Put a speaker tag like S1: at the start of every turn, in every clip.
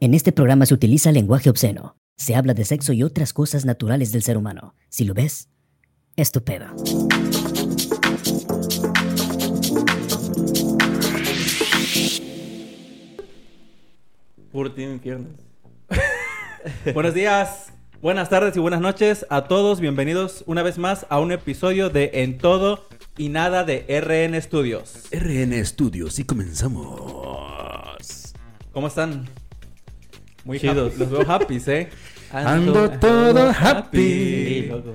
S1: En este programa se utiliza lenguaje obsceno. Se habla de sexo y otras cosas naturales del ser humano. Si lo ves, es tu pedo.
S2: Puro Team Infiernos. Buenos días, buenas tardes y buenas noches a todos. Bienvenidos una vez más a un episodio de En Todo y Nada de RN Studios.
S3: RN Studios y comenzamos.
S2: ¿Cómo están? Muy chidos. Los veo happy, ¿eh?
S3: Ando todo happy.
S2: Sí, loco.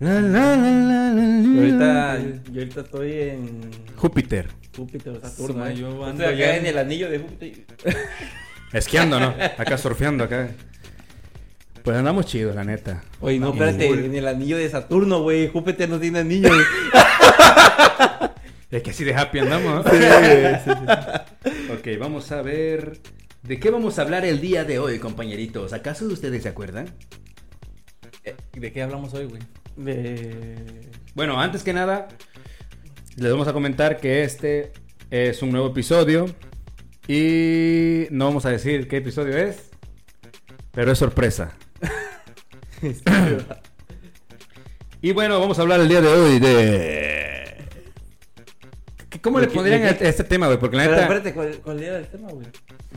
S3: La, la, la, la, la, la.
S4: Yo ahorita, yo ahorita estoy en
S3: Júpiter.
S4: Júpiter, Saturno.
S2: Sí,
S4: ¿eh?
S2: yo ando
S4: estoy acá
S2: ya en-
S4: en el anillo de Júpiter.
S3: Esquiando, ¿no? Acá surfeando, acá. Pues andamos chidos, la neta.
S4: Oye, no,
S3: Vamos,
S4: espérate,
S3: güey.
S4: en el anillo de Saturno, güey. Júpiter no tiene anillo. güey.
S3: Es que así de happy andamos, ¿no? Ok, vamos a ver. ¿De qué vamos a hablar el día de hoy, compañeritos? ¿Acaso ustedes se acuerdan?
S2: Eh, ¿De qué hablamos hoy, güey?
S4: De...
S3: Bueno, antes que nada, les vamos a comentar que este es un nuevo episodio. Y no vamos a decir qué episodio es, pero es sorpresa. y bueno, vamos a hablar el día de hoy de. ¿Qué- ¿Cómo
S4: ¿De
S3: le
S4: qué-
S3: pondrían
S4: de
S3: a
S4: qué?
S3: este tema, güey? Porque la
S4: Pero
S3: neta.
S4: espérate, ¿cuál, cuál era el tema, güey?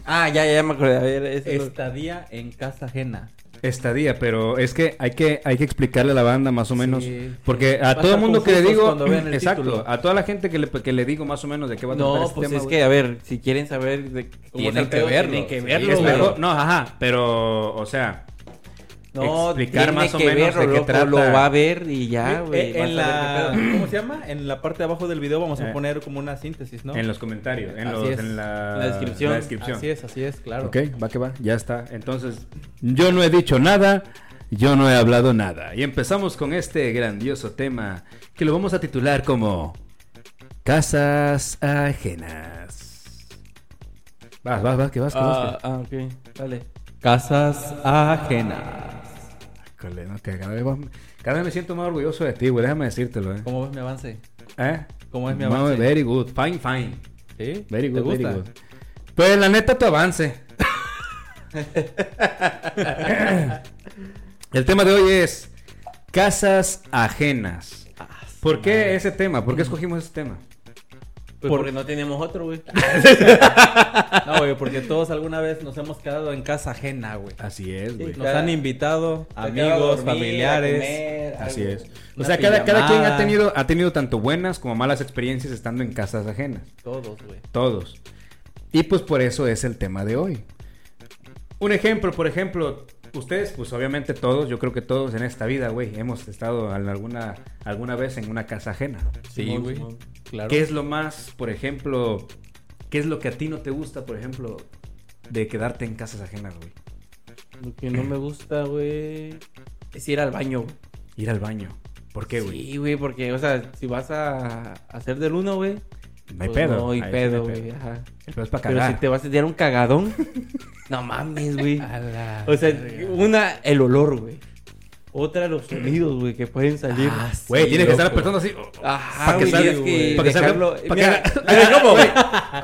S4: Ah, ya, ya me acordé. A ver, eso es lo-
S2: Estadía en casa ajena.
S3: Estadía, pero es que hay que, hay que explicarle a la banda más o menos.
S2: Sí.
S3: Porque
S2: Va
S3: a
S2: a
S3: todo
S2: estar
S3: el mundo que le
S2: confusos
S3: digo.
S2: cuando vean el
S3: Exacto.
S2: título.
S3: A toda la gente que le, que le digo más o menos de qué va a tratar
S4: No,
S3: este
S4: pues
S3: tema,
S4: es
S3: güey.
S4: que, a ver, si quieren saber de cómo está
S2: Tienen
S4: el
S2: que
S4: pedo,
S2: verlo.
S4: tienen que
S2: Sí,
S4: verlo,
S3: Es
S2: güey.
S3: mejor- no, ajá, pero, o sea,
S4: No,
S3: explicar
S4: tiene
S3: más o
S4: que
S3: menos de
S4: verlo,
S3: qué
S4: loco,
S3: trata.
S4: Lo va a ver y ya,
S2: Eh,
S4: güey.
S2: eh,
S4: vas
S2: en
S4: a
S2: la...
S4: ver qué pedo.
S2: ¿Cómo se llama? En la parte de abajo del video vamos a
S3: Eh.
S2: poner como una síntesis, ¿no?
S3: en los comentarios, en,
S2: Así
S3: los,
S2: es.
S3: en la,
S4: La descripción.
S3: la descripción.
S2: Así es, así es, claro.
S3: Ok, va que va, ya está. Entonces, yo no he dicho nada, yo no he hablado nada. Y empezamos con este grandioso tema que lo vamos a titular como Casas Ajenas. Vas, vas, vas, que vas, que vas.
S4: Ah, ah, ok. Dale.
S2: Pues Casas ajenas. Ah.
S3: que- Híjole, no, que cada, vez vas- cada vez me siento más orgulloso de ti, güey, déjame decírtelo, ¿eh?
S2: ¿Cómo ves mi avance?
S3: ¿Eh?
S2: ¿Cómo es mi
S3: No,
S2: avance?
S3: Very good, fine, fine.
S2: ¿Sí?
S3: Very
S2: ¿Te
S3: good,
S2: gusta?
S3: very good. Pues la neta tu avance. El tema de hoy es casas ajenas. ¿Por qué ese tema? ¿Por qué escogimos ese tema?
S4: Pues
S2: Por-
S4: porque no tenemos otro, güey.
S2: No, güey, porque todos alguna vez nos hemos quedado en casa ajena, güey.
S3: Así es,
S4: güey.
S2: Nos han invitado
S4: Acaba de
S2: amigos,
S4: dormir, a
S2: familiares.
S4: comer,
S3: Así
S4: algo.
S3: es. O
S2: Una
S3: sea, cada, cada
S2: pijamada.
S3: quien ha tenido, ha tenido tanto buenas como malas experiencias estando en casas ajenas.
S2: Todos, güey.
S3: Todos. Y pues por eso es el tema de hoy. Un ejemplo, por ejemplo, ustedes, pues obviamente todos, yo creo que todos en esta vida, güey, hemos estado en alguna, alguna vez en una casa ajena.
S2: Sí,
S4: Simón,
S2: güey.
S4: Simón.
S2: Claro.
S3: ¿Qué es lo más, por ejemplo, qué es lo que a ti no te gusta, por ejemplo, de quedarte en casas ajenas, güey?
S4: Lo que no me gusta, güey, es ir al baño. güey.
S3: Ir al baño. ¿Por qué, güey?
S4: Sí, güey, porque, o sea, si vas a a hacer del uno, güey.
S3: No hay
S4: pues
S3: pedo.
S4: No hay
S3: Ahí sí
S4: pedo,
S3: no hay
S4: güey. Ajá.
S3: El pedo es para
S4: Pero
S3: cagar.
S4: si te vas a tirar un cagadón, no mames, güey.
S3: Ah,
S2: A la
S4: O sea,
S2: verga.
S4: una, el olor, güey. Otra, los sonidos, güey, que pueden salir.
S2: Ah, sí,
S3: Güey, tienes que estar
S2: loco.
S3: apretando así. oh, oh,
S4: Ajá,
S3: pa' que
S4: güey,
S3: salga,
S4: tienes que
S3: pa' que salga,
S4: dejarlo.
S3: pa' que
S4: Mira,
S3: haga-
S4: mira cómo, güey.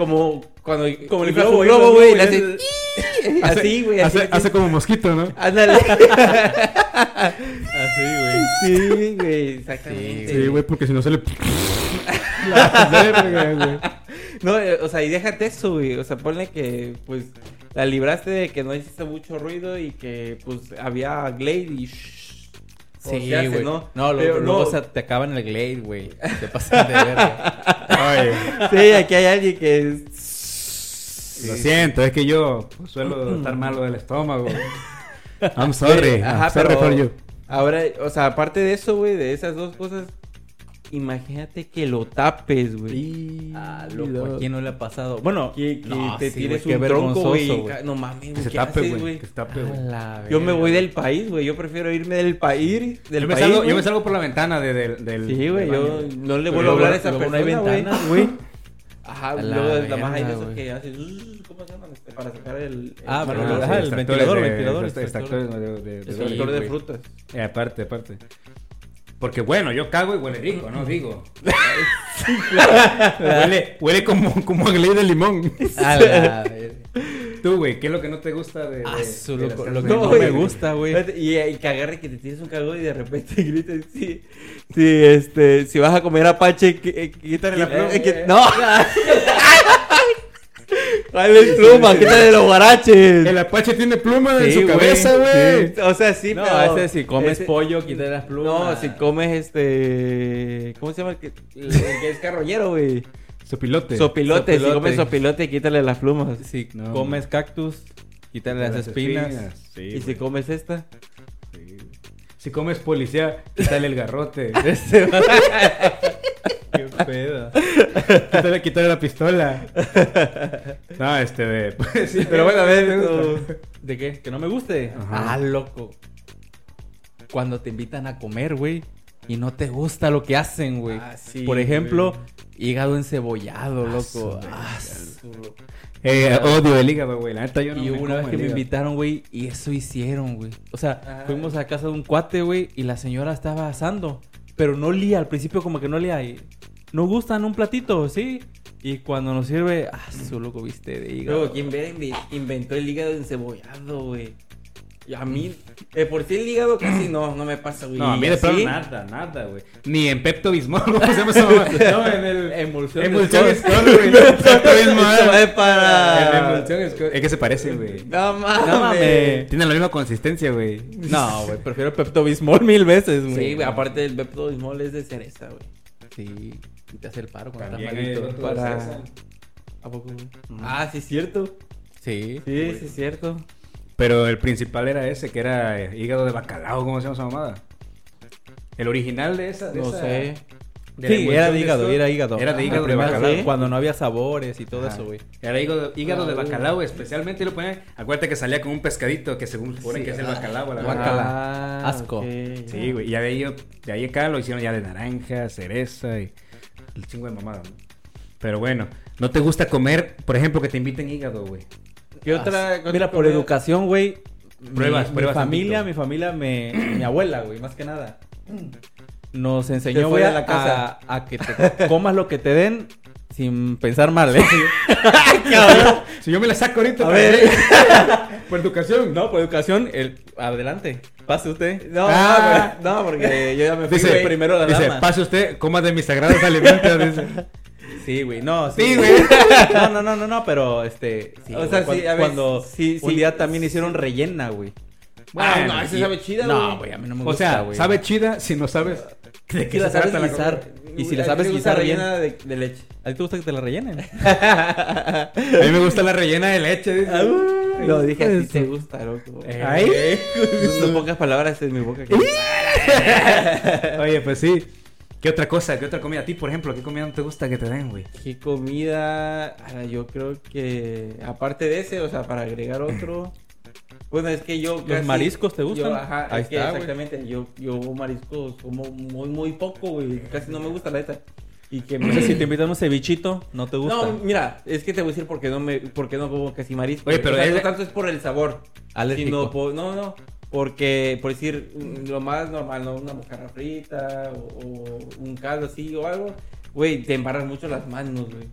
S4: Como cuando
S2: Como el
S4: inflas
S2: globo,
S4: un
S2: inflas
S4: globo,
S2: un
S4: güey,
S2: globo
S4: le haces
S2: y
S4: "Ih", así, güey, así.
S3: hace, hace como mosquito, ¿no?
S4: Ándale.
S2: Así, güey.
S4: Sí, güey, exactamente.
S3: Sí, güey, porque si no se le. La verga, güey.
S4: No, eh, o sea, y déjate eso, güey. O sea, ponle que, pues, la libraste de que no hiciste mucho ruido y que, pues, había Glade y... shh, o
S2: Sí,
S4: se hace,
S2: güey. No,
S4: ¿no?
S2: lo-
S4: Pero
S2: luego
S4: no.
S2: o sea, te acaban el glade, güey. Te pasan de verga.
S3: Oye,
S4: Sí, aquí hay alguien que... es-
S3: lo siento, es que yo pues, suelo estar malo del estómago. I'm sorry.
S4: Ajá,
S3: I'm sorry
S4: pero
S3: for you.
S4: Ahora, o sea, aparte de eso, güey, de esas dos cosas, imagínate que lo tapes, güey.
S2: Ah, loco, ¿a quién no le ha pasado? Bueno,
S4: Que, que
S2: no,
S4: te
S2: sí,
S4: tires
S2: güey, qué
S4: un tronco, güey.
S2: vergonzoso,
S4: y ca- No mames,
S3: Que
S4: güey,
S3: se
S4: ¿qué
S3: tape,
S4: haces,
S3: güey. Que se tape,
S2: A
S3: güey.
S2: la
S4: Yo me voy
S2: verga.
S4: del país, güey. Yo prefiero irme del país. Del
S3: Yo me,
S4: país
S3: salgo, yo
S4: güey.
S3: me salgo por la ventana de- del. del
S4: Sí, güey,
S3: del
S4: yo
S3: baño.
S4: no le
S2: Pero
S4: vuelvo a
S2: luego-
S4: hablar a esa
S2: luego no
S4: persona,
S2: hay
S4: güey.
S2: ventanas,
S4: Ajá,
S2: A la
S4: luego la más hay
S2: verga,
S4: eso
S2: güey.
S4: que hace... "Zzz", ¿Cómo se llama? Este, Para sacar el...
S2: Ah,
S4: el-
S2: pero
S3: Ah,
S2: lo-
S3: sí,
S2: ajá, el
S3: extractores
S2: ventilador,
S3: de-
S2: ventilador,
S3: Extractores de- de- de-
S4: el
S2: Sí,
S4: sector de
S3: güey.
S4: frutas.
S3: Eh, aparte, aparte. Porque bueno, yo cago y huele rico, ¿no? Digo. huele, huele como, como a glade de limón.
S2: A la verga.
S3: Tú, güey, ¿qué es lo que no te gusta de, de-
S4: Eh,
S2: Ah, su
S3: de
S2: loco,
S3: las
S2: lo que
S3: casas
S2: no
S3: de
S2: me
S3: comedia?
S2: gusta, güey.
S4: Y, y que agarre que te tienes un cagón y de repente griten, sí, sí, este, si vas a comer apache, qui- eh, quítale la pluma.
S3: Eh,
S4: que-
S3: eh.
S4: no. ¿Cuál es pluma? Quítale los guaraches.
S3: El apache tiene pluma en
S2: Sí,
S3: su
S2: güey,
S3: cabeza, güey.
S4: O sea, sí,
S2: No,
S4: pero...
S2: ese si comes
S4: ese-
S2: pollo, quítale las plumas.
S4: No, si comes este... ¿Cómo se llama el que, el que es carroñero, güey?
S3: Su pilote.
S4: Sopilote,
S2: Sopilote.
S4: si comes sopilote, quítale las plumas.
S2: Si
S3: No,
S2: comes cactus, quítale las, espinas.
S3: Sí,
S4: y si
S3: güey,
S4: comes esta,
S3: sí, güey. Si comes policía, quítale el garrote.
S2: Este va-
S3: Qué pedo. Quítale, quítale la pistola. No, este de. pues, sí,
S4: Pero bueno, a ver,
S3: me gusta.
S4: tú-
S2: ¿De qué? ¿Que no me guste?
S3: Ajá.
S2: Ah, loco. Cuando te invitan a comer, güey, y no te gusta lo que hacen, güey.
S4: Ah, sí,
S2: Por ejemplo,
S3: güey.
S2: hígado encebollado,
S3: Ah, su
S2: loco.
S3: verga.
S2: Ah, su-
S3: Eh, odio el hígado, güey. La neta, yo no
S2: y
S3: me
S2: hubo una vez
S3: como
S2: que
S3: el
S2: me
S3: hígado.
S2: invitaron, güey, y eso hicieron, güey. O sea,
S4: Ah.
S2: fuimos a casa de un cuate, güey, y la señora estaba asando. Pero no olía, al principio como que no olía. Y no gustan un platito, ¿sí? Y cuando nos sirve, ah, su loco, viste, de hígado.
S4: Luego, ¿quién verga inve- inventó el hígado encebollado, güey? Y a mí, de por sí el hígado casi no, no me pasa, güey.
S3: No, a mí
S4: Y
S3: de plano
S4: así,
S3: nada, nada, güey. Ni en Pepto Bismol, ¿cómo se llama esa mamá? No, en el.
S2: Emulsión de
S3: Emulsión
S2: Scott.
S3: Scott, güey. Pepto
S4: Eso es
S3: Bismol. En
S4: para...
S3: Emulsión Scott. Es que se parecen, güey.
S4: No mames.
S2: No mames.
S3: Tienen la misma consistencia, güey.
S2: No, güey, prefiero Pepto Bismol mil veces, güey.
S4: Sí, güey, aparte el Pepto Bismol es de cereza, güey.
S2: Sí, y te hace el paro cuando
S3: También
S2: estás
S3: hay
S2: malito.
S3: otro
S4: para-
S3: de César.
S4: ¿A poco, güey? Ah, sí es cierto.
S2: Sí.
S4: Sí, sí es cierto.
S3: Pero el principal era ese, que era eh, hígado de bacalao, ¿cómo se llama esa mamada? El original de esa. de
S4: No
S3: esa-
S4: sé.
S3: de
S2: sí, era
S3: la emulsión
S2: de hígado,
S3: Scott.
S2: era hígado.
S3: Era de hígado de
S2: Primero,
S3: bacalao.
S2: sí, Cuando no había sabores y todo
S3: Ajá.
S2: eso, güey.
S3: Era hígado, hígado de
S4: Ah, güey.
S3: bacalao, especialmente lo ponían. Acuérdate que salía con un pescadito que según supone que es el bacalao, a la
S2: guacala.
S3: verdad.
S2: Ah, asco.
S4: ok.
S3: Sí, güey. Y ya de ahí, de ahí acá lo hicieron ya de naranja, cereza y el chingo de mamada, ¿no? Pero bueno, ¿no te gusta comer, por ejemplo, que te inviten hígado, güey?
S4: ¿Qué otra?
S2: Ah,
S4: qué
S2: Mira,
S4: otra
S2: por
S4: comida?
S2: educación, güey.
S3: Pruebas,
S2: mi,
S3: pruebas
S2: Mi familia,
S3: tantito.
S2: mi familia, me, mi abuela, güey, más que nada. Nos
S4: Te
S2: enseñó,
S4: fue
S2: güey,
S4: de
S2: a,
S4: la casa.
S2: a que te comas lo que te den sin pensar mal, ¿eh?
S3: Si yo me la saco ahorita,
S2: A
S3: ¿para
S2: ver.
S3: qué? por educación.
S2: No, por educación, el... adelante. Pase usted.
S4: No,
S3: Ah.
S4: güey, no, porque yo ya me fui,
S3: Dice,
S4: güey.
S2: primero la
S3: dice,
S2: dama.
S3: pase usted, coma de mis sagrados alimentos. dice.
S2: Sí, güey, no,
S3: Sí, güey.
S2: No, no, no, no, no, pero este. Sí,
S4: O sea,
S2: güey, cuan-
S4: sí, a ver,
S2: cuando
S4: sí,
S2: un
S4: sí,
S2: día también
S4: sí.
S2: hicieron rellena, güey.
S4: Ah,
S3: Bueno,
S4: no, esa
S3: y-
S4: sabe chida, güey.
S2: No, güey, a mí no me
S3: O
S2: gusta,
S3: sea,
S2: güey.
S3: sabe chida si no sabes de
S2: Si la sabes
S3: trata
S2: guisar.
S3: comida.
S2: Y si
S4: A
S2: la
S4: ti
S2: sabes
S4: te gusta
S2: guisar bien.
S4: rellena de, de leche.
S2: ¿A ti te gusta que te la rellenen?
S3: A mí me gusta la rellena de leche. dice. pues,
S4: Lo dije así, te gusta, loco.
S3: Eh,
S2: Ay.
S4: No pongas palabras en mi boca. que-
S2: ¿Eh?
S3: Oye, pues sí. ¿Qué otra cosa? ¿Qué otra comida? A ti, por ejemplo, ¿qué comida no te gusta que te den, güey?
S4: ¿Qué comida? Ahora, yo creo que. Aparte de ese, o sea, para agregar otro. Bueno, es que yo.
S2: ¿Los mariscos te gustan?
S4: yo, ajá,
S2: Ahí
S4: es que
S2: está, güey.
S4: exactamente. Yo, yo mariscos como muy, muy poco, güey. Casi no me gusta, la neta. Y que me.
S2: No sé si te invitan un cevichito, no te gusta.
S4: No, mira, es que te voy a decir por qué no, me, por qué no como casi marisco.
S3: Oye,
S4: güey.
S3: pero
S4: O sea,
S3: es-
S4: no tanto es por el sabor.
S2: Alérgico.
S4: Sino por- no, no. Porque, por decir, mm, lo más normal, ¿no? Una mojarra frita o, o un caldo así o algo. Güey, te embarras mucho las manos, güey.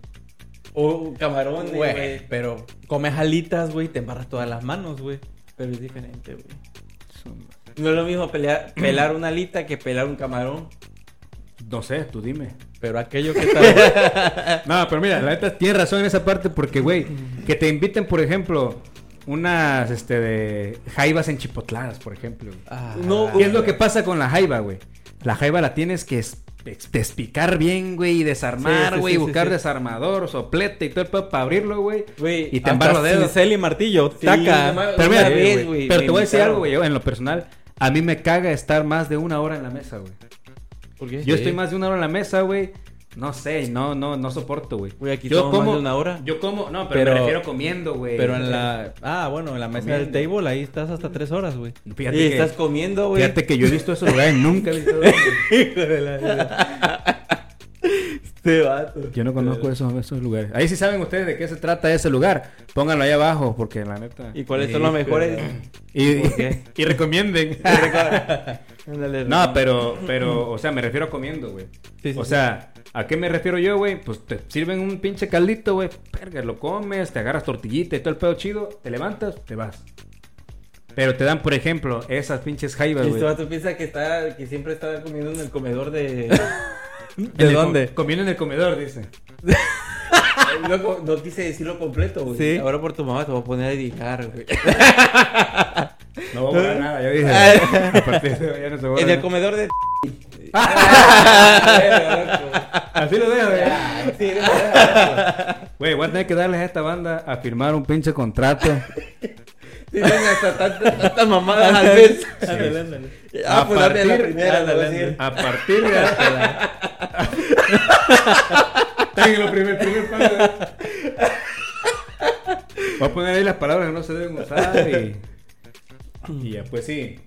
S4: O camarones,
S2: Güey,
S4: güey.
S2: pero comes alitas, güey, te embarras todas las manos, güey.
S4: Pero es diferente, güey. No es lo mismo pelea- pelar una alita que pelar un camarón.
S3: No sé, tú dime.
S2: Pero aquello que tal
S3: No, pero mira, la neta tienes razón en esa parte porque, güey, que te inviten, por ejemplo, unas, este, de jaivas enchipotladas, por ejemplo. güey.
S2: Ah,
S4: No,
S3: ¿Qué es lo que pasa con la jaiba, güey? La jaiba la tienes que es- ex- despicar bien, güey, y
S4: Sí,
S3: desarmar,
S4: sí,
S3: güey,
S4: sí,
S3: y
S4: sí,
S3: buscar
S4: sí.
S3: desarmador, soplete y todo el pedo para abrirlo, güey.
S4: Güey,
S3: Y te embarro
S2: hasta
S3: dedos.
S2: Cincel y martillo,
S4: Sí,
S2: taca.
S4: no mames.
S3: Pero
S4: Una
S3: mira,
S4: vez,
S3: güey,
S4: güey,
S3: pero
S4: me
S3: te voy a decir
S4: invitaron.
S3: algo, güey, yo en lo personal, a mí me caga estar más de una hora en la mesa, güey.
S4: ¿Por qué?
S3: Yo estoy más de una hora en la mesa, güey. No sé, no, no, no soporto, güey.
S4: Güey, aquí
S3: yo
S4: tomo más de una hora.
S3: Yo como, no, pero,
S2: Pero-
S3: me refiero comiendo, güey.
S2: Pero en la. Ah, bueno, en la mesa del table, ahí estás hasta tres horas, güey.
S3: Fíjate,
S4: Y
S3: que,
S4: estás comiendo, güey.
S3: fíjate que yo he visto esos lugares, nunca he visto.
S2: Hijo de la-
S4: Este vato.
S3: Yo no conozco esos, esos lugares. Ahí sí saben ustedes de qué se trata ese lugar. Pónganlo ahí abajo, porque la neta.
S4: ¿Y cuáles son los
S3: Sí,
S4: mejores?
S3: Y,
S4: ¿Por qué?
S3: y recomienden.
S4: Ándale,
S3: no,
S4: Ramón.
S3: pero, pero, o sea, me refiero a comiendo, güey.
S4: Sí, sí,
S3: o
S4: sí.
S3: sea, ¿a qué me refiero yo, güey? Pues te sirven un pinche caldito, güey. Verga, lo comes, te agarras tortillita y todo el pedo chido, te levantas, te vas. Pero te dan, por ejemplo, esas pinches jaivas,
S4: Y
S3: güey.
S4: este vato piensa que, está, que siempre está comiendo en el comedor de...
S2: ¿De
S3: En el com-
S2: dónde?
S3: Comiendo en el comedor, dice.
S4: no, co- no quise decirlo completo, güey.
S2: Sí.
S4: Ahora por tu mamá te voy a poner a editar, güey.
S3: No voy a borrar nada, yo dije. a partir de hoy ya no se borra
S4: Ah. En el
S3: nada.
S4: comedor de...
S3: Así lo dejo, güey.
S4: Ah, Sí,
S3: Güey, voy a tener que darles a esta banda a firmar un pinche contrato.
S4: sí, venga, hasta tantas tantas mamadas al mes.
S2: Ándale, ándale.
S4: Ah, pues dame la
S3: partir-
S4: primera, le voy a
S2: ándale,
S4: decir.
S3: A partir de ahora. Están en lo primer, primer pago. Voy a poner ahí las palabras que no se deben usar y. Y ya, pues sí.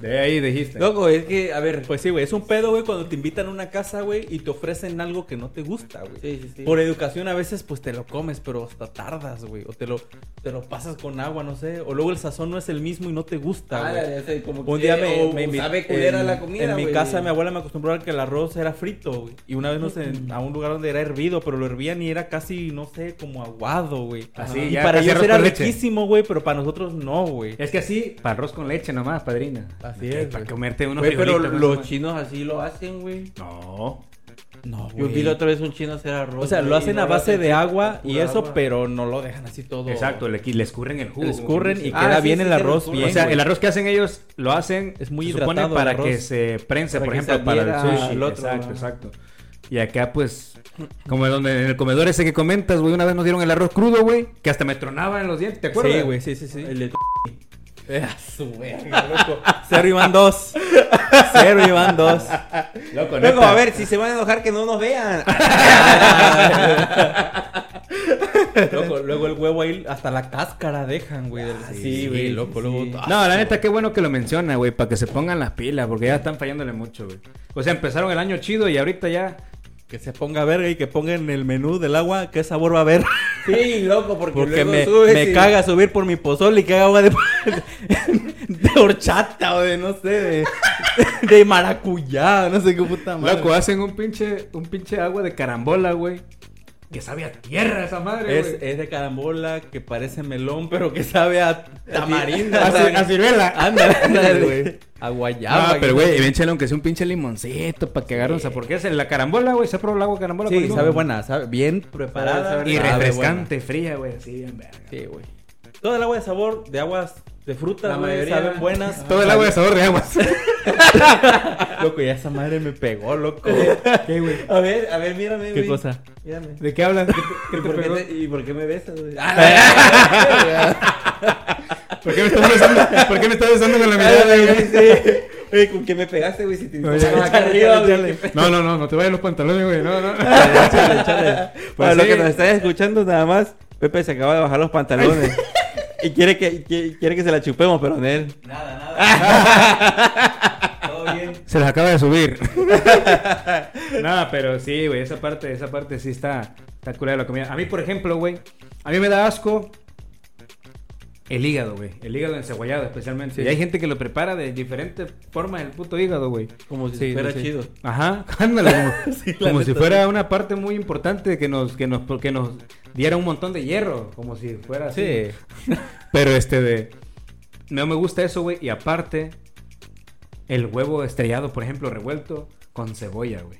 S3: De ahí dijiste.
S4: Loco, es que, a ver...
S2: Pues sí, güey, es un pedo, güey, cuando te invitan a una casa, güey, y te ofrecen algo que no te gusta, güey.
S4: Sí, sí, sí.
S2: Por educación a veces, pues te lo comes, pero hasta tardas, güey. O te lo, te lo pasas con agua, no sé. O luego el sazón no es el mismo y no te gusta,
S4: Ah,
S2: güey.
S4: ya sé, como
S2: Un
S4: que-
S2: día me,
S4: o
S2: me invi-
S4: sabe culera
S2: en-
S4: la comida,
S2: En mi
S4: güey.
S2: casa mi abuela me acostumbró a que el arroz era frito, güey. Y una vez nos en, a un lugar donde era hervido, pero lo hervían y era casi, no sé, como aguado, güey.
S3: Así,
S2: y
S3: ya
S2: para
S3: casi
S2: ellos
S3: arroz
S2: era
S3: con leche.
S2: riquísimo, güey, pero para nosotros no, güey.
S3: Es que así, para arroz con leche nomás, padrina.
S2: Así es,
S3: Para
S2: güey.
S3: comerte unos
S4: Güey, pero
S3: frijolitos, ¿no?
S4: los chinos así lo hacen, güey.
S3: No.
S2: No,
S4: Yo vi la otra vez un chino hacer arroz.
S2: O sea, lo
S4: güey,
S2: hacen
S4: y no
S2: a
S4: lo
S2: base
S4: hacen
S2: de
S4: con
S2: agua y
S4: pura
S2: eso,
S4: agua.
S2: pero no lo dejan así todo.
S3: Exacto, le, le escurren el jugo.
S2: Le escurren y
S4: Ah,
S2: queda
S4: sí,
S2: bien
S4: sí,
S2: en el
S4: sí, le
S2: arroz
S4: escurren.
S2: bien.
S3: O sea,
S2: güey.
S3: el arroz que hacen ellos lo hacen
S2: Es muy
S3: se supone,
S2: hidratado el
S3: para
S2: arroz.
S3: que se prense,
S2: Para
S3: por
S2: que se
S3: ejemplo, para el
S2: adhiera
S3: sushi.
S2: al otro,
S3: exacto,
S2: ¿no?
S3: exacto. Y acá pues como donde en el comedor ese que comentas, güey, una vez nos dieron el arroz crudo, güey, que hasta me tronaba en los dientes, ¿te acuerdas?
S2: Sí, güey, sí, sí, sí.
S4: El de
S2: Ah, su verga, loco. Cero y van dos. Cero y van dos.
S3: Loco,
S4: Luego,
S3: neta.
S4: a ver, si se van a enojar que no nos vean.
S2: Loco, luego el huevo ahí, hasta la cáscara dejan, güey. del-
S4: sí, güey, sí,
S2: loco, luego.
S4: sí.
S2: Ah,
S3: No, la neta qué bueno que lo menciona, güey, para que se pongan las pilas, porque ya están fallándole mucho, güey. O sea, empezaron el año chido y ahorita ya
S2: Que se ponga verga y que ponga en el menú del agua qué sabor va a haber.
S4: Sí, loco, porque,
S2: Porque
S4: luego
S2: me,
S4: subes
S2: me
S4: y-
S2: caga subir por mi pozole y que haga agua de, de horchata o de no sé, de, de maracuyá, no sé qué puta madre.
S3: loco eh. hacen un pinche un pinche agua de carambola, güey, que sabe a tierra esa madre,
S2: Es, eh,
S3: güey.
S2: es de carambola que parece melón, pero que sabe a tamarindo.
S3: A
S2: güey.
S3: cir- a ciruela.
S2: Ándale, ándale, güey. A guayaba.
S3: Ah, pero
S2: que-
S3: güey, échale aunque sea un pinche limoncito para que agarren sabor. Porque es la carambola, güey. ¿Se ha probado el agua de carambola? con
S2: Sí,
S3: limón?
S2: sabe buena, sabe bien preparada.
S4: Sabe
S3: Y
S2: sabe
S3: refrescante, fría, güey. Sí, bien verga.
S2: buena. Sí, güey. Todo el agua de sabor de aguas de frutas,
S4: La
S2: güey,
S4: mayoría.
S2: saben buenas.
S3: Todo el agua de sabor de aguas.
S2: Loco, ya esa madre me pegó, loco.
S3: ¿Qué, güey?
S4: A ver, a ver, mírame,
S2: ¿Qué
S4: güey.
S2: cosa?
S4: Mírame.
S3: ¿De qué hablan? ¿Qué te-
S4: ¿Y
S3: qué te
S4: por, qué
S3: pegó?
S4: te- ¿Y por qué me besas, güey? Ah,
S3: ¿Por qué me estás besando? ¿Por qué me estás besando con la mirada, güey?
S4: Oye, ¿con qué me pegaste, este, güey? Si te
S3: Oye,
S4: acá
S2: échale,
S4: arriba, güey.
S2: échale.
S3: No, no, no, no te vayas los pantalones, güey. No, no.
S4: Chale, chale. Pues Para
S3: sí.
S4: lo que nos están escuchando, nada más, Pepe se acaba de bajar los pantalones. y quiere que, que- quiere que se la chupemos, pero en él.
S2: Nada, nada. Todo bien.
S3: Se las acaba de subir. Nada, pero sí, güey, esa parte, esa parte sí está, está curada la comida. A mí, por ejemplo, güey, a mí me da asco el hígado, güey. El hígado encebollado especialmente. Y hay gente que lo prepara de diferentes formas el puto hígado, güey.
S4: Como si
S2: Sí,
S4: fuera
S2: sí.
S4: chido.
S3: Ajá, ándale, como,
S2: la
S3: como si
S2: neta,
S3: fuera una parte muy importante que nos, que nos, que nos diera un montón de hierro, como si fuera así.
S2: Sí.
S3: Pero este de. No me gusta eso, güey. Y aparte, el huevo estrellado, por ejemplo, revuelto con cebolla, güey.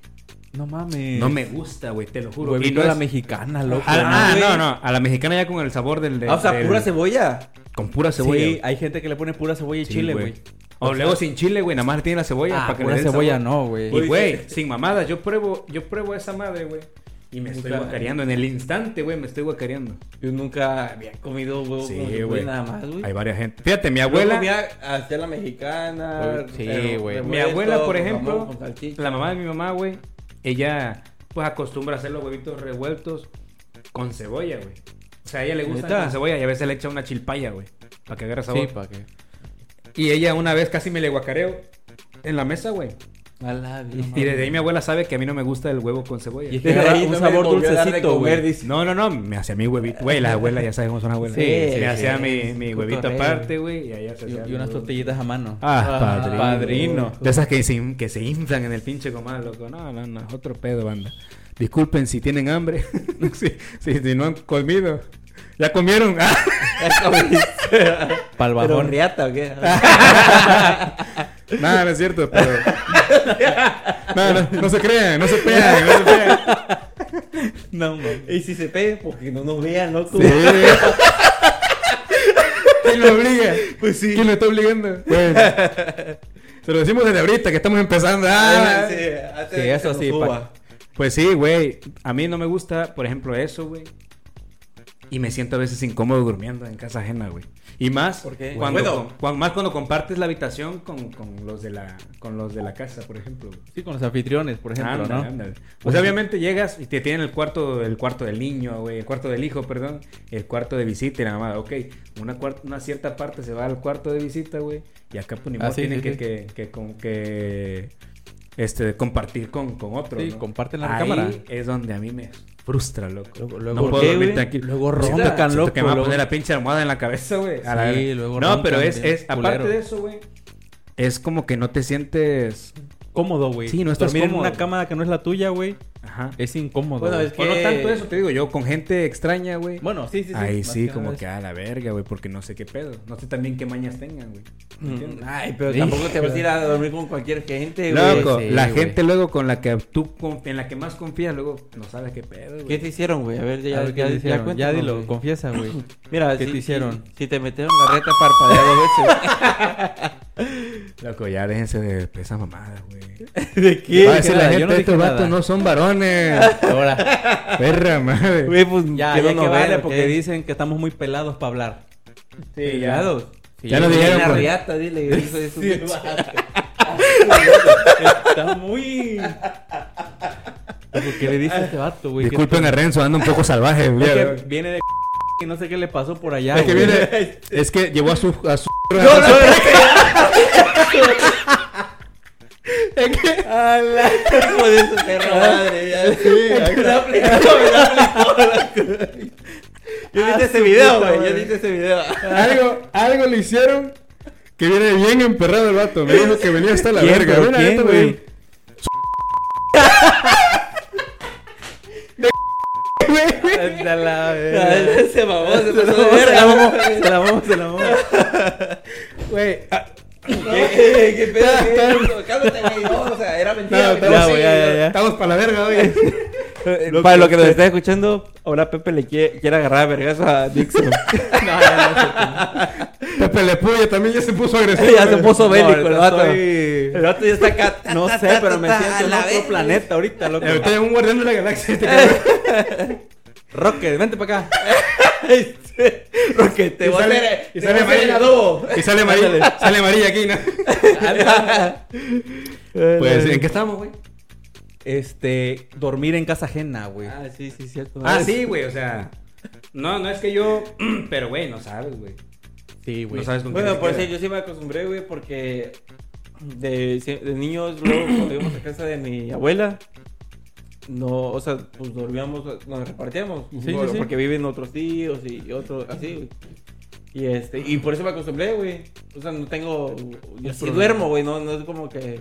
S2: No mames.
S3: No me gusta, güey, te lo juro.
S2: Huevito
S3: Y no
S2: a la
S3: es-
S2: mexicana, loco.
S3: A la-
S4: Ah,
S3: ah,
S4: güey.
S3: no, no. A la mexicana ya con el sabor del. de-
S4: Ah, o sea,
S3: del-
S4: pura cebolla.
S3: Con pura cebolla.
S2: Sí,
S3: güey.
S2: hay gente que le pone pura cebolla y
S3: Sí,
S2: chile, güey.
S3: O luego sin chile, güey. Nada más le tiene la cebolla.
S2: Ah,
S3: para que le
S2: pura
S3: dé el
S2: cebolla
S3: sabor.
S2: no, güey.
S3: Y,
S4: eh,
S3: güey, sin mamadas. Yo pruebo, yo pruebo esa madre, güey. Y me estoy
S4: Claro.
S3: guacareando. En el instante, güey, me estoy guacareando.
S4: Yo nunca había comido huevo con cebolla nada más, güey.
S3: Hay varias gente. Fíjate, mi
S4: Yo
S3: abuela.
S4: comía hacia la mexicana.
S2: Sí,
S4: pero
S2: güey.
S4: revuelto,
S3: Mi abuela, por
S4: con
S3: ejemplo,
S4: jamón, con salchicha.
S3: la mamá de mi mamá, güey, ella pues acostumbra a hacer los huevitos revueltos con cebolla, güey. O sea, a ella le gusta
S2: ¿Neta?
S3: con cebolla y a veces le echa una chilpaya, güey, para que agarre sabor.
S2: Sí, para qué.
S3: y ella una vez casi me le guacareo en la mesa, güey.
S4: A la vida.
S3: Y desde ahí mi abuela sabe que a mí no me gusta el huevo con cebolla.
S4: Y es
S2: Te
S4: que
S2: agarra
S4: ahí
S2: un
S4: no me
S2: sabor
S4: volvió a dar de
S2: dulcecito, güey.
S4: comer, dice.
S3: No, no, no, me hacía mi huevito. Güey, las abuelas ya sabemos son abuelas.
S4: Sí, sí,
S3: me hacía
S4: sí.
S3: mi, mi
S4: Puto
S3: huevito
S4: rey.
S3: aparte, güey, y allá se
S2: Y,
S3: hacía
S2: y unas
S3: mi-
S2: tortillitas a mano.
S3: Ah,
S4: Ah,
S3: padrino.
S2: padrino.
S3: De esas que se, in- que se inflan en el pinche comal, loco. No, no, no, otro pedo, banda. Disculpen si tienen hambre. si, si- si no han comido. ¿Ya comieron? Ah.
S2: Pal
S4: Pero
S2: bajón.
S4: riata, ¿o qué?
S3: Ah, No, no es cierto, pero. No, no, no se crean, no se crean, no se crean.
S2: No, man.
S4: Y si se pega, porque no nos vean, loco.
S3: Sí. ¿Quién lo obliga? Pues sí. ¿Quién lo está obligando? Bueno. Se lo decimos desde ahorita que estamos empezando. Ah,
S4: Sí,
S2: Sí, eso sí, pa-
S3: Pues sí, güey. A mí no me gusta, por ejemplo, eso, güey. Y me siento a veces incómodo durmiendo en casa ajena, güey. Y más
S4: ¿Por qué?
S3: cuando,
S4: Bueno.
S3: cuan- más cuando compartes la habitación con, con los de la con los de la casa, por ejemplo. güey.
S2: Sí, con los anfitriones, por ejemplo,
S3: Ándale,
S2: ¿no?
S3: ándale. O sea, obviamente llegas y te tienen el cuarto, el cuarto del niño, güey, el cuarto del hijo, perdón, el cuarto de visita y la mamá, ok, una, cuar- una cierta parte se va al cuarto de visita, güey, y acá pues ni
S2: Ah,
S3: modo
S2: sí,
S3: tienen
S2: sí,
S3: que,
S2: sí.
S3: que, que, con- que, este, compartir con, con otro,
S2: Sí,
S3: ¿no?
S2: comparten la
S3: Ahí
S2: cámara.
S3: es donde a mí me frustra, loco.
S2: Luego- luego-
S3: no
S2: ¿Por
S3: puedo
S2: qué,
S3: dormir
S2: güey?
S3: tranquilo.
S2: Luego
S3: Siento-
S2: roncan,
S3: siento que me va a
S2: loco, luego-
S3: poner pues, la pinche almohada en la cabeza, güey. a la
S2: Sí,
S3: verga.
S2: luego
S3: No, pero
S2: roncan
S3: es,
S2: bien
S3: es aparte
S2: culero.
S3: de eso, güey, es como que no te sientes...
S2: Cómodo, güey.
S3: Sí, no estás
S2: Dormir
S3: cómodo.
S2: en una cama que no es la tuya, güey,
S3: Ajá.
S2: es incómodo.
S4: Bueno,
S2: güey.
S4: es que-
S3: O no tanto eso, te digo yo, con gente extraña, güey.
S2: Bueno, sí, sí, sí.
S3: Ahí
S2: más
S3: sí,
S2: nada
S3: como
S2: es-
S3: que a la verga, güey, porque no sé qué pedo. No sé también qué mañas tengan, güey. ¿Me
S4: Mm,
S3: entiendes?
S4: Ay, pero tampoco te vas a ir a dormir con cualquier gente, güey.
S3: Loco,
S2: sí,
S3: la
S2: güey.
S3: gente luego con la que tú, conf- en la que más confías, luego no sabes qué pedo, güey.
S4: ¿Qué te hicieron, güey? A ver,
S2: A
S4: ya,
S2: ver, ¿qué
S4: ya,
S2: te
S4: ya,
S2: hicieron?
S4: cuéntanos,
S2: dilo,
S4: güey.
S2: confiesa, güey.
S4: Mira,
S2: ¿Qué
S4: si,
S2: te hicieron?
S4: Si, si te metieron la reta parpadea dos veces.
S3: Loco, ya déjense de esas mamadas, güey.
S4: ¿De este
S3: Va a decir la
S2: nada, yo
S3: gente,
S2: no dije
S3: estos vatos
S2: nada".
S3: no son varones.
S2: Ahora,
S3: Perra madre.
S4: Güey, pues
S2: ya,
S4: que no
S2: ya que
S4: nos
S2: vale,
S4: vean, ¿o
S2: porque
S4: qué?
S2: dicen que estamos muy pelados para hablar.
S3: Sí,
S4: Pelados.
S2: Sí,
S3: Ya nos
S4: Dile
S3: dijeron,
S4: una
S3: güey.
S4: riata, dile, hijo de su
S2: Está muy... Loco, ¿Qué le dice a este vato, güey? Que-
S3: Disculpen a Renzo, anda un poco salvaje. güey.
S2: Es que viene de... Y no sé qué le pasó por allá,
S3: Es que
S2: güey.
S3: viene. Es que llevó a su. A su
S4: Hijo de su perra madre, ya. La aplicó, me la aplicó. Yo
S2: este Ah,
S4: viste ese video, güey. Yo viste ese video.
S3: Algo, algo le hicieron que viene bien emperrado el vato. Me dijo que venía hasta la
S2: ¿Quién,
S3: verga.
S2: pero
S3: Mira,
S2: quién,
S3: neta,
S2: güey?
S3: güey.
S2: Hasta la verga.
S4: Ese mamón se pasó de
S2: Se la
S4: verga.
S2: vamos, se la vamos, se la vamos.
S3: Güey, ah,
S4: ¿Qué qué pedo? ¿Qué? Cálmate, güey. No, o sea, era mentira.
S3: No,
S4: güey.
S3: estamos-
S2: Ya, güey, ya, ya, ya.
S3: estamos para la verga, güey.
S4: Eh, Para lo que nos está escuchando, ahora Pepe le quiere, quiere agarrar a vergazo a Dixon.
S3: Pepe Le Puya también ya se puso agresivo.
S4: ya se puso
S2: No,
S4: bélico el
S2: ahorita
S4: vato.
S2: estoy-
S4: El vato ya está acá.
S2: No
S4: ta,
S2: sé,
S4: ta,
S2: pero me
S4: ta,
S2: siento en
S4: la
S2: otro
S4: verga.
S2: planeta ahorita, loco.
S3: Eh, Ahorita hay un guardián de la galaxia. Este cabrón.
S2: Rocket, vente para acá.
S4: Porque Este,
S2: Este
S4: te
S3: Y
S4: voy a
S3: sale-
S4: hacer.
S3: y
S4: te
S3: sale
S4: voy a hacer el
S3: amarillo.
S4: adobo.
S3: y sale amarilla, sale amarilla aquí, ¿no? Pues, ¿en
S4: Eh,
S3: qué estamos, güey?
S2: Este, dormir en casa ajena, güey.
S4: Ah, sí, sí, cierto.
S3: Ah, sí, güey, o sea. No, no es que yo. Pero, güey, no sabes, güey.
S2: Sí, güey.
S3: No sabes con quién
S4: Bueno,
S3: te
S4: por eso
S3: quedas.
S4: yo sí me acostumbré, güey, porque de, de niños, luego cuando íbamos a casa de mi abuela, no, o sea, pues dormíamos, nos repartíamos,
S2: Sí,
S4: por-
S2: sí, sí.
S4: porque viven otros tíos y otros, así, güey. Y, este, y por eso me acostumbré, güey. O sea, no tengo. Yo sí duermo, güey. No, no es como que.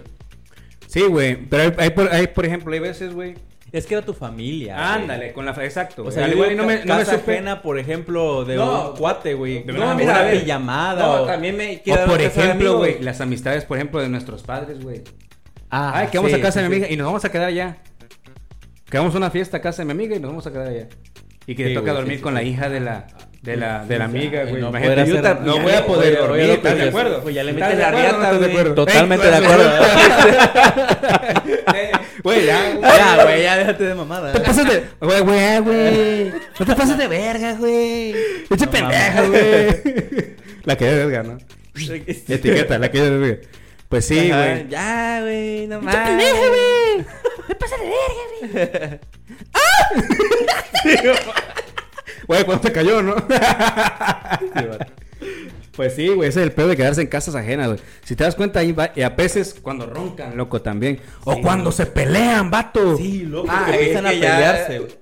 S3: Sí, güey. Pero hay, hay por, hay, por ejemplo, hay veces, güey.
S2: Es que era tu familia. güey.
S3: Ándale, con la. Exacto.
S2: O
S3: güey.
S2: sea,
S3: Al
S2: yo
S3: igual y
S2: digo
S3: no me,
S2: ca-
S3: no me
S2: casa
S3: supe-
S2: ajena, por ejemplo, de
S4: No.
S2: un cuate, güey.
S3: De
S4: No,
S3: una-
S4: mira,
S2: una
S4: a ver.
S2: pijamada
S4: No,
S2: o-
S4: también me
S3: O
S4: quedaba
S3: por
S4: en casa de
S3: ejemplo,
S4: amigos.
S3: güey, las amistades, por ejemplo, de nuestros padres, güey.
S2: Ah,
S3: Ay, que vamos
S2: sí,
S3: a casa de
S2: sí,
S3: mi
S2: sí.
S3: amiga y nos vamos a quedar allá. Que vamos a una fiesta a casa de mi amiga y nos vamos a quedar allá. Y que
S2: Sí,
S3: te toca
S2: güey,
S3: dormir
S2: sí, sí,
S3: con la hija de la de la, de la amiga,
S2: Ay,
S3: güey.
S2: no
S3: Imagínate,
S2: poder
S3: yo
S2: hacer-
S3: ta- no
S2: ya
S3: voy
S2: le-
S3: a poder
S2: oye, oye,
S3: dormir.
S2: lo que
S3: ¿Estás de
S2: dices,
S3: acuerdo?
S2: pues ya le
S3: ¿Estás
S2: metes
S3: de
S2: la
S3: acuerdo o
S2: riata,
S3: no estás
S2: güey.
S4: Totalmente
S3: Ey,
S4: de acuerdo.
S3: Güey, ya. güey.
S2: Ya, güey, ya déjate de mamada.
S3: Te pasas de. Güey, güey, güey. No te pases de verga, güey. Pinche
S2: No
S3: pendejo, güey. La que de verga, ¿no? Etiqueta, la que de verga. Pues sí,
S4: Ajá,
S3: güey.
S4: Ya, güey, no
S3: ¡Pinche
S4: mames.
S3: pendeja, güey! ¡Me pasa de verga, güey! ¡Ah! Güey, cuando te cayó, ¿no? Pues sí, güey, ese es el peor de quedarse en casas ajenas, güey. Si te das cuenta, ahí va- y a veces cuando roncan, loco, también. O cuando se pelean, vato.
S2: Sí, loco,
S4: Ah,
S2: porque
S4: es
S3: eh,
S2: empiezan a
S4: que ya-
S2: pelearse, güey.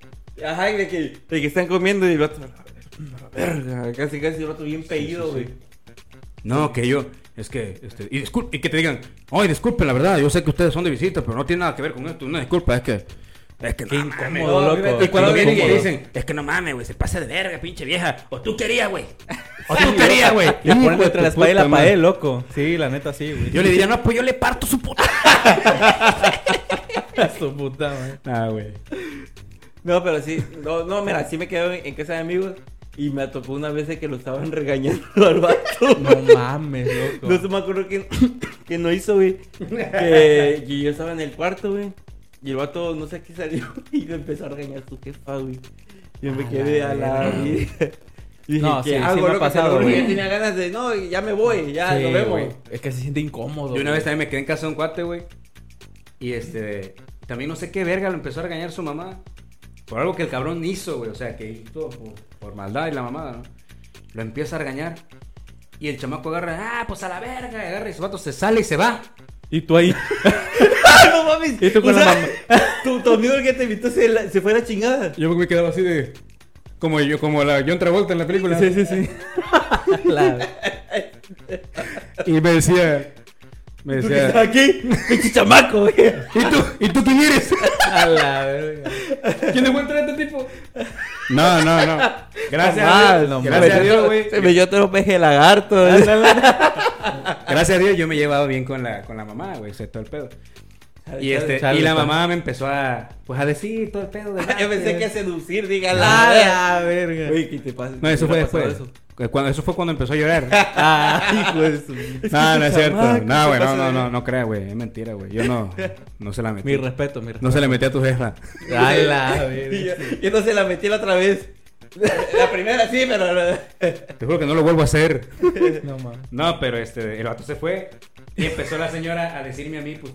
S4: Ajá, y de que, de que están comiendo y el vato. "A la Verga, casi casi el vato bien pedido, güey.
S3: No, que yo, es que, este, y, discul- y que te digan, ay, disculpen, la verdad, yo sé que ustedes son de visita, pero no tiene nada que ver con esto, una disculpa, es que, es que
S2: Qué
S3: no mames".
S2: incómodo,
S4: No,
S2: loco.
S4: fíjate,
S3: Y cuando
S4: Qué
S3: vienen y
S4: incómodo.
S3: dicen, es que no mames, güey, se pasa de verga, pinche vieja, o tú querías, güey, o tú querías, güey.
S2: Le
S3: Hijo
S2: ponen
S3: de
S2: entre
S3: tu
S2: la espalda y
S3: puta
S2: la
S3: madre.
S2: pared, loco. Sí, la neta, sí, güey.
S3: Yo le diría, no, pues yo le parto su puta.
S2: A su puta, madre.
S3: Ah, güey.
S4: No, pero sí, no, no, mira, sí me quedo en, en casa de amigos y me tocó una vez de que lo estaban regañando al vato.
S2: No mames,
S4: No se
S2: loco.
S4: me acuerdo que, que no hizo, güey. Que, que yo estaba en el cuarto, güey. Y el vato no sé qué salió y le empezó a regañar a su jefa, güey. Yo me quedé a la vida. Y dije,
S2: No,
S4: ¿qué
S2: sí, sí me
S4: hago,
S2: ha
S4: loco?
S2: pasado,
S4: Seguro
S2: güey.
S4: yo tenía ganas de, no, ya me voy, ya,
S2: Sí,
S4: nos vemos.
S2: güey. Es que se siente incómodo.
S3: Yo una
S2: güey.
S3: vez también me quedé en casa de un cuate, güey. Y este, también no sé qué verga lo empezó a regañar su mamá. Por algo que el cabrón hizo, güey. O sea, que hizo por, por maldad y la mamada, ¿no? Lo empieza a regañar. Y el chamaco agarra, ah, pues a la verga. y agarra y su vato se sale y se va.
S2: Y tú ahí.
S4: ¡Ah, no mames.
S2: Y tú con
S4: O
S2: la
S4: sea,
S2: mamá.
S4: Tu, tu amigo el que te invitó se, la- se fue a la chingada.
S3: Yo me quedaba así de. Como yo, como la John Travolta en la película.
S2: Sí, sí, sí. La-
S3: Y me decía. Me
S4: Tú que estás aquí, pinche chamaco, güey.
S3: ¿Y tú, ¿Y tú quién eres?
S2: A la verga.
S3: ¿Quién encuentra a este tipo? No, no, no. Gracias a
S2: Mal,
S3: Dios.
S2: no
S3: gracias a
S2: mames.
S3: Dios, güey.
S4: Se me dio otro peje de lagarto. güey.
S3: Gracias a Dios yo me he llevado bien con la, con la mamá, güey, o sea, todo el pedo. Y, este,
S2: chale,
S3: y la
S2: chale.
S3: mamá me empezó a, pues, a decir todo el pedo. de-
S4: Yo pensé que a seducir, dígala.
S2: A Ah, la verga.
S4: Oye, ¿qué te pasa?
S3: No, eso
S4: ¿Qué
S3: fue
S4: te ha pasado
S3: después. Que Cuando, eso fue cuando empezó a llorar.
S2: Ah, hijo de su-
S3: no, no es cierto.
S4: chamaco,
S3: No,
S4: se
S3: güey, no,
S4: pasa
S3: no,
S4: de-
S3: no, no creas, güey. Es mentira, güey. Yo no, no se la metí.
S2: Mi respeto, mi respeto.
S3: No se la metí a tu jefa.
S2: A la
S4: Y
S2: verga.
S4: yo, yo no se la metí la otra vez. La primera sí, pero.
S3: Te juro que no lo vuelvo a hacer.
S2: No mames.
S3: No, pero este, el vato se fue y empezó la señora a decirme a mí, pues,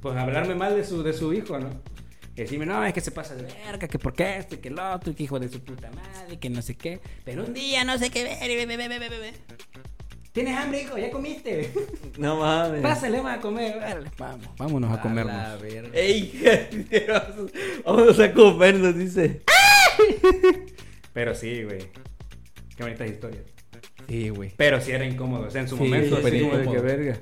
S3: pues a hablarme mal de su, de su hijo, ¿no? Y decirme, no, es que se pasa de verga, que por qué esto, y que el otro, y que hijo de su puta madre, que no sé qué. Pero un día no sé qué ver, y ve, ve, ve, ve, ve, ve. ¿Tienes hambre, hijo? ¿Ya comiste?
S4: No mames.
S3: Pásale, vamos a comer. Vale, vamos, vámonos a
S2: A la
S3: comernos.
S2: verga.
S4: Ey, vamos a comernos, dice.
S3: Pero sí, güey. Qué bonitas historias.
S2: Sí, güey.
S3: Pero sí era incómodo, o sea, en su
S2: Sí,
S3: momento
S2: súper
S3: así como de
S2: incómodo.
S3: que verga.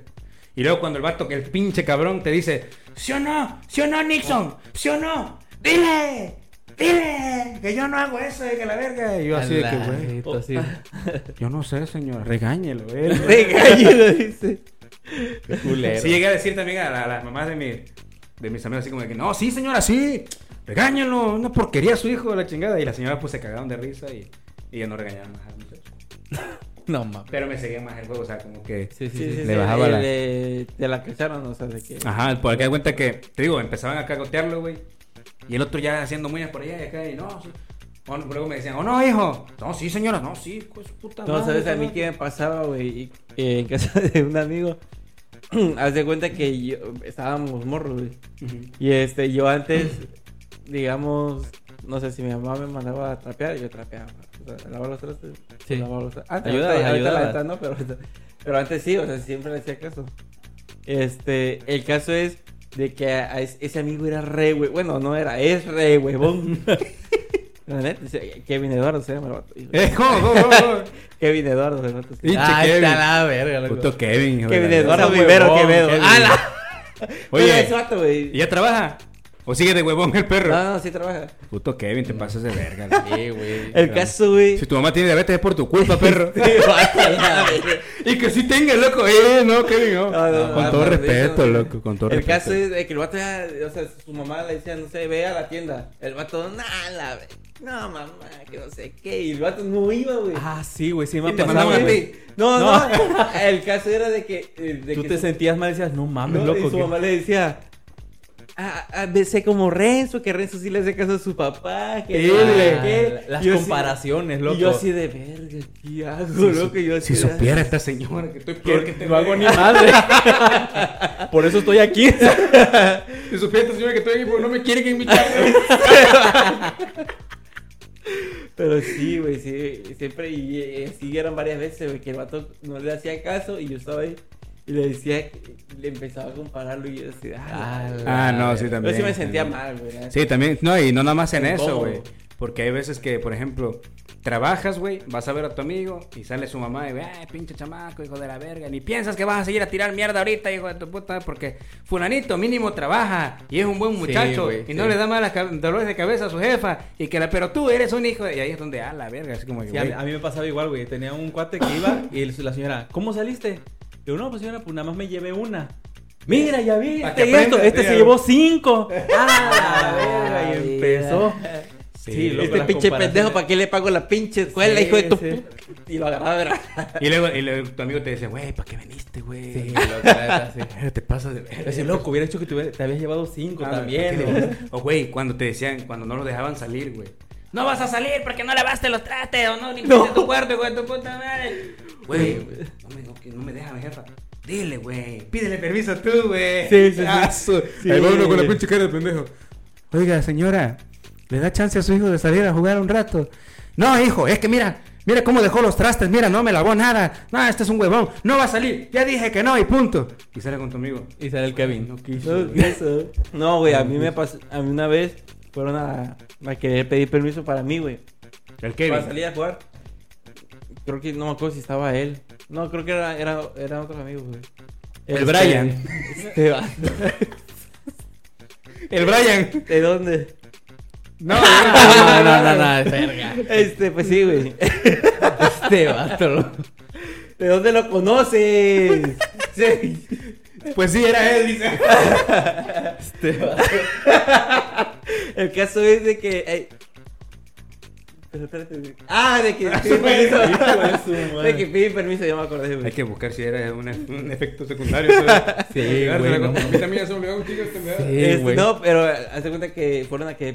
S3: Y luego cuando el vato, que el pinche cabrón te dice, ¿sí o no? ¿Sí o no, Nixon? ¿Sí o no? ¡Dile! ¡Dile! Que yo no hago eso, de que la verga. Y yo así de que, güey,
S2: Alajito, así.
S3: yo no sé, señor, regáñelo, güey.
S4: Regaño, dice.
S2: Culero.
S3: Sí llegué a decir también a, la- a las mamás de, mi, de mis amigos así como de que, no, sí, señora, sí, regáñelo, una porquería su hijo, la chingada. Y las señoras pues se cagaron de risa y, y ya no regañaban más al muchacho.
S2: No mames.
S3: Pero me seguía más el juego, o sea, como que...
S2: Sí,
S4: Sí,
S2: sí,
S4: sí,
S2: sí.
S3: Le
S4: sí,
S3: bajaba la- Ah.
S4: de- Te la cacharon, o sea, de que.
S3: Ajá, por acá da cuenta que, te digo, empezaban a cagotearlo, güey. Y el otro ya haciendo muñas por allá y acá, y no, sí. O luego me decían, oh no, hijo. No, sí, señora, no, sí, hijo de su puta
S4: No,
S3: madre,
S4: ¿sabes a mí
S3: señora".
S4: qué me pasaba, güey? Y- eh, En casa de un amigo. Haz de cuenta que yo- estábamos morros, güey.
S3: Ujú.
S4: Y este, yo antes, digamos, no sé si mi mamá me mandaba a trapear, yo trapeaba. O sea, lavaba los trastes.
S2: Sí.
S4: Lavaba los trastes. Antes,
S2: Ayudabas,
S4: ahorita- ahorita la
S2: ayudabas.
S4: neta no, pero, ahorita- pero antes sí, o sea, siempre le hacía caso. Este, el caso es de que a- a es- ese amigo era re, güey. Bueno, no era, es re, huevón. La neta, dice, Kevin Eduardo se llama el vato. hijo.
S3: Eh, ¿cómo, cómo, cómo?
S4: Kevin Eduardo, el vato.
S3: Pinche
S2: Ah,
S3: Kevin.
S2: está la verga, loco.
S3: Puto Kevin, hijo de
S4: Kevin
S3: la verga.
S4: Eduardo
S2: Está
S4: Vivero
S2: huevón,
S4: Quevedo.
S2: Kevin.
S4: ¡Ala!
S3: Oye.
S4: Oye, ese vato, güey.
S3: ¿Y ya trabaja? ¿O sigue de huevón el perro?
S4: No, no, sí trabaja.
S3: Puto Kevin, te pasas de verga. la verga.
S2: Sí, güey.
S4: El caso, Ah. güey.
S3: Si tu mamá tiene diabetes es por tu culpa, perro.
S4: Con
S3: y que sí tenga, loco. Eh, no, Kevin, no.
S4: Ah,
S3: con todo respeto, loco, con todo
S4: el
S3: respeto.
S4: caso es de que el vato ya, o sea, su mamá le decía, no sé, ve a la tienda. El vato, nah, la ve- No, mamá, que no sé qué. Y el vato no iba, güey.
S2: Ah, sí, güey. Sí, me
S4: Y
S2: ha
S4: te
S2: pasado,
S4: mandaban a
S2: güey.
S4: ti. No, no,
S2: No.
S4: El caso era de que. eh, de
S2: Tú
S4: que
S2: te
S4: su-
S2: sentías mal y decías, no mames,
S4: no,
S2: loco.
S4: y su
S2: que-
S4: mamá le decía. Ah, ah, ve- sé como Renzo, que Renzo sí le hace caso a su papá. Que no sé
S2: Ah,
S4: qué".
S2: Las
S4: Yo así-
S2: comparaciones, loco.
S4: Y yo así de verga, ¿qué hago, loco? Y yo así
S3: Si
S4: de-
S3: supiera esta señora que estoy peor que te
S2: No hago ni madre. Por eso estoy aquí.
S3: Si pues, supiera esta señora que estoy aquí porque no me quiere que en mi casa.
S4: Pero sí, güey, sí, siempre, y eh, así eran varias veces, güey, que el vato no le hacía caso y yo estaba ahí y le decía, le empezaba a compararlo y yo decía, ah, la
S3: Ah, no,
S4: verga".
S3: sí,
S4: Yo sí me
S3: también,
S4: sentía
S3: también.
S4: mal, güey. la
S3: Sí, también, no, y no nada más en eso,
S4: Incómodo.
S3: güey. Porque hay veces que, por ejemplo, trabajas, güey, vas a ver a tu amigo y sale su mamá y, güey, "Ay, pinche chamaco, hijo de la verga, ni piensas que vas a seguir a tirar mierda ahorita, hijo de tu puta, porque fulanito mínimo trabaja y es un buen muchacho
S4: güey,
S3: y no
S4: sí.
S3: le da malas ca- dolores de cabeza a su jefa y que la, pero tú eres un hijo de-". y ahí es donde, ah, la verga, así como que,
S2: Sí, a, mí-
S3: güey,
S2: a mí me pasaba igual, güey. Tenía un cuate que iba y el- la señora, ¿cómo saliste? Yo, no, pues señora, pues nada más me llevé una. Mira, ya vi,
S3: Pa' que
S2: este, y esto,
S3: aprenda,
S2: este
S3: mira.
S2: se llevó cinco. ¡Ah,
S4: Ah,
S2: la verga! Y
S4: mira.
S2: empezó. Sí, loco,
S4: Este
S2: las
S4: pinche
S2: comparaciones.
S4: pendejo, ¿para qué le pago la pinche escuela,
S2: Sí,
S4: hijo de tu
S2: sí.
S4: puta? Y lo agarraba, ¿verdad?
S3: y luego, y luego tu amigo te dice, güey, ¿para qué viniste, güey?
S2: Sí, loco, la neta, sí.
S3: Te pasas de verga.
S2: Ese loco, hubiera hecho que te, hubiera- te habías llevado cinco
S4: Ah,
S2: también. ¿no?
S3: O, güey, cuando te decían, cuando no lo dejaban salir, güey. No vas a salir porque no lavaste los trastes o no limpiaste tu cuarto, güey, tu puta madre. Güey, no me, no, que no me deja mi jefa. Dile, güey. Pídele permiso tú, güey. Ah,
S2: Sí, sí, sí.
S3: Ahí va uno con la
S2: Sí.
S3: pinche cara de pendejo. Oiga, señora, ¿le da chance a su hijo de salir a jugar un rato? No, hijo, es que mira, mira cómo dejó los trastes, mira, no me lavó nada. No, este es un huevón, no va a salir. Ya dije que no y punto. Y sale con tu amigo.
S2: Y sale el Kevin.
S3: No quiso.
S4: No,
S3: güey.
S4: eso. No, güey, a mí me pasó, a mí una vez fueron a, a querer pedir permiso para mí, güey.
S3: El
S4: Para
S3: Kevin.
S4: salir a jugar. Creo que no me acuerdo si estaba él. No, creo que era, era, eran otros amigos, güey.
S3: El
S4: Este-
S3: Brian.
S4: Este va-
S3: El Brian.
S4: ¿De dónde?
S3: No,
S2: No, no, no, no, es verga.
S4: Este, pues sí, güey.
S2: Este vato.
S4: ¿De dónde lo conoces? Sí.
S3: Este, pues sí, era él, dice. Este,
S4: El caso es de que. ey. Pero espérate, güey. Ah, de que pide permiso. De que pide permiso, ya me acordé,
S3: Hay
S4: güey.
S3: que buscar si era un, e, un efecto secundario. ¿sabes?
S2: Sí, güey, no mames.
S3: también ya se me olvidó un chico este me da.
S2: Sí.
S4: Este,
S2: güey.
S4: no, pero hace cuenta que fueron a que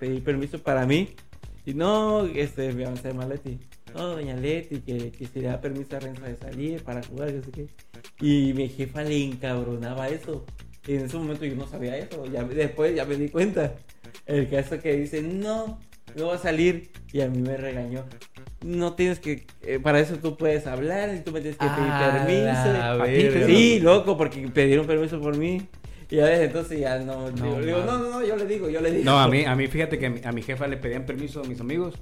S4: pedí, permiso para mí. Y no, este, mi mamá se llama Leti. No, doña Leti, que, que si le da permiso a Renzo de salir para jugar, yo sé qué. Y mi jefa le encabronaba eso. Y en ese momento yo no sabía eso. Ya, me- después ya me di cuenta. El caso que dice, no, no va a salir. Y a mí me regañó. No tienes que, eh, para eso tú puedes hablar y tú me tienes que pedir
S2: Ah, la
S4: permiso. Y-
S2: verga.
S4: Sí, loco, porque pidieron permiso por mí. Y a veces entonces ya no,
S3: No,
S4: digo, le digo,
S3: mames.
S4: no, no, no, yo le digo, yo le digo.
S3: No, a mí, a mí, fíjate que a mi, a mi jefa le pedían permiso a mis amigos.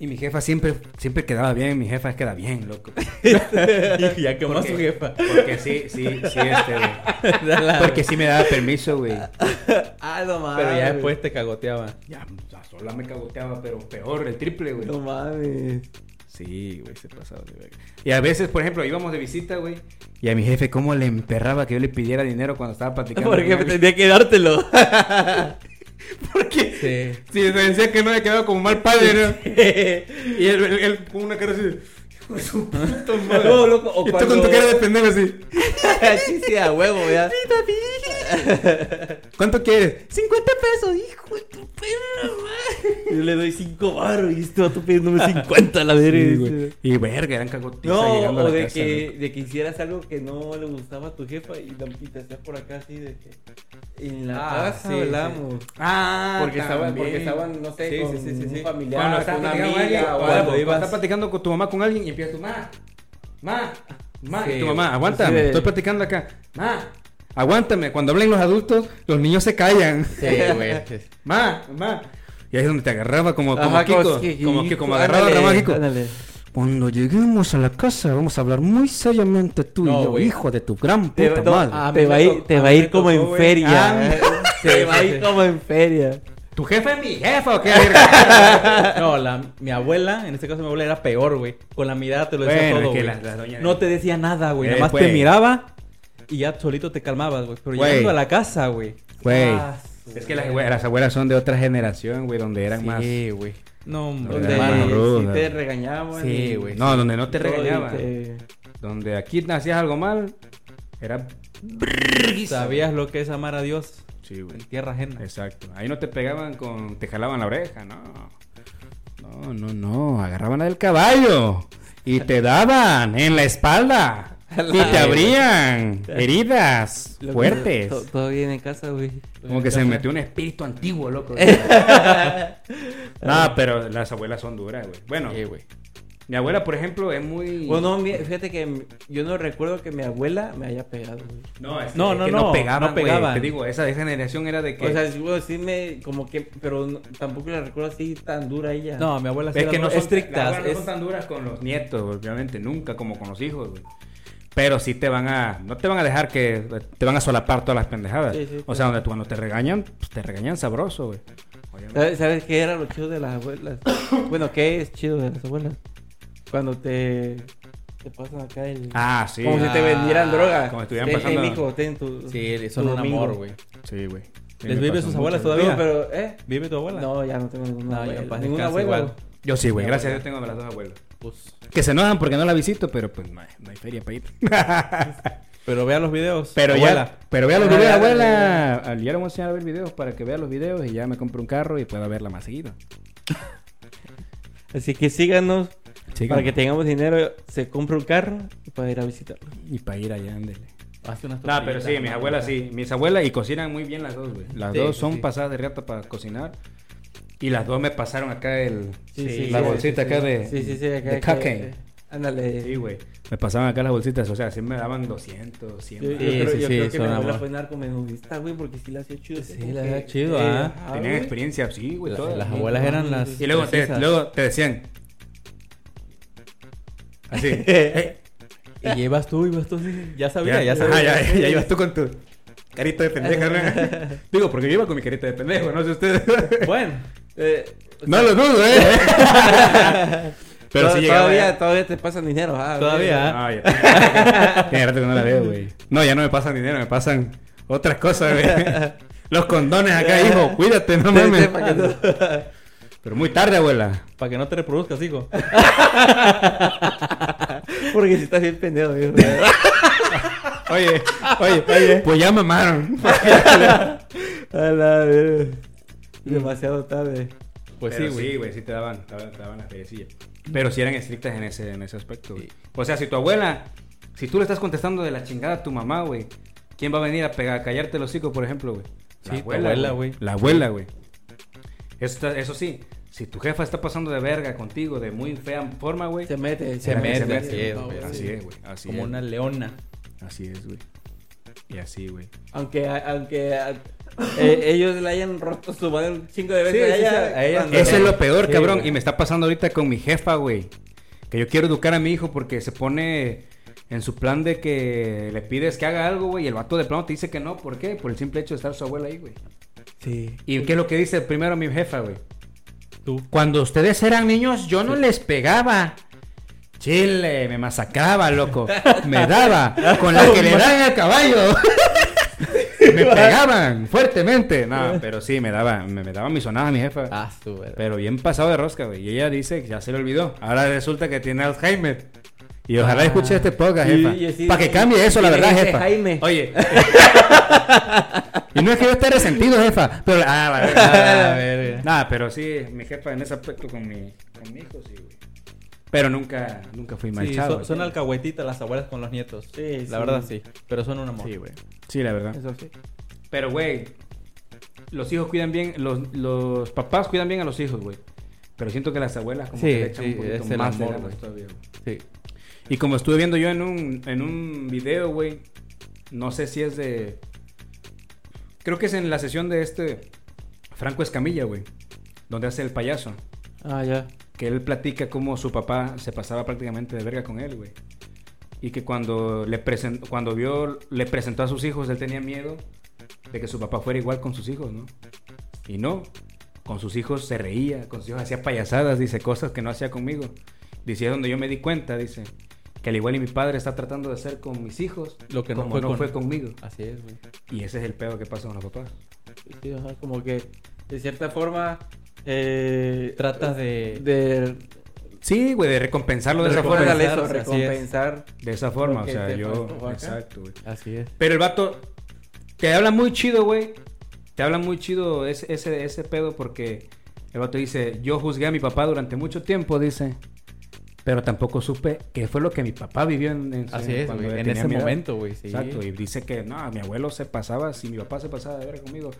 S3: Y mi jefa siempre, siempre quedaba bien. Mi jefa queda bien, loco.
S2: Y ya quemó a su
S3: Porque-
S2: jefa.
S3: Porque sí, sí, sí, este, güey. Porque sí me daba permiso, güey.
S4: Ah, no mames.
S2: Pero ya después te cagoteaba.
S3: Ya, o sea, sola me cagoteaba, pero peor, el triple, güey.
S4: No mames.
S3: Sí, güey, se pasaba de verga. Y a veces, por ejemplo, íbamos de visita, güey. Y a mi jefe, ¿cómo le emperraba que yo le pidiera dinero cuando estaba platicando?
S4: Porque
S3: con él?
S4: tendría que dártelo.
S3: Porque
S2: Sí.
S3: si me decía que no había quedado como mal padre, ¿no? Y él, él- él con una cara así, de, hijo de su puta madre.
S4: No, loco, o
S3: y tú con
S4: cuando-
S3: tu cara de pendejo así,
S4: sí, sí, a huevo, ya.
S3: ¿cuánto quieres?
S4: 50 pesos, hijo de tu perro, Yo le doy 5 baros y este vato pidiéndome 50 a la
S3: Sí,
S4: verga.
S3: güey. y verga, eran cagotizas
S4: no,
S3: llegando a
S4: o
S3: la
S4: de,
S3: casa,
S4: que,
S3: loco.
S4: de que hicieras algo que no le gustaba a tu jefa y, la, y te hacías por acá así de que. En la
S2: Ah,
S4: casa
S2: sí,
S4: hablamos.
S3: Ah,
S4: porque estaban,
S3: también.
S4: porque estaban, no sé,
S2: Sí,
S4: con
S2: sí, sí, sí,
S4: un
S2: sí.
S4: familiar,
S3: Cuando estás
S4: con una
S3: platicando con alguien,
S4: amiga, o
S3: cuando-
S4: algo,
S3: cuando
S4: ibas-
S3: estás platicando con tu mamá con alguien y empiezas tú, ma, ma, ma,
S2: Sí,
S3: y tu mamá, aguanta,
S4: sí.
S3: estoy platicando acá, ma, aguántame, cuando hablen los adultos, los niños se callan,
S2: Sí, güey. sí.
S3: ma, ma, y ahí es donde te agarraba como, como
S4: Ajá,
S3: Kiko,
S4: como
S3: como,
S4: que-
S3: que como agarraba el
S4: ándale,
S3: ramal Kiko.
S4: ándale.
S3: Cuando lleguemos a la casa vamos a hablar muy seriamente tú
S2: No,
S3: y yo,
S2: güey.
S3: hijo de tu gran
S4: Te,
S3: puta
S4: no,
S3: madre.
S2: ah,
S4: te
S2: a mí
S4: va a
S2: me
S4: ir,
S2: tocó-
S4: te
S2: a
S4: va a
S2: mí
S4: ir
S2: me
S4: como
S2: tocó,
S4: en
S2: güey.
S4: feria.
S3: Ah,
S4: te va a ir como en feria.
S3: ¿Tu jefe es mi jefa o qué? verga?
S2: No, la, mi abuela, en este caso mi abuela era peor, güey. Con la mirada te lo decía
S3: Bueno,
S2: todo,
S3: es que
S2: güey.
S3: las- las doñas-
S2: No te decía nada, güey.
S3: Eh,
S2: Nada más
S3: pues.
S2: te miraba y ya solito te calmabas, güey. Pero
S3: Güey.
S2: llegando a la casa, güey.
S3: Güey,
S4: Ah,
S3: es que las, güey, las abuelas son de otra generación, güey, donde eran más...
S2: Sí, güey. No, hombre.
S4: Donde
S3: Hermano,
S2: hermano.
S3: ruda.
S4: sí te
S3: Ah,
S4: regañaban.
S2: Sí,
S4: y-
S2: güey.
S3: No, donde no te
S4: y
S3: regañaban.
S4: te-
S3: Donde aquí hacías algo mal, era...
S2: Sabías lo que es amar a Dios
S3: Sí,
S2: en tierra ajena.
S3: Exacto. Ahí no te pegaban con... Te jalaban la oreja, no. No, no, no. Agarraban del caballo. Y te daban en la espalda. Y te abrían heridas
S4: Loco,
S3: fuertes.
S4: to- Todo bien en casa, güey.
S3: Como que se metió un espíritu antiguo, loco. no, pero las abuelas son duras, güey. Bueno,
S4: Sí, güey.
S3: mi abuela, por ejemplo, es muy...
S4: Bueno, mi- fíjate que m- yo no recuerdo que mi abuela me haya pegado, güey.
S3: no, es,
S2: No,
S3: es
S2: no,
S3: que
S2: no,
S3: pegaban,
S2: no
S3: güey.
S2: pegaban.
S3: Te digo, esa esa generación era de que...
S4: O sea, sí, güey, sí me, como que, pero no- tampoco la recuerdo así tan dura ella.
S2: No, mi abuela sí
S3: es
S2: era
S3: que no
S2: muy
S3: son, las
S2: estricta.
S3: abuelas no son tan duras con los nietos, obviamente, nunca como con los hijos, güey. Pero sí te van a... No te van a dejar que... Te van a solapar todas las pendejadas.
S4: Sí, sí,
S3: o
S4: claro.
S3: sea, donde tú, cuando te regañan, pues, te regañan sabroso, güey. Obviamente.
S4: ¿Sabes, sabes qué era lo chido de las abuelas? bueno, ¿qué es chido de las abuelas? Cuando te, te pasan acá el...
S3: Ah, sí.
S4: como si te vendieran droga.
S3: Como estuvieran
S4: Ten-
S3: pasando-
S4: Ten, mijo, ten tu...
S2: Sí,
S4: son un amor, güey.
S3: Sí, güey. Sí,
S2: ¿Les
S3: me
S2: vive
S3: pasó
S2: sus
S3: mucho,
S2: abuelas
S3: güey.
S2: todavía?
S4: No, pero, ¿eh?
S2: ¿Vive tu abuela?
S4: No, ya no tengo ninguna
S2: No, ya
S4: abuela.
S2: en paz
S4: ninguna
S2: descanse
S4: abuela.
S2: igual.
S4: güey.
S3: Yo sí, güey.
S2: Mi
S3: Gracias a
S2: abuela.
S3: Dios tengo a las dos abuelas.
S2: Pues,
S3: Que se enojan porque no la visito, pero pues no hay, no hay feria para ir.
S2: pero vean los videos.
S3: pero
S2: abuela.
S3: ya, pero vea los
S4: Ah,
S3: videos,
S4: ya,
S3: abuela. Al- Ya le voy a enseñar a ver videos para que vea los videos y ya me compre un carro y pueda verla más seguido.
S4: Así que síganos
S3: Sí,
S4: para que tengamos dinero, se compre un carro y para ir a visitarlo.
S3: Y para ir allá, ándele.
S2: Hace unas
S3: No, pero
S2: tortillitas,
S3: sí, mis
S2: ¿no?
S3: abuelas sí. Mis abuelas y cocinan muy bien las dos, güey. Las
S2: Sí,
S3: dos
S2: sí,
S3: son
S2: sí.
S3: pasadas de rata para cocinar. Y las dos me pasaron acá el...
S4: Sí, sí,
S3: la
S4: sí,
S3: bolsita
S4: sí,
S3: acá
S4: sí.
S3: de...
S4: Sí, sí, sí, acá
S3: de
S4: que- eh.
S3: cocaine.
S4: Ándale.
S3: Sí, güey. Me pasaban acá las bolsitas, o sea, sí me daban 200, 100.
S4: Yo, yo
S2: Sí,
S4: creo,
S2: sí,
S4: yo
S2: sí,
S4: creo que mi
S2: son
S4: abuela
S2: amor.
S4: fue narcomenudista, güey, porque sí la hacía chido.
S2: Sí,
S4: como
S2: la
S4: que-
S2: hacía chido, ah.
S4: ajá,
S3: Tenían
S4: güey.
S3: experiencia, sí, güey.
S2: La-
S3: todas.
S2: las abuelas eran las.
S3: Y luego te,
S2: precisas.
S3: luego te decían. Así. Eh,
S2: Y llevas tú, ibas tú. así. Ya sabía, Ah, ya,
S3: ajá,
S2: sabía.
S3: ya, ya ibas tú con tu carita de pendejo. ¿no? Digo, porque yo iba con mi carita de pendejo, no sé ustedes.
S2: Bueno,
S4: Eh,
S3: no lo dudo, ¿eh? Pero
S4: to-
S3: sí llegaba.
S4: todavía,
S3: ya.
S4: todavía te pasan dinero, ah, güey.
S2: Todavía.
S3: Ah, ya tiene- Tiene rato que no la veo, güey. No, ya no me pasan dinero, me pasan otras cosas, güey. Los condones acá, hijo, cuídate, no
S4: Sí, sí,
S3: mames.
S4: para que no-
S3: Pero muy tarde, abuela.
S2: para que no te reproduzcas, hijo.
S4: Porque si estás bien pendejo, güey.
S3: Oye, oye, Pues ya mamaron.
S4: A la verga. Demasiado tarde.
S2: Pues
S3: Pero
S2: sí, güey.
S3: sí, te daban, te daban, te daban las feriecillas. Pero sí eran estrictas en ese, en ese aspecto, güey. O sea, si tu abuela, si tú le estás contestando de la chingada a tu mamá, güey, ¿quién va a venir a pegar, a callarte los hocico, por ejemplo, güey?
S2: Sí, tu abuela, güey.
S3: La abuela, güey. Eso, está- eso sí, si tu jefa está pasando de verga contigo de muy fea forma, güey.
S4: Se mete,
S2: Se
S3: era que
S2: mete,
S4: sí,
S2: así es,
S4: no,
S2: güey,
S4: güey.
S3: Así es, güey. Así
S2: Como
S3: es.
S2: una leona.
S3: Así es, güey. Y así, güey.
S4: Aunque, aunque a- eh, ellos le hayan roto su madre un chingo de veces
S2: Sí,
S4: a
S2: sí,
S4: ella.
S2: sí, a ella.
S4: cuando-
S3: Eso es lo peor,
S4: Sí,
S3: cabrón.
S4: güey.
S3: Y me está pasando ahorita con mi jefa, güey. Que yo quiero educar a mi hijo porque se pone en su plan de que le pides que haga algo, güey. Y el vato de plano te dice que no. ¿Por qué? Por el simple hecho de estar su abuela ahí, güey.
S2: Sí.
S3: ¿Y qué es lo que dice primero mi jefa, güey?
S2: Tú.
S3: Cuando ustedes eran niños, yo no les pegaba. Chile, me masacraba, loco. Me daba con la que le dan al caballo. me pegaban fuertemente. No, pero sí, me daba, me, me daba mi sonada mi jefa.
S2: Ah, tú, güey.
S3: Pero bien pasado de rosca, güey. Y ella dice que ya se le olvidó. Ahora resulta que tiene Alzheimer. Y ojalá
S2: Ah.
S3: escuche este podcast,
S4: Y-
S3: jefa.
S4: y así-
S3: Para que
S4: y-
S3: cambie eso,
S4: y
S3: la
S4: le
S3: verdad,
S4: dice
S3: jefa.
S4: Jaime.
S3: Oye. y no es que yo esté resentido, jefa. Pero, ah, la
S2: Ah,
S3: verdad.
S2: la verga.
S3: Nada, pero sí, mi jefa en ese aspecto con mi, con mi hijo, sí, güey. Pero nunca, nunca fui
S2: Sí,
S3: manchado.
S2: son, son alcahuetitas las abuelas con los nietos.
S4: Sí,
S2: la
S4: sí.
S2: verdad sí. Pero son un amor.
S3: Sí, güey. Sí, la verdad.
S4: Eso sí.
S3: Pero, güey, los hijos cuidan bien, los, los papás cuidan bien a los hijos, güey. Pero siento que las abuelas como
S2: Sí,
S3: que le echan
S2: sí,
S3: un poquito
S2: es el
S3: más de
S2: amor,
S3: ganas
S2: güey.
S3: todavía, güey.
S2: Sí.
S3: Y como estuve viendo yo en un, en un video, güey, no sé si es de... Creo que es en la sesión de este Franco Escamilla, güey, donde hace el payaso.
S4: Ah, ya.
S3: Que él platica cómo su papá se pasaba prácticamente de verga con él, güey. Y que cuando le presentó, cuando vio, le presentó a sus hijos, él tenía miedo de que su papá fuera igual con sus hijos, ¿no? Y no, con sus hijos se reía, con sus hijos hacía payasadas, dice, cosas que no hacía conmigo. Dice, es donde yo me di cuenta, dice, que al igual y mi padre está tratando de hacer con mis hijos
S2: Lo que no
S3: como
S2: fue
S3: no
S2: con-
S3: fue conmigo.
S2: Así es, güey.
S3: Y ese es el pedo que pasa con los papás.
S4: Sí, ajá, como que de cierta forma eh,
S2: Tratas de.
S4: de
S3: Sí, güey, de recompensarlo de,
S4: de
S3: esa forma.
S4: recompensar,
S2: forma.
S4: eso, recompensar.
S3: De esa forma,
S4: Lo
S3: o
S4: que
S3: sea,
S4: te
S3: yo...
S4: pasó acá.
S3: Exacto, güey.
S2: Así es.
S3: Pero el vato te habla muy chido, güey. Te habla muy chido ese, ese, ese pedo porque el vato dice, yo juzgué a mi papá durante mucho tiempo, dice. Pero tampoco supe qué fue lo que mi papá vivió en, en su-
S2: Así es,
S3: cuando
S2: güey,
S3: yo
S2: en
S3: tenía
S2: ese
S3: mi edad.
S2: momento, güey, sí.
S3: Exacto, y dice que no, mi abuelo se pasaba, si mi papá se pasaba de ver conmigo,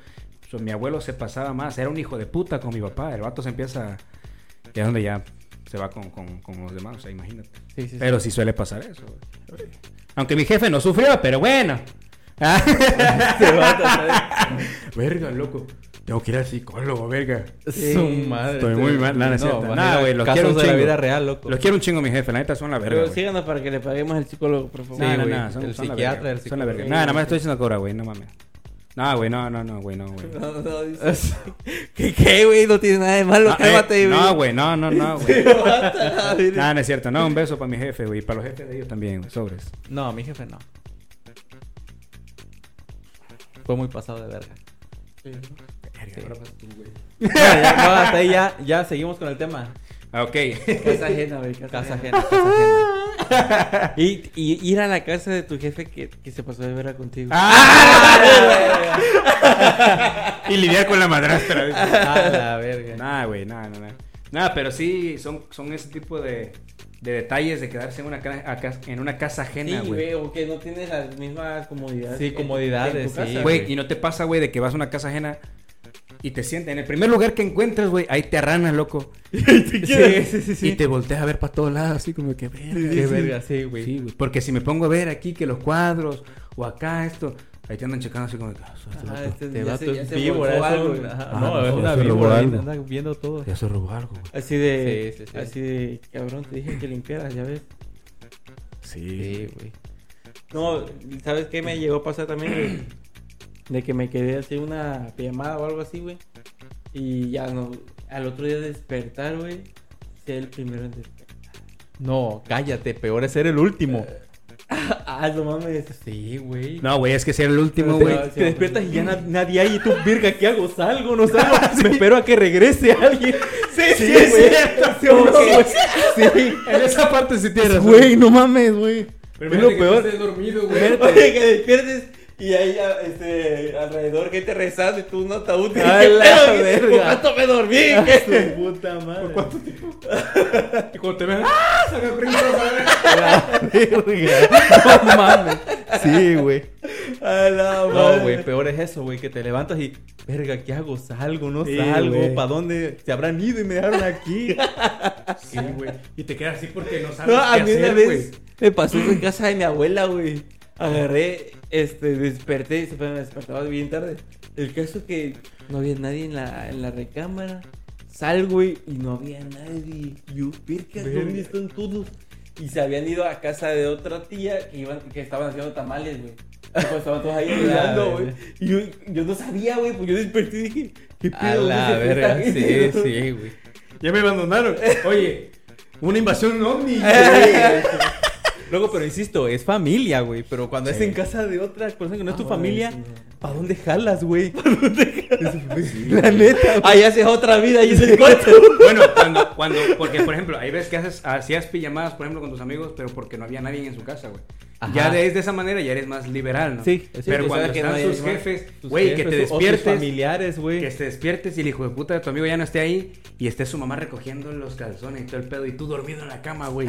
S3: pues, mi abuelo se pasaba más, era un hijo de puta con mi papá, el vato se empieza, ya es donde ya se va con, con- con los demás, o sea, imagínate.
S2: Sí, sí, sí.
S3: Pero sí suele pasar eso. güey. Aunque mi jefe no sufrió, pero bueno. verga, loco. Tengo que ir al psicólogo, verga.
S2: Su madre.
S3: Estoy muy mal, nada, no es cierto. Nada, güey, los
S2: casos
S3: quiero un
S2: de la
S3: chingo.
S2: vida real, pues. loco.
S3: Los quiero un chingo, mi jefe. La neta son la verga.
S4: Pero
S3: güey.
S4: síganos para que le paguemos al psicólogo, por favor.
S2: Sí,
S3: no, no,
S2: güey.
S3: no, son,
S2: El
S3: son la
S2: psiquiatra,
S3: verga,
S2: el
S3: Son la
S2: psicólogo.
S3: verga. Nada, nada más estoy diciendo cobra, güey. No mames. No, güey, no, no, no, güey, no, güey.
S4: No, no, dice. ¿Qué, qué, güey? No tiene nada de malo,
S3: No, eh,
S4: cálmate, güey.
S3: no, güey, no, no, no, güey.
S4: Ah, mire.
S3: Nada, no es cierto. No, un beso para mi jefe, güey. Y para los jefes de ellos también, güey. Sobres.
S2: No, mi jefe no. Fue muy pasado de verga. No, ya- no, hasta ahí ya, ya seguimos con el tema.
S3: Ah, Ok.
S4: Casa ajena, güey. Casa,
S2: Casa
S4: ajena.
S2: ajena, casa ajena.
S4: Y, y ir a la casa de tu jefe que, que se pasó de vera contigo.
S3: ¡Ah! y lidiar con la madrastra. güey.
S2: A la verga.
S3: Nada, güey, nada, nada. nada. Nada, pero sí, son, son ese tipo de, de detalles de quedarse en una, ca- a ca- en una casa
S4: sí,
S3: ajena,
S4: güey. O que no tienes las mismas comodidades.
S2: Sí,
S4: que en tu-
S2: comodidades,
S4: que en tu
S2: sí,
S4: casa,
S3: Güey, y no te pasa, güey, de que vas a una casa ajena y te sientas. En el primer lugar que encuentras, güey, ahí te arranas, loco.
S2: Sí, sí, sí, sí.
S3: Y te volteas a ver para todos lados, así como que verga.
S2: Sí,
S3: qué
S2: sí,
S3: verga.
S2: sí, güey.
S3: Sí, güey. Porque si me pongo a ver aquí que los cuadros o acá esto, ahí te andan checando así como que. "Ah, este
S4: Ah,
S3: loco,
S4: este
S2: Este
S4: ya
S2: vato
S4: se- ya
S2: es
S4: se
S2: víbora,
S4: volcó
S2: es
S4: algo,
S2: un-
S4: güey.
S2: ajá,
S3: Ah,
S2: no,
S3: no,
S2: es una
S3: se robó
S2: víbora,
S3: algo.
S2: anda viendo todo.
S3: Ya se robó algo, güey.
S4: Así de,
S2: Sí, sí, sí.
S4: así de, cabrón, te dije que limpiaras, ya ves.
S2: Sí, güey.
S4: No, ¿sabes qué me llegó a pasar también? güey? De que me quedé así una pijamada o algo así, güey. Y ya no, al otro día despertar, güey, ser el primero en despertar.
S2: No, cállate, peor es ser el último.
S4: Ah, no mames.
S2: Sí, güey.
S3: No, güey, es que si era el último,
S2: te,
S3: güey.
S2: te despiertas y ya na- nadie hay y tú, virga, ¿qué hago? ¿Salgo? ¿No salgo? Me espero a que regrese alguien. Sí,
S3: sí, es
S2: güey.
S3: cierto,
S2: Sí, no,
S3: sí,
S2: güey. Sí.
S3: En esa parte sí tienes.
S2: Güey, no mames, güey.
S3: Pero
S2: Es lo
S3: imagínate que
S2: peor.
S3: estés dormido,
S4: Oye, que despiertes y ahí a- este, alrededor gente rezando y tú un ataúd.
S2: A
S4: ¿Qué
S2: la
S4: pedo? ¿Qué-
S2: verga.
S4: ¿Por cuánto me dormí? ¿Qué?
S2: puta madre.
S3: Y cuando te ven, ¡ah! Se me corriendo la verga.
S2: No mames. Sí, güey.
S4: A la
S2: No,
S4: madre.
S2: güey, peor es eso, güey, que te levantas y, verga, ¿qué hago? ¿Salgo? ¿No
S3: Sí,
S2: salgo?
S3: güey.
S2: ¿Para dónde? ¿Se habrán ido y me dejaron aquí?
S3: Sí, güey. Y te quedas así porque no sabes
S4: No, a
S3: qué
S4: mí una
S3: hacer,
S4: vez
S3: güey.
S4: me pasó en casa de mi abuela, güey. Agarré, este, desperté, y se me despertaba bien tarde. El caso que no había nadie en la, en la recámara. Salgo, güey, y no había nadie. Yo, "Verga, ¿dónde están todos? Y se habían ido a casa de otra tía que iban, que estaban haciendo tamales, güey. Y Pues estaban todos ahí ayudando, güey. Y yo, yo no sabía, güey, pues yo desperté y dije, ¿qué pedo?
S2: A
S4: ¿Dónde
S2: la
S4: se fue esta
S2: verga, sí,
S4: gente?"
S2: sí, güey.
S3: Ya me abandonaron. Oye, una invasión ovni.
S2: Eh, Luego, pero insisto, es familia, güey. Pero cuando es en casa de otra persona que no es
S4: Ah,
S2: tu
S4: bueno,
S2: familia,
S4: sí,
S2: ¿para dónde jalas, güey? ¿Para dónde
S3: Pues
S2: jalas? La neta, güey.
S4: Ahí haces otra vida y es el cuarto.
S3: bueno, cuando, cuando, porque por ejemplo, hay veces que haces, hacías pijamadas, por ejemplo, con tus amigos, pero porque no había nadie en su casa, güey.
S2: Ajá.
S3: Ya de, de esa manera ya eres más liberal, ¿no?
S2: Sí, es
S3: Pero
S2: cierto,
S3: cuando
S4: sabes que
S3: están
S4: no hay
S3: sus
S4: más.
S3: jefes,
S2: Tus
S3: güey, que
S2: jefes
S3: te
S2: o tus
S3: despiertes,
S2: familiares,
S3: que
S2: güey.
S3: te despiertes y el hijo de puta de tu amigo ya no esté ahí y esté su mamá recogiendo los calzones y todo el pedo y tú dormido en la cama, güey.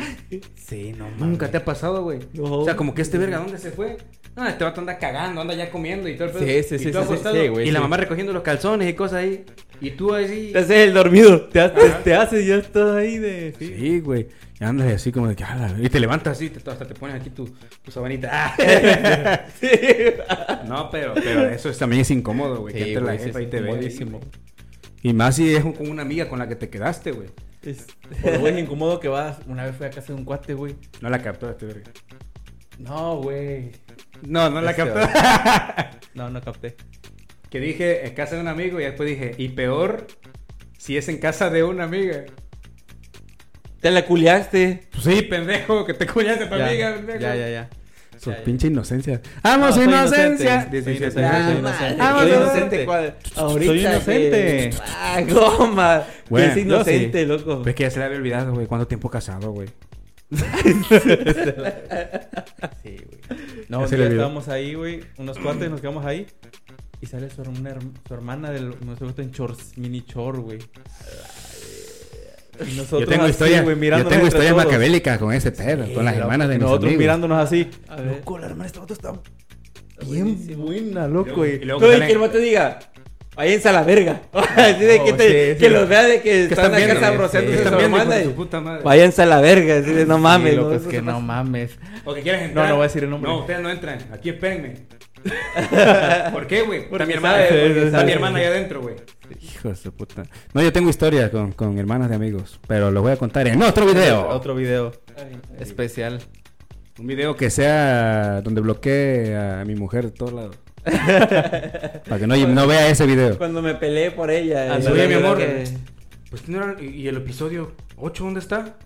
S2: Sí, no mames.
S3: Nunca te ha pasado, güey.
S4: No.
S3: O sea, como que este verga, ¿dónde se fue? Ah, este vato anda cagando, anda ya comiendo y todo el pedo.
S2: Sí, sí,
S3: Y
S2: sí, sí,
S3: tú acostado,
S2: sí, güey,
S3: Y la
S2: sí.
S3: mamá recogiendo los calzones y cosas ahí. Y tú así.
S4: Te haces el dormido.
S2: Te, ha- te-
S3: Ajá.
S2: te haces y ya estás ahí de. Sí.
S3: Sí, güey. Y andas así como de que, "A la ver-". Y te levantas así, te, hasta te pones aquí tu, tu sabanita. Ah. no, pero, pero eso es- también es incómodo, güey. que
S2: Sí,
S3: entre la
S2: güey, sí,
S3: jefa
S2: es
S3: y te ve.
S2: incomodísimo.
S3: ahí, güey. Y más si es un- con una amiga con la que te quedaste, güey.
S2: Es, o lo güey incómodo que vas. Una vez fui a casa de un cuate, güey.
S3: No la captaste, verga.
S2: No, güey.
S3: No, no la
S2: Este,
S3: captaste.
S2: No, no capté.
S3: que dije, en casa de un amigo y después dije, y peor si es en casa de una amiga.
S4: Te la culeaste.
S3: Pues sí, pendejo, que te cuñaste a tu
S2: Ya,
S3: amiga, pendejo.
S2: ya, ya, ya.
S3: Su
S2: Ya, ya.
S3: pinche inocencia. ¡Amo
S2: No,
S3: su
S2: soy
S3: inocencia!
S2: inocente, soy
S3: 17.
S2: inocente, soy
S3: Ah,
S2: inocente.
S3: Vamos,
S4: Soy
S3: vamos.
S4: inocente. cual- Ahorita
S2: Soy inocente.
S4: que- Ah, goma.
S3: Bueno,
S4: es
S3: yo
S4: inocente,
S3: sí.
S4: loco.
S3: Pues que ya se le había olvidado, güey. ¿Cuánto tiempo casado, güey?
S2: Sí, güey. No,
S3: Ya
S2: un
S3: se le
S2: día
S3: olvidó.
S2: estábamos ahí, güey. Unos cuates nos quedamos ahí. Y sale su, hermana- su hermana del. No sé, en shorts, mini short, güey. Y nosotros
S3: Yo tengo
S2: así,
S3: historia,
S2: güey,
S3: yo
S2: mirándonos
S3: tengo
S2: entre
S3: historia
S2: todos.
S3: macabélica con ese pedo, con las
S2: Sí,
S3: hermanas de mis
S2: Nosotros
S3: amigos.
S2: mirándonos así.
S4: A ver.
S2: Loco, la hermana de este vato está bien
S4: buenísimo.
S2: buena, loco.
S3: Y
S2: Y
S3: luego-
S4: No, y que el vato diga, váyanse a la verga. Así de que, te-
S2: sí,
S4: que
S2: sí.
S4: los vea de que
S3: ¿Qué
S4: están acá
S3: viendo?
S4: sabroseándose
S3: ¿Qué
S4: su
S3: están viendo, hijo
S4: hermana
S3: de
S4: y-
S3: su puta madre?
S4: Váyanse a la verga. Así de, no mames.
S2: loco, es
S4: Eso
S2: que
S4: se
S2: no
S4: pasa.
S2: mames.
S3: ¿O que quieres
S2: No, no voy a decir el nombre.
S3: No, ustedes no entran. Aquí espérenme. ¿Por qué, güey? Está
S4: Porque
S3: mi hermana,
S4: sabe,
S3: está
S4: porque
S3: mi
S4: sabe.
S3: hermana allá adentro, güey. Hijo de su puta. No, yo tengo historia con, con hermanas de amigos, pero los voy a contar en otro video.
S2: Otro video
S4: Ay,
S2: especial.
S3: Un video que sea donde bloquee a mi mujer de todos lados. Para que no, no vea ese video.
S4: Cuando me peleé por ella.
S2: Ah,
S4: eh,
S2: sí,
S4: la
S2: mi
S4: verdad
S2: amor.
S3: Pues, ¿no era- ¿y, y el episodio 8 dónde está?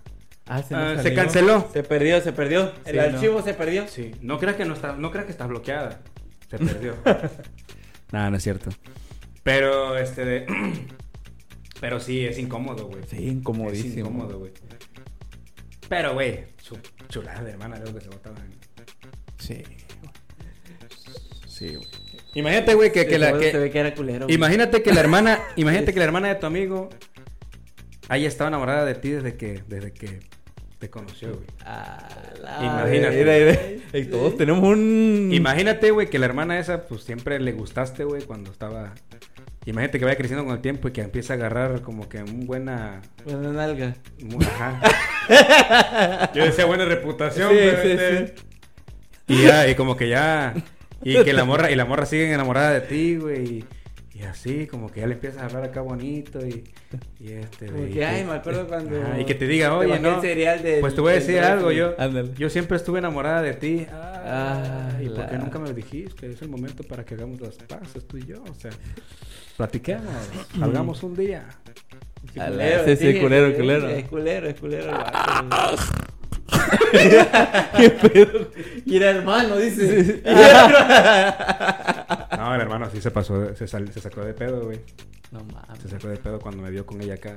S2: Ah, se,
S3: Ah,
S2: nos
S3: se
S2: salió.
S3: canceló.
S4: Se perdió, se perdió.
S2: Sí,
S4: El
S2: no.
S4: archivo se perdió.
S3: Sí. No creas que no está, no creas que está bloqueada. Se perdió. no, no es cierto. Pero este de... Pero sí, es incómodo, güey.
S2: Sí, incomodísimo.
S3: Es incómodo, güey. Pero, güey, su chulada de hermana, creo que se botaban.
S2: Sí. Sí, güey.
S3: Imagínate, güey, que,
S4: De
S3: que la.
S4: seguro
S3: que-
S4: Se ve que era culero. güey.
S3: imagínate que la hermana. imagínate que la hermana de tu amigo. Haya estado enamorada de ti desde que. Desde que te conoció, güey.
S4: A la
S3: Imagínate.
S4: verga.
S2: Y todos tenemos
S4: Mm.
S2: un.
S3: Imagínate, güey, que la hermana esa, pues siempre le gustaste, güey, cuando estaba. Imagínate que vaya creciendo con el tiempo y que empieza a agarrar como que un buena.
S4: Buena nalga.
S3: un- ajá. Yo decía buena reputación,
S4: Sí,
S3: pero
S4: sí,
S3: este- Y ya, y como que ya. Y que la morra, y la morra sigue enamorada de ti, güey. Y, y así, como que ya le empiezas a hablar acá bonito y. Y este.
S4: Como
S3: y
S4: que, ay, me acuerdo cuando-
S3: Ajá, y que te
S4: Te
S3: diga, oye,
S4: bajé
S3: no.
S4: el cereal del-
S3: pues te voy a
S4: del
S3: decir
S4: refri".
S3: algo, yo.
S2: Ándale.
S3: Yo siempre estuve enamorada de ti.
S4: Ah,
S3: Ay, ¿y por qué
S4: la-
S3: nunca me lo dijiste? Es el momento para que hagamos las paces tú y yo. O sea, platiquemos, salgamos un día.
S4: Sí,
S2: A la-
S4: culero,
S2: sí, sí, culero,
S4: es-
S2: culero.
S4: Es culero, es culero. el vato, güey. Y era hermano, dice.
S3: No, el hermano sí se pasó, se, sal- se sacó de pedo, güey.
S4: No mames.
S3: Se sacó de pedo cuando me vio con ella acá.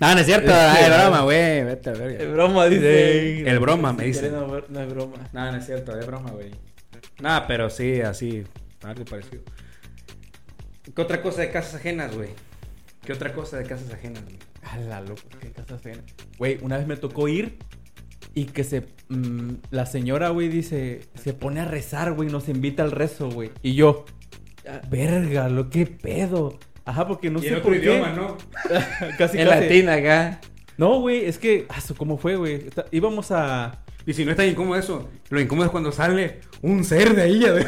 S3: No, no es cierto, es broma, güey. Vete a
S4: Es
S3: verga.
S4: broma, dice.
S3: El broma, me
S4: Si
S3: dice.
S4: quieres, No, no es broma.
S3: No, no es cierto, es broma, güey. No, pero sí, así, algo parecido. ¿Qué otra cosa de casas ajenas, güey? ¿Qué otra cosa de casas ajenas, güey?
S2: A la loco, qué casa fea. Güey, una vez me tocó ir y que se. mm, la señora, güey, dice. Se pone a rezar, güey, nos invita al rezo, güey. Y yo.
S4: Ah.
S2: Verga, lo qué pedo. Ajá, porque no
S3: Y
S2: sé
S3: en
S2: por
S3: otro
S2: qué.
S3: idioma, ¿no?
S2: Casi,
S4: En
S2: casi.
S4: latín acá.
S2: No, güey, es que. ah, su- ¿Cómo fue, güey? Está- Íbamos a.
S3: Y si no es tan incómodo eso, lo incómodo es cuando sale un ser de ahí, ya de-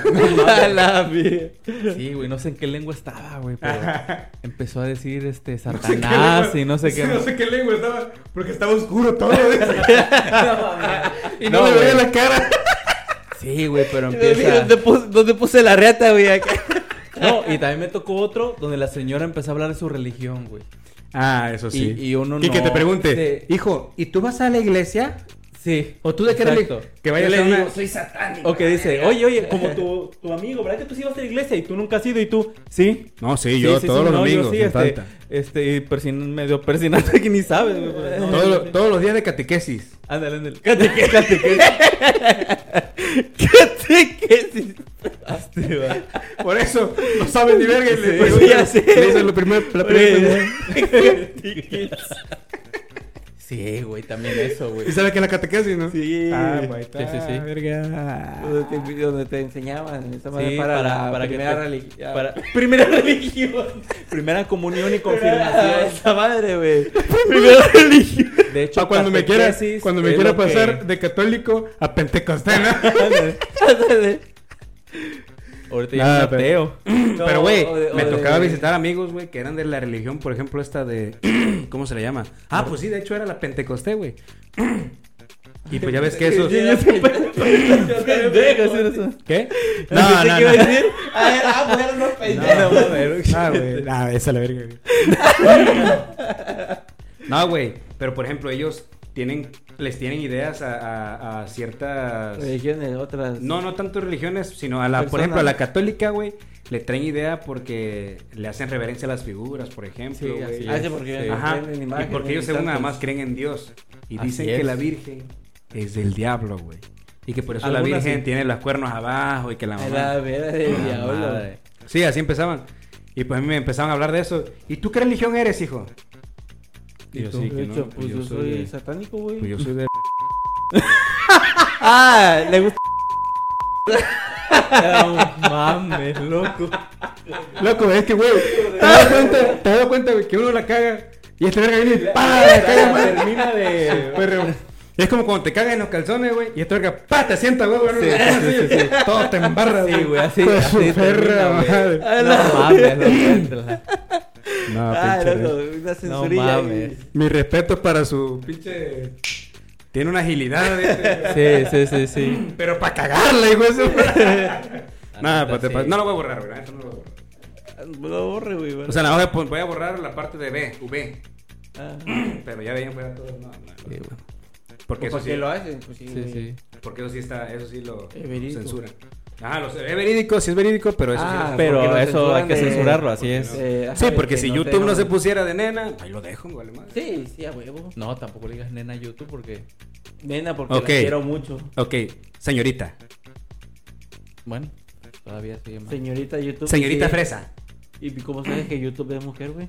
S4: A la mierda.
S2: Sí, güey, no sé en qué lengua estaba, güey, pero. empezó a decir, este,
S3: No sé qué
S2: Satanás
S3: lengua-
S2: y no sé qué.
S3: Ah, No sé qué lengua estaba, porque estaba oscuro todo. dice. y no,
S2: No,
S3: me veía
S2: güey.
S3: la cara.
S2: Sí, güey, pero empieza.
S4: ¿Dónde puse, ¿Dónde puse la reata, güey? Acá.
S2: No, y también me tocó otro donde la señora empezó a hablar de su religión, güey.
S3: Ah, eso sí.
S2: Y- y uno
S3: que
S2: no- este,
S3: te pregunte,
S2: Sí.
S3: hijo, ¿y tú vas a la iglesia?
S2: Sí.
S3: ¿O tú de qué religión?
S2: Exacto.
S3: Que vaya
S2: Yo
S3: a
S2: le
S3: una-
S2: digo, O que dice, oye, oye, como tu, tu amigo, ¿verdad que tú sí vas a la iglesia y tú nunca has ido y tú, sí?
S3: No, sí, yo todos los
S2: no, yo
S3: domingos,
S2: sí,
S3: sin
S2: este,
S3: falta.
S2: este, y persin- medio persinante que ni sabes, güey. pues, no,
S3: Todo
S2: no
S3: lo-
S2: sé.
S3: todos los días de catequesis.
S2: Ándale, ándale.
S4: Catequesis.
S2: Este, va.
S3: Por eso, no saben ni verga. y
S2: Sí,
S3: le,
S4: güey, ya sé.
S3: le dicen lo primer, la primera pregunta.
S2: Sí, güey, también eso, güey.
S3: ¿Y sabes que es la catequesis, no?
S4: Sí.
S3: Ah, güey, está,
S2: Sí, sí, sí.
S3: verga.
S4: Donde te, donde te enseñaban. Esa madre
S2: Sí,
S4: para,
S2: para-
S4: la
S2: para que
S4: primera
S2: te-
S4: religión.
S2: para-
S4: Primera religión.
S2: Primera comunión y
S4: Confirmación.
S2: confirmación.
S4: Esa madre, güey. Primera religión.
S2: De hecho,
S3: Pa' Ah, cuando me quiera,
S2: catequesis
S3: cuando me
S2: es
S3: quiera
S2: lo que-
S3: pasar de católico a pentecostal, ¿no?
S2: Ándale. Ahorita ya
S3: Nada,
S2: es
S3: pero-
S2: ateo.
S4: No,
S3: Pero, güey,
S4: o de- o
S3: me
S4: de-
S3: tocaba visitar amigos, güey, que eran de la religión, por ejemplo, esta de. ¿Cómo se le llama? Ah, pues sí, de hecho era la pentecosté, güey. Y pues ya ves que eso.
S4: Yo- yo siempre- yo también me
S2: Pendejo,
S4: confundí.
S2: sí, eso.
S3: ¿Qué?
S4: No, no, no. decir? A ver, ah, pues eran unos pendejos.
S3: Ah, güey. Ah, esa la verga, güey. No, güey. Pero por ejemplo, ellos tienen, les tienen ideas a, a- a ciertas.
S4: Religiones, otras. Ah,
S3: No, no tanto religiones, sino a la, por
S4: Personas.
S3: ejemplo, a la católica, güey. Le traen idea porque le hacen reverencia a las figuras, por ejemplo,
S2: Sí, así
S3: güey.
S2: es.
S4: Ah, sí, porque
S2: Sí.
S4: no
S3: Ajá.
S4: tienen
S3: Y
S4: imagen,
S3: porque
S4: ni
S3: ellos según nada
S4: santos.
S3: más creen en Dios. Y
S2: Así
S3: dicen
S2: es.
S3: que la Virgen es del diablo, güey. Y que por eso la
S2: Algunas
S3: Virgen
S2: sí.
S3: tiene los cuernos abajo y que la
S4: A
S3: mamá.
S4: la vera del
S3: La
S4: diablo.
S3: madre. Sí, así empezaban. Y pues a mí me empezaban a hablar de eso. ¿Y tú qué religión eres, hijo? Y yo
S2: tú?
S3: sí,
S4: De
S3: que no.
S4: hecho, pues
S3: yo,
S4: yo, soy
S3: soy de,
S4: satánico, güey.
S3: pues yo soy de...
S4: Ah, le gusta.
S2: No mames, loco.
S3: Loco, es que, güey, te das cuenta, te das cuenta, güey, que uno la caga y este verga viene y ¡pa! La caga, güey.
S2: Termina de.
S3: Perro. Es como cuando te cagan en los calzones, güey, y este verga, ¡pa! Te sienta, güey, güey.
S2: sí, sí, sí.
S3: Todo te embarra,
S2: Sí, güey, así.
S3: Pues
S2: así
S3: su
S2: termina,
S3: perra
S2: güey. Ah,
S3: madre.
S2: No mames, loco.
S3: No,
S4: Ah,
S3: pinche
S4: loco,
S3: rey.
S4: una censurilla.
S2: mames.
S4: güey.
S3: Mi respeto para su pinche... Tiene una agilidad, güey, este, güey.
S2: Sí, sí, sí, sí.
S3: Pero para cagarle, hijo de su- Nada,
S2: neta,
S3: pa- te- pa-
S2: sí.
S3: no lo voy a borrar, güey. la neta no lo voy a borrar.
S4: No lo borre, güey. ¿vale?
S3: O sea, la voy a, pon- voy a borrar la parte de B, V.
S4: Ah,
S3: Pero ya de ahí en fuera todo. No, no, no.
S2: Sí, güey.
S3: Porque eso
S4: ¿Por
S3: sí,
S4: qué lo hacen? Pues sí,
S2: Sí,
S4: güey.
S2: sí.
S3: porque eso sí está, eso sí lo
S4: Es verídico.
S3: censuran. Ah, lo sé, es verídico, sí es verídico, pero eso
S4: Ah,
S3: sí. lo-
S2: Pero
S4: porque lo
S2: eso hay que
S4: censuran de-
S2: censurarlo, así
S3: porque
S2: es.
S3: no.
S4: Eh, ajá,
S3: Sí, porque
S4: que
S3: si
S4: no te
S3: YouTube no se
S4: nombren.
S3: pusiera de nena, ahí lo dejo, güey, vale madre.
S4: Sí, sí, a huevo.
S2: No, tampoco le digas nena a YouTube porque.
S4: Nena, porque
S3: Ok.
S4: la quiero mucho.
S3: Ok, señorita.
S2: Bueno, todavía sigue mal.
S4: Señorita YouTube.
S3: Señorita
S4: ¿y qué-
S3: fresa.
S4: ¿Y cómo sabes que YouTube es mujer, güey?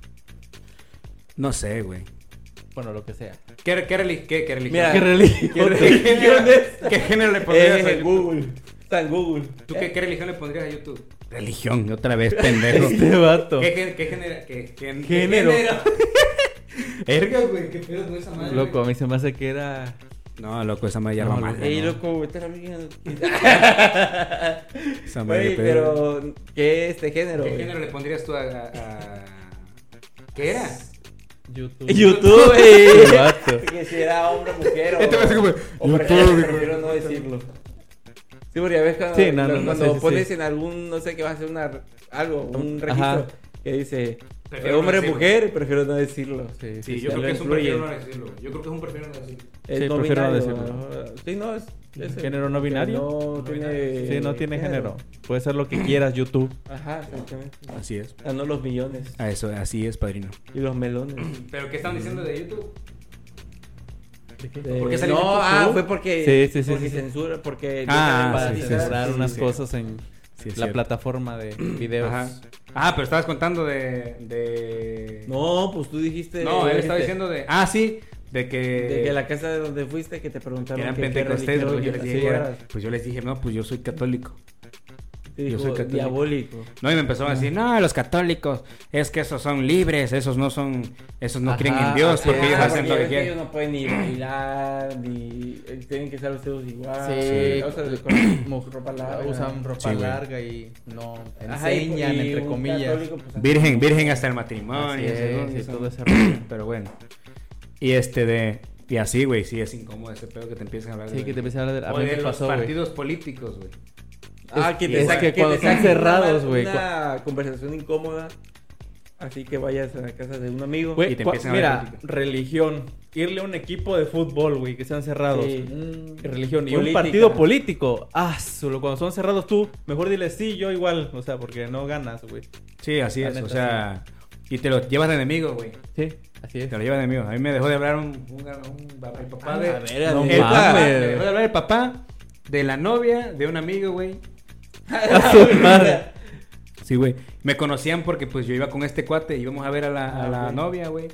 S3: No sé, güey.
S2: Bueno, lo que sea.
S3: ¿Qué, qué, relig- qué, qué religión?
S4: Mira,
S2: ¿Qué religión?
S3: ¿Qué,
S4: ¿qué
S3: religión-
S4: religión es?
S3: ¿Qué género le pondrías a
S4: Eh,
S3: YouTube?
S4: Google. Está en Google.
S3: ¿Tú qué, qué religión le pondrías a YouTube? Religión, otra vez, pendejo.
S2: Este vato.
S3: ¿Qué, gen- qué, genera- qué, gen-
S2: Género.
S3: qué género? Erga, güey, qué pedo con esa madre.
S2: Loco, a
S3: güey.
S2: mí se me hace que era.
S3: No, loco, esa madre ya
S2: No,
S3: va
S2: loco.
S3: mal.
S4: Ey,
S3: ¿no?
S4: loco, vete a la mierda.
S3: Esa madre,
S4: Güey,
S3: qué pedo.
S4: pero ¿qué es este género?
S3: ¿Qué
S4: güey?
S3: género le pondrías tú a. a- a- ¿Qué era?
S2: YouTube.
S4: YouTube,
S2: Este
S4: eh.
S2: vato.
S4: que si era hombre o mujer o,
S3: Este va a ser como,
S4: o pre-
S3: YouTube,
S4: prefiero no decirlo. Sí, porque a veces cuando,
S2: Sí, no, no, no,
S4: cuando
S2: sí, sí,
S4: pones
S2: sí.
S4: en algún, no sé, que va a hacer una, algo, un registro
S2: Ajá.
S4: que dice "Eh,
S3: Prefiero no
S4: hombre o
S3: decirlo.
S4: mujer, prefiero no decirlo. Eh,
S2: Sí,
S3: Sí,
S2: sí,
S3: yo
S4: sí,
S3: creo que
S4: lo
S3: es un
S4: incluye.
S3: prefiero no decirlo. Yo creo que es un prefiero no decirlo.
S4: Es
S2: Sí,
S4: no
S2: prefiero no
S4: binario,
S2: decirlo.
S4: ¿no? Sí, no, es, es el-
S2: ¿Género no binario?
S4: No tiene,
S2: Sí, no tiene género. Puede ser lo que quieras, YouTube.
S4: Ajá, exactamente.
S3: Así es.
S4: Ah, no los millones
S3: A eso, así es, padrino.
S4: y los melones.
S3: ¿Pero qué están diciendo de YouTube?
S4: Eh,
S3: qué salió
S4: no,
S3: en YouTube?
S4: ah, fue porque,
S2: Sí, sí, sí,
S4: porque
S2: sí.
S4: censura, porque
S3: Ah,
S2: Para
S3: sí, sí,
S2: censurar
S3: sí,
S2: unas
S3: sí.
S2: cosas en
S3: Sí, es
S2: la
S3: cierto.
S2: plataforma de videos.
S3: Ajá. Ah, pero estabas contando de. de...
S4: No, pues tú dijiste.
S3: No, él estaba
S2: este.
S4: dijiste
S3: diciendo de. Ah, sí, de que.
S4: De que la casa de donde fuiste que te preguntaron.
S3: eran
S4: que qué
S3: pentecostés,
S4: religión
S3: pues yo les dije,
S4: te
S3: que era-
S4: eras.
S3: pues yo les dije, no, pues yo soy católico.
S4: Te
S3: yo
S4: dijo,
S3: soy católico.
S4: diabólico.
S3: No, y me empezaron a decir, no, los católicos, es que esos son libres, esos no son, esos no
S2: Ajá,
S3: creen en Dios,
S2: así
S3: porque
S2: es.
S3: ellos
S4: Ah,
S3: hacen
S4: porque
S3: lo
S4: ya
S3: que
S4: ves Ellos
S3: quieren.
S4: no pueden ni bailar, ni eh, tienen que estar los dedos igual.
S2: Sí,
S4: o sea, de-
S2: mu-
S4: con ropa larga.
S2: usan ropa
S3: Sí, güey.
S2: larga y no
S4: Ajá, y-
S2: enseñan,
S4: y
S2: entre
S4: un
S2: comillas.
S4: católico, pues, así.
S3: Virgen, virgen hasta el
S2: Así
S3: matrimonio.
S2: es,
S3: según
S2: y
S3: eso.
S2: todo ese rollo.
S3: Pero bueno. Y este de, y así, güey, sí es incómodo ese pedo que te empiezan a hablar.
S2: Sí,
S3: de-
S2: que te empiezan a hablar de... A
S3: o
S2: mí
S3: de
S2: me
S3: los
S2: pasó, güey.
S3: partidos políticos, güey.
S4: Ah, que te
S2: es
S4: sa-
S2: que cuando
S4: te
S2: están
S4: saquen una-
S2: cerrados, güey,
S4: Una conversación incómoda. Así que vayas a la casa de un amigo.
S2: Güey,
S3: Y te
S2: cua-
S3: empiezan a
S2: mira,
S3: ver crítica.
S2: religión, irle a un equipo de fútbol, güey, que sean cerrados.
S4: Sí.
S2: Mm, Religión y un
S4: Política.
S2: partido político. Ah, solo cuando son cerrados tú, mejor dile sí, yo igual, o sea, porque no ganas, güey.
S3: Sí, así
S2: La
S3: es,
S2: neta,
S3: o sea, y te lo llevas de enemigo, güey.
S2: Sí, así es.
S3: Te lo llevas de enemigo. A mí me dejó de hablar un, un, un- el papá de...
S4: verga,
S2: no
S4: de-
S3: El papá,
S2: mames.
S3: me dejó de hablar el papá de la novia de un amigo, güey.
S2: A su madre.
S3: Sí, güey. Me conocían porque pues yo iba con este cuate y íbamos a ver a la, a
S4: Ah,
S3: la
S4: ok.
S3: novia, güey.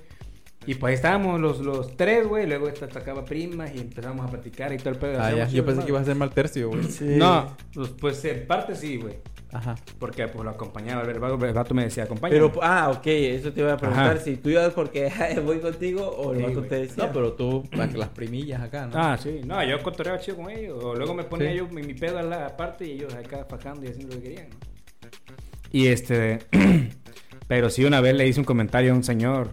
S3: Y pues ahí estábamos los, los tres, güey. Luego esta sacaba primas y empezamos a platicar y todo el pedo.
S2: Ah, ya,
S3: Hacíamos
S2: yo
S3: un
S2: pensé que ibas a
S3: desmadre.
S2: ser mal tercio, güey.
S3: No, pues, pues en parte sí, güey.
S2: Ajá.
S3: Porque pues lo acompañaba. El vato, el vato me decía, acompáñame.
S4: Pero, ah, ok, eso te iba a preguntar.
S3: Ajá.
S4: Si tú ibas porque "Ay, voy contigo o el
S3: Sí,
S4: vato
S3: güey.
S4: te decía.
S2: No, pero tú, para que las primillas acá, ¿no?
S3: Ah, sí. No, yo cotorreaba chido con ellos. O luego me ponía
S2: Sí.
S3: yo mi, mi pedo a la parte y ellos acá fajando y haciendo lo que querían. ¿no? Y este... Pero sí, una vez le hice un comentario a un señor.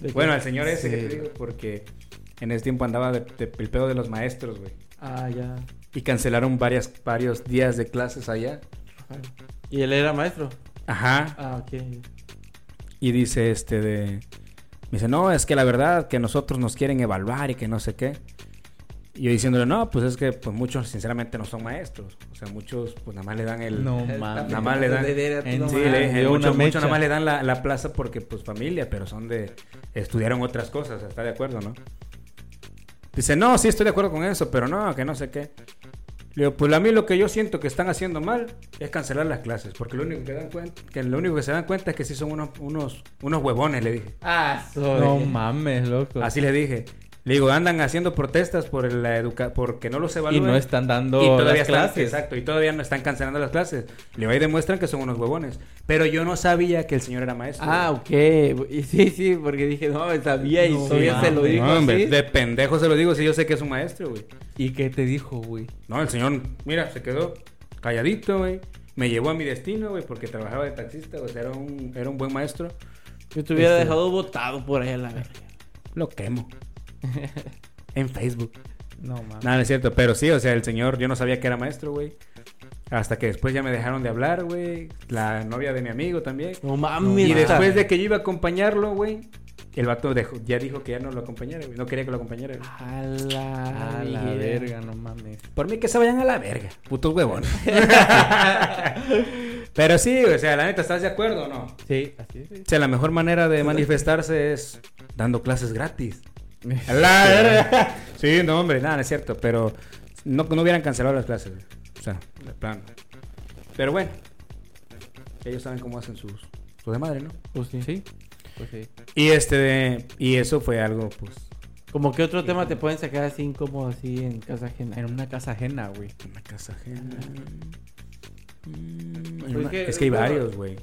S4: ¿De qué?
S3: Bueno, al señor ese que te
S2: Sí.
S3: digo, porque en ese tiempo andaba de, de- el pedo de los maestros, güey.
S4: Ah, ya.
S3: Y cancelaron varias, varios días de clases allá.
S4: ¿Y él era maestro?
S3: Ajá.
S4: Ah, ok.
S3: Y dice este de... Me dice, no, es que la verdad que nosotros nos quieren evaluar y que no sé qué. Y yo diciéndole, no, pues es que pues muchos sinceramente no son maestros. O sea, muchos pues nada más le dan el...
S2: No
S3: Nada
S2: mames.
S3: más le dan-
S2: en
S3: Sí,
S2: No
S3: le
S2: mames,
S3: dije,
S2: dio una
S3: mucho, mucho
S2: mecha.
S3: nada más le dan la, la plaza porque pues familia, pero son de... Estudiaron otras cosas, está de acuerdo, ¿no? Dice, no, sí estoy de acuerdo con eso, pero no, que no sé qué. Le digo, pues a mí lo que yo siento que están haciendo mal es cancelar las clases, porque lo único que, dan cuenta, que, lo único que se dan cuenta es que sí son unos, unos, unos huevones, le dije.
S4: Ah, sobre.
S2: No mames, loco.
S3: Así le dije. Le digo, andan haciendo protestas por la educa porque no los
S2: y
S3: evalúan.
S2: no están dando
S3: Y todavía
S2: las
S3: están-
S2: clases.
S3: exacto, y todavía no están cancelando las clases. Le digo, ahí demuestran que son unos huevones. Pero yo no sabía que el señor era maestro.
S4: Ah, ok. Y sí, sí, porque dije, no, sabía y
S2: No
S4: todavía se lo
S2: mames,
S4: digo
S3: No, hombre,
S4: así.
S3: de pendejo se lo digo, si yo sé que es un maestro, güey.
S2: ¿Y qué te dijo, güey?
S3: No, el señor, mira, se quedó calladito, güey. Me llevó a mi destino, güey, porque trabajaba de taxista, o sea, era un, era un buen maestro.
S4: Yo te hubiera
S3: Este-
S4: dejado votado por ahí a la verga.
S3: Lo quemo. en Facebook.
S2: No mames.
S3: Nada, no es cierto, pero sí, o sea, el señor, yo no sabía que era maestro, güey. Hasta que después ya me dejaron de hablar, güey. La novia de mi amigo también.
S4: No mames.
S3: Y
S4: neta.
S3: después de que yo iba a acompañarlo, güey, el vato dejó- ya dijo que ya no lo acompañara, güey. No quería que lo acompañara, güey.
S4: A la,
S2: A la
S4: vida.
S2: verga, no mames.
S3: Por mí que se vayan a la verga, putos huevón. Pero sí, o sea, la neta, ¿estás de acuerdo o no? O
S4: Sí, así es.
S3: sea, la mejor manera de manifestarse es dando clases gratis. A la verga. Sí, no, hombre, nada, no es cierto, pero no, no hubieran cancelado las clases. güey. O sea, de plano. Pero bueno, ellos saben cómo hacen sus, sus de madre, ¿no?
S4: Pues sí.
S2: Sí.
S4: Pues sí.
S3: Y este, y eso fue algo, pues,
S4: Como que otro tema te pueden sacar así incómodo así en casa ajena.
S2: En una casa ajena, güey.
S3: Una casa ajena.
S4: Pues
S3: Una-
S4: que-
S3: es Mm, que hay
S4: bueno.
S3: varios, güey.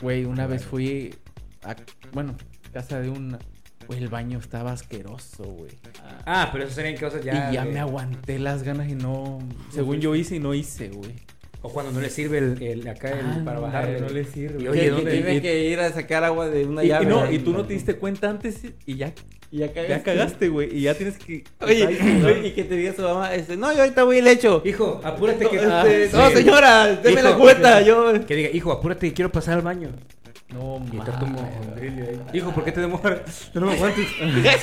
S2: Güey, una vez fui a. Bueno, casa de una. Güey, el baño estaba asqueroso, güey.
S3: Ah, pero eso serían cosas ya.
S2: y ya
S3: de-
S2: me aguanté las ganas y no. Según yo hice y no hice, güey.
S3: O cuando no le sirve el, el- acá
S4: Ah,
S3: el para
S2: Ándale,
S3: bajar.
S2: Ah, no le sirve.
S3: Y
S4: Que-
S3: oye,
S4: que
S3: ¿dónde?
S4: tiene
S3: y-
S4: que ir a sacar agua de una
S2: Y, y
S4: llave.
S2: no, y tú no te diste cuenta antes y ya,
S4: Y ya cagaste.
S2: ya cagaste, güey. Y ya tienes que.
S4: Oye,
S2: Ay, sí,
S4: oye, y que te diga su mamá, este, no, yo ahorita voy y le echo.
S3: Hijo, apúrate que.
S4: No,
S3: Ah,
S4: este,
S3: sí.
S4: no, señora, deme la
S3: Hijo.
S4: cuenta, yo.
S3: Que diga, hijo, apúrate que quiero pasar al baño.
S2: No,
S3: Y está tu
S2: mames.
S3: mondrillo ahí. Hijo, ¿por qué te demoras? Yo no me aguantes.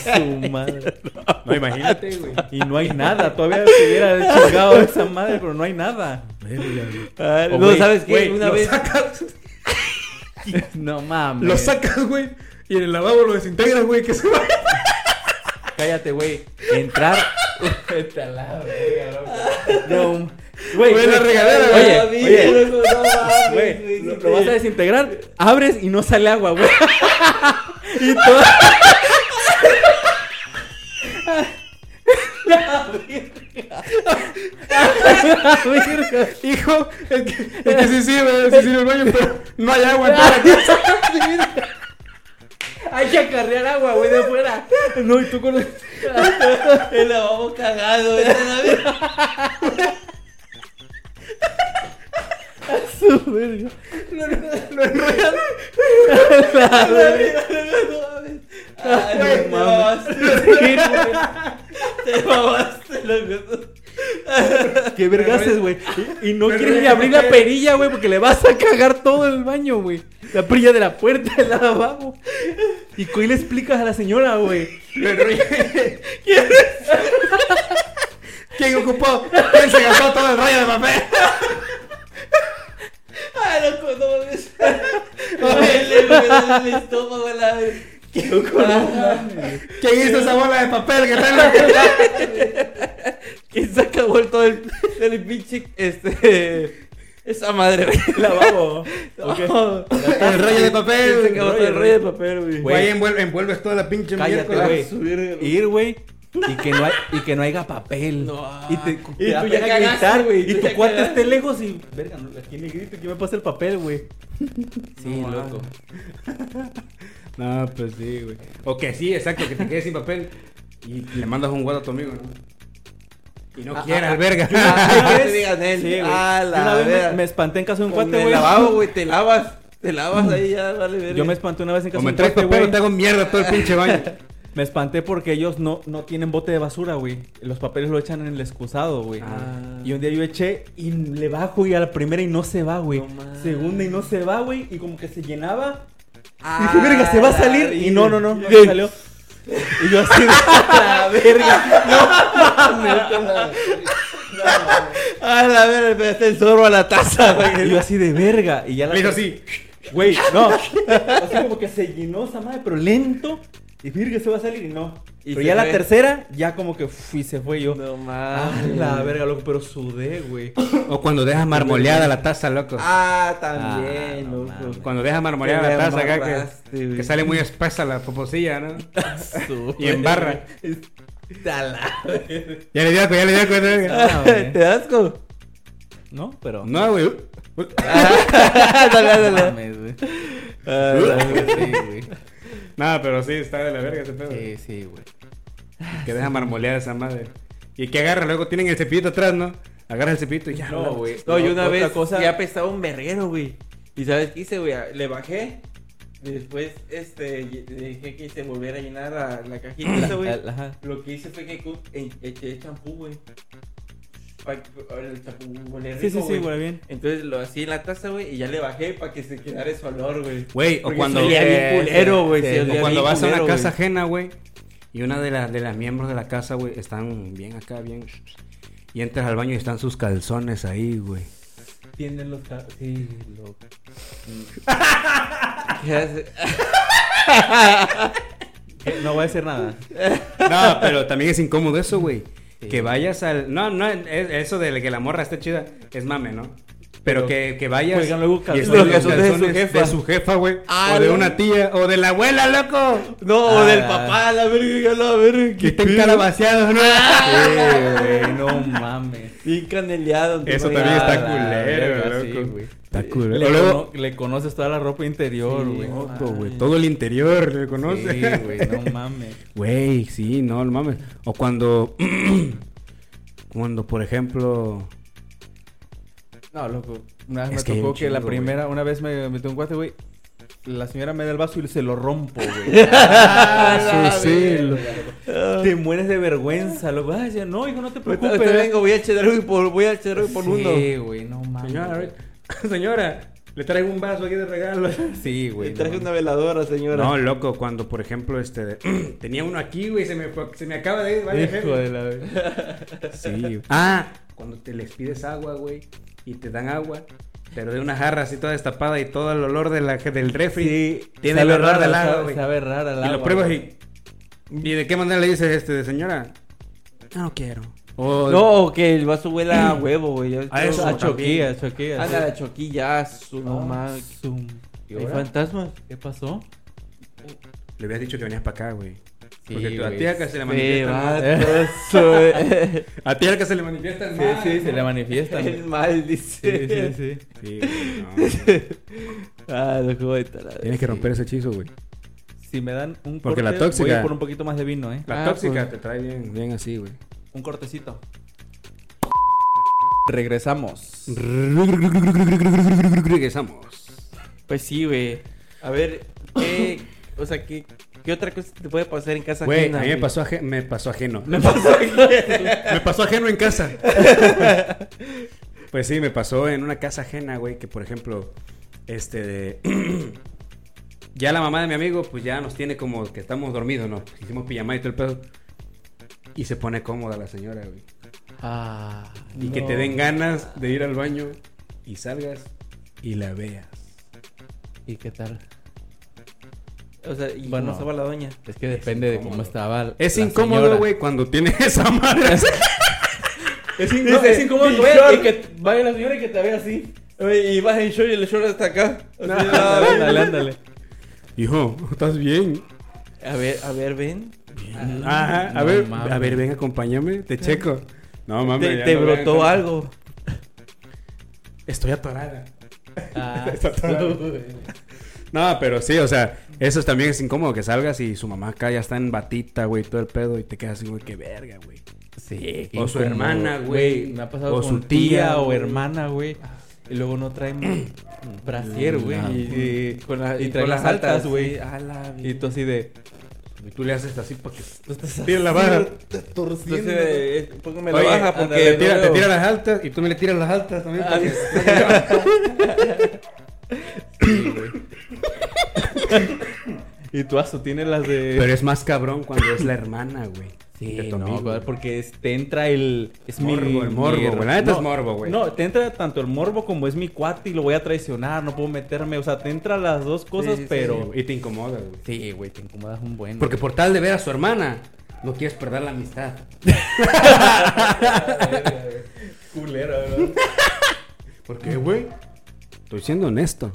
S2: Su madre.
S3: No, imagínate, güey.
S2: Y no hay nada. Todavía se hubiera chingado esa madre, pero no hay nada.
S4: Ah,
S2: O,
S4: no,
S2: güey,
S4: ¿sabes qué?
S2: güey,
S4: una
S2: lo
S4: vez.
S3: sacas,
S2: No mames.
S3: lo sacas, güey. Y en el lavabo lo desintegras, güey. Que se va.
S2: Cállate, güey. Entrar. Vete a la verga, loco. No. Güey,
S3: Fue en la
S2: güey.
S3: regadera,
S2: Oye,
S4: No, dime,
S2: oye.
S4: loco, no mames,
S2: Güey,
S4: güey,
S2: lo,
S4: sí,
S2: lo vas
S4: sí.
S2: a desintegrar, abres y no sale agua, güey. y todo. La verga.
S3: Hijo, es que, es que sí sirve, sí sirve el baño, pero no hay agua en toda la casa.
S4: Hay que acarrear agua, güey, de fuera.
S2: No, y tú con el-
S4: El lavabo cagado, güey.
S2: su verga.
S3: Lo enrollan,
S4: A la verga, no mames. Ay,
S2: Güey,
S4: te
S2: no.
S4: mamaste, güey. Te mamaste, loco.
S2: Qué vergases, güey. Y, y no
S3: Pero
S2: quieres ni
S3: ya
S2: abrir
S3: no
S2: la
S3: sé.
S2: perilla, güey, porque le vas a cagar todo el baño, güey. La perilla de la puerta, el lavabo. ¿Y qué le explicas a la señora, güey?
S3: lo enrollan. ¿Quién ocupó? ¿Quién se gastó todo el rollo de papel?
S4: Ay, loco, no mames. Duele, güey, duele el estómago, la verga. Ah,
S3: ¿Quién hizo esa bola de papel que está en la
S4: ¿Quién se acabó el todo el, el pinche, este, esa madre, güey?
S2: Lavabo.
S4: No.
S3: El rollo de papel.
S4: ¿Quién se acabó todo el rollo de papel, güey?
S3: Güey, ahí envuelve- envuelves toda la pinche
S2: Cállate,
S3: miércoles.
S2: güey.
S4: Subir-
S2: Ir, güey. Y que no, hay, y que no haya papel.
S4: No. ah,
S2: Y, te,
S4: Y
S2: da
S4: tú ya
S2: pena
S4: cagaste,
S2: gritar,
S4: güey,
S2: Y
S4: tú
S2: tu
S4: ya
S2: cuate
S4: cagaste.
S2: esté lejos y. Verga, no, aquí le grito, aquí me pasa el papel, güey.
S4: Sí,
S2: No,
S4: loco.
S3: No, pues sí, güey. O que sí, exacto, que te quedes sin papel y le mandas un guado a tu amigo, ¿no? Y no quieras, verga.
S4: Ah,
S2: ¿Qué
S4: no te
S2: es?
S4: digan él.
S2: Sí, güey.
S4: Ah, la
S2: Yo una vez
S4: verga.
S2: me, me espanté en casa de un
S4: Con
S2: cuate,
S4: el
S2: güey.
S4: lavabo, güey, te lavas. Te lavas ahí ya, vale, verga.
S2: Yo me espanté una vez en
S3: O
S2: casa de
S3: me
S2: un
S3: traes
S2: cuate,
S3: papel
S2: güey.
S3: o te hago mierda todo el pinche baño.
S2: Me espanté porque ellos no, no tienen bote de basura, güey. Los papeles lo echan en el excusado, güey.
S4: Ah.
S2: Y un día yo eché y le bajo y a la primera y no se va, güey.
S4: No mames.
S2: Segunda y no se va, güey. Y como que se llenaba. Y
S4: Ah,
S2: dije, verga, se va a
S4: la
S2: salir. Y no, no, no, no
S4: verga.
S2: salió. Y yo así, la verga.
S4: Ah, la verga, le pegaste el sorbo a la taza,
S2: Y
S4: güey.
S2: yo así de verga. Y ya la.
S3: Le hizo así.
S2: Güey, no. Así como que se llenó esa madre, pero lento. Y virga, se va a salir y no.
S4: Y
S2: pero
S4: se
S2: ya la
S4: fue.
S2: tercera, ya como que fui, se fue yo.
S4: No
S2: Ah,
S4: mames.
S2: la verga, loco, pero sudé, güey.
S3: O cuando dejas marmoleada la taza, loco.
S4: Ah, también,
S3: Ah, no
S4: loco.
S3: mames. Cuando dejas marmoleada
S4: Te
S3: la taza acá
S4: embarraste,
S3: que, este,
S4: güey.
S3: que sale muy espesa la poposilla, ¿no?
S2: Su-
S3: Y en barra.
S4: A la verga.
S3: Ya le dio asco, ya le dio asco, ya le dio asco.
S2: Ah, güey.
S4: ¿Te das asco?
S2: No, pero.
S3: No, güey.
S4: Dale, dale,
S2: No
S4: dale.
S2: mames, güey.
S4: Ah,
S2: Sí, güey.
S3: Nada, pero sí, está de la verga ese pedo.
S2: Sí, sí, güey.
S3: Que deja marmoleada esa madre. Y que agarra, luego tienen el cepillito atrás, ¿no? Agarra el cepillito y ya.
S2: No, güey.
S4: No, yo una
S2: Otra
S4: vez
S2: cosa-
S4: ya apestaba un verguero, güey. ¿Y sabes qué hice, güey? Le bajé. y Después, este, y- le dejé que se volviera a llenar la, la cajita esa, güey.
S2: Ajá.
S4: Lo que hice fue que cu- e- eché champú, güey. Pa' que- ahora el champú huele rico,
S2: Sí, sí, sí, huele bien.
S4: Entonces lo hacía en la taza, güey, y ya le bajé para que se quedara ese olor, güey.
S3: Güey, o
S4: Porque
S3: cuando.
S4: se olía bien culero, güey,
S3: Sí,
S4: se olía
S3: O cuando
S4: bien
S3: vas a una
S4: culero,
S3: casa
S4: güey.
S3: ajena, güey. Y una de, las de las miembros de la casa, güey, están bien acá, bien. Y entras al baño y están sus calzones ahí, güey.
S2: Tienen los ca- Sí, loco.
S4: ¿Qué hace?
S2: Eh, No voy a decir nada.
S3: No, pero también es incómodo eso, güey. Que vayas al. No, no, es- eso de que la morra esté chida es mame, ¿no?
S2: Pero
S3: Pero, que, que vayas.
S4: pues,
S2: juegan luego
S3: y
S2: cal-
S3: estén
S4: los
S3: los
S4: calzones de su
S3: calzones
S4: jefa.
S3: de su jefa, güey.
S4: Ah,
S3: o de
S4: no.
S3: una tía. O de la abuela, loco.
S4: No,
S2: Ah.
S4: del papá, la verga, la verga. Ah.
S3: Que estén calabaceados, ¿no?
S2: Sí, güey, no mames.
S4: Bien caneleado.
S3: Eso
S4: no
S3: también
S4: hay
S3: está
S4: nada.
S3: culero,
S2: verga, sí,
S3: loco.
S2: güey.
S3: está culero.
S2: Le,
S3: O luego-
S2: cono- le conoces toda la ropa interior, güey.
S4: no,
S3: Loco, güey. Todo el interior, ¿le conoces?
S2: Sí, güey, no mames.
S3: Güey, sí, no, no mames. O cuando. cuando, por ejemplo.
S2: No, loco. Una vez
S3: Es
S2: me
S3: que hay
S2: tocó
S3: un
S2: que la
S3: chingo, güey.
S2: primera, una vez me metió un cuate, güey. La señora me da el vaso y se lo rompo, güey.
S3: Ah, sí, sí, lo-
S2: Te mueres de vergüenza, loco. Ay, ya, no, hijo, no te
S4: Ahorita-
S2: preocupes.
S4: ahorita vengo, voy a echar hoy por, voy a echar hoy por uno.
S2: ¿eh? Sí, güey, no mames.
S3: Señora, señora, le traigo un vaso aquí de regalo.
S2: Sí, güey.
S4: Le traje
S2: no
S4: una veladora, señora.
S3: No, loco, cuando por ejemplo este tenía uno aquí, güey, se me fue- se me acaba de ir, vale,
S2: mames. Hijo
S3: jefe.
S2: de la verga.
S3: Sí. Ah, cuando te les pides agua, güey, y te dan agua, pero de una jarra así toda destapada y todo el olor de la, del refri. tiene el
S2: Sabe
S3: olor
S2: raro,
S3: del agua,
S2: sabe-
S3: güey.
S2: Sabe rara el
S3: Y lo
S2: agua,
S3: pruebas
S2: güey.
S3: y ¿Y de qué manera le dices este de señora? "Yo No quiero. O-
S4: No, que el vaso huela a huevo, güey. Yo-
S3: A eso,
S2: A
S4: a choquilla.
S2: choquilla, choquilla.
S4: Anda la choquilla, a su mamá.
S2: Zoom. ¿Y
S4: ¿Hay
S2: ahora?
S4: fantasmas?
S2: ¿Qué pasó?
S3: Le habías dicho que venías para acá, güey.
S2: Sí,
S3: Porque tu- a
S2: güey.
S3: ti acá se le
S4: Sí,
S3: manifiesta.
S4: vato,
S3: mal.
S4: eso, eh.
S3: A ti acá se le manifiesta.
S2: Sí,
S3: mal.
S2: sí, se le manifiesta.
S4: El
S2: güey.
S4: mal,
S2: Sí, sí,
S4: dice.
S2: sí.
S3: Sí, güey, no.
S4: Ah, lo juego de talada.
S3: Tienes que romper ese hechizo, güey.
S2: Si me dan un
S3: Porque la
S2: corte,
S3: tóxica-
S2: voy a ir por un poquito más de vino, ¿eh?
S3: La
S4: Ah,
S3: tóxica
S4: pues.
S3: te trae bien, bien así, güey.
S2: Un cortecito. Regresamos.
S3: Regresamos.
S4: Pues sí, güey. A ver, ¿qué, o sea, ¿qué, qué otra cosa te puede pasar en casa
S3: Güey,
S4: ajena,
S3: a mí me
S4: güey?
S3: pasó, aje- me pasó ajeno.
S4: Me pasó ajena.
S3: me pasó ajeno en casa. pues sí, me pasó en una casa ajena, güey, que por ejemplo, este de- ya la mamá de mi amigo, pues ya nos tiene como que estamos dormidos, ¿no? Hicimos pijamada y todo el pedo. Y se pone cómoda la señora, güey.
S2: Ah,
S3: Y que te den ganas de ir al baño y salgas y la veas.
S2: ¿Y qué tal?
S4: O sea, y
S2: Bueno.
S4: no estaba la doña.
S2: Es que depende de cómo
S3: incómodo.
S2: estaba.
S3: Es
S2: la
S3: incómodo,
S2: señora.
S3: güey, cuando tienes esa madre.
S2: Es,
S4: No,
S2: incómodo, es incómodo,
S4: y
S2: güey.
S4: short, y que vaya la señora y que te vea así. Oye, Y vas en short y el short hasta acá. O sea, la-
S2: Ándale, ándale, ándale.
S3: Hijo, ¿estás bien?
S4: A ver, a ver, ven.
S3: Ajá, a
S2: Ah, No
S3: ver,
S2: mames.
S3: a ver, ven, acompáñame, te checo. No mames.
S4: Te,
S3: ya
S4: te
S3: no voy a
S4: brotó
S3: contar.
S4: algo.
S3: Estoy atorada.
S2: Ah,
S3: Está todo.
S2: güey.
S3: No, pero sí, o sea, eso es- también es incómodo que salgas y su mamá acá ya está en batita, güey, todo el pedo y te quedas así, güey, qué verga, güey.
S2: Sí, qué
S3: O su
S2: incómodo.
S3: hermana, güey.
S2: Me ha pasado
S3: O
S2: con
S3: su
S2: tía,
S3: tía,
S2: o
S3: güey.
S2: hermana, güey. Y luego no traen brasier, güey.
S3: No.
S2: Y,
S4: Con la-
S2: y
S4: y
S2: traen
S4: con
S2: las
S4: las
S2: altas,
S4: altas,
S2: güey.
S4: A la vida.
S2: Y tú así de...
S3: Y tú le haces así para que
S2: tú estás
S3: tira la baja.
S4: Entonces, eh, póngame la
S3: Oye,
S4: baja
S3: ándale,
S4: porque.
S3: te, tira,
S4: no
S3: te
S4: veo.
S3: tira las altas y tú me le tiras las altas también.
S4: Ah,
S3: para que-
S2: así, güey. y tú aso tiene las de...
S3: Pero es más cabrón cuando es la hermana, güey.
S2: Sí,
S3: de tu
S2: no,
S3: amigo,
S2: güey,
S3: güey.
S2: porque es- te entra el... Es mi-
S3: Morbo, el morbo,
S2: mi-
S3: güey. La neta
S2: no,
S3: es morbo, güey.
S2: No, te entra tanto el morbo como es mi cuate y lo voy a traicionar, no puedo meterme. O sea, te entra las dos cosas,
S4: Sí, sí,
S2: pero...
S3: Y te incomoda, güey.
S2: Sí, güey, te incomodas un buen.
S3: Porque por tal de ver a su hermana, no quieres perder la amistad.
S2: culera, ¿verdad?
S3: ¿Por qué, güey? Estoy siendo honesto.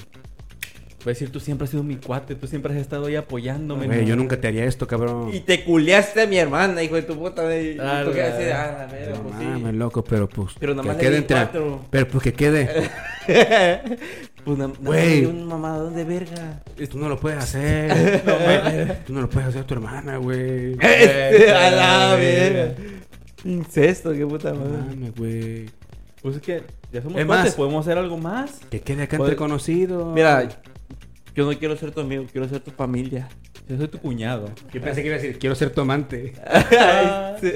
S2: Voy a decir, tú siempre has sido mi cuate, tú siempre has estado ahí apoyándome.
S3: Güey,
S2: ¿no?
S3: yo nunca te haría esto, cabrón.
S4: Y te culeaste a mi hermana, hijo de tu puta. madre. Y tú
S2: Ah,
S4: quedas
S2: la-
S4: así de, ah, la verga,
S3: No
S4: pues
S3: mames, loco, pero pues.
S4: Pero nomás
S3: que
S4: le
S3: quede
S4: di
S3: entre-
S4: cuatro.
S3: Pero pues que quede.
S4: sí. pues nada na,
S3: Güey.
S4: me dio un mamadón de verga.
S3: Tú no lo puedes hacer. Tú no lo puedes hacer a tu hermana, güey.
S4: Este, a la verga. Incesto, qué puta
S3: No
S4: madre.
S3: mames, güey.
S2: Pues es que ya somos
S3: Es
S2: cuates,
S3: más-
S2: podemos hacer algo más.
S3: Que quede acá
S4: Pues-
S3: entre conocidos.
S4: Mira, yo no quiero ser tu amigo, quiero ser tu familia.
S2: Yo soy tu cuñado.
S3: Yo pensé que iba a decir, quiero ser tu amante.
S4: Sí.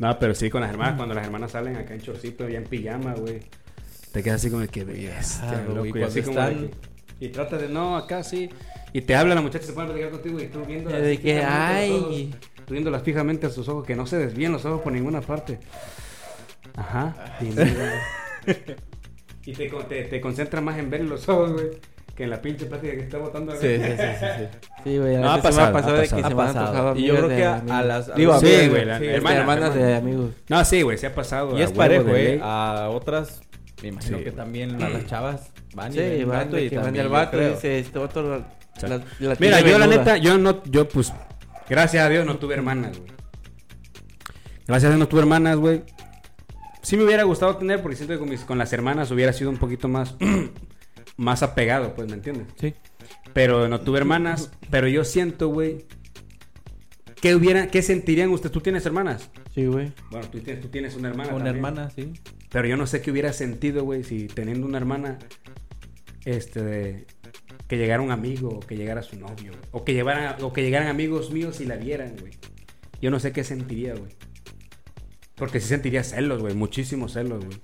S3: No, pero sí, con las hermanas, cuando las hermanas salen acá en chorcito, ya en pijama, güey. Te quedas así como el que veías.
S2: Ah, güey,
S3: y
S2: cuando
S3: así como de
S2: están-
S3: que- Y trata de, no, acá sí. Y te habla la muchacha, se puede platicar contigo y tú viendo.
S4: De que, ay.
S3: Tú viéndolas fijamente a sus ojos, que no se desvíen los ojos por ninguna parte. Ajá. dime, güey. y te, con- te, te concentras más en ver los ojos, güey, que en la pinche plática que está botando. acá.
S4: Sí, güey. a
S2: No, ha
S4: veces sí me ha pasado de
S2: pasado, ha pasado,
S4: que
S2: ha
S4: se me han
S2: pasado.
S4: antojado
S2: Y yo
S4: amigas
S2: creo
S4: de
S2: que a
S4: amigos.
S2: las- a
S4: Digo,
S2: las-
S3: Sí,
S4: amigas,
S3: güey,
S4: de-
S3: la-
S4: este,
S3: hermanas,
S4: hermanas de
S3: hermanas.
S4: amigos.
S3: No, sí, güey, se ha pasado.
S2: Y
S3: a
S2: es
S3: huevo
S2: parejo,
S3: de
S2: eh.
S3: ley.
S2: A otras, me imagino
S3: Sí.
S2: que también a las chavas van y
S4: Sí,
S2: ven un
S4: van
S2: rato
S4: de
S2: y
S4: que van
S2: también
S4: del
S2: yo
S4: vato y
S2: creo.
S4: dice, este vato la, la, la
S3: Mira,
S4: tiene
S3: yo
S4: venuda.
S3: la neta, yo no, yo pues, gracias a Dios no tuve hermanas, güey. Gracias a Dios no tuve hermanas, güey. Sí me hubiera gustado tener, porque siento que con, mis- con las hermanas hubiera sido un poquito más, más apegado, pues, ¿me entiendes?
S4: Sí.
S3: Pero no tuve hermanas, pero yo siento, güey, ¿qué hubiera, qué sentirían ustedes? ¿Tú tienes hermanas?
S4: Sí, güey.
S3: Bueno, tú tienes, tú tienes una hermana.
S2: Una
S3: también.
S2: hermana, sí.
S3: Pero yo no sé qué hubiera sentido, güey, si teniendo una hermana, este, de- que llegara un amigo, o que llegara su novio, güey, o que llevaran, o que llegaran amigos míos y la vieran, güey. Yo no sé qué sentiría, güey. Porque sí sentiría celos, güey, muchísimos celos, güey.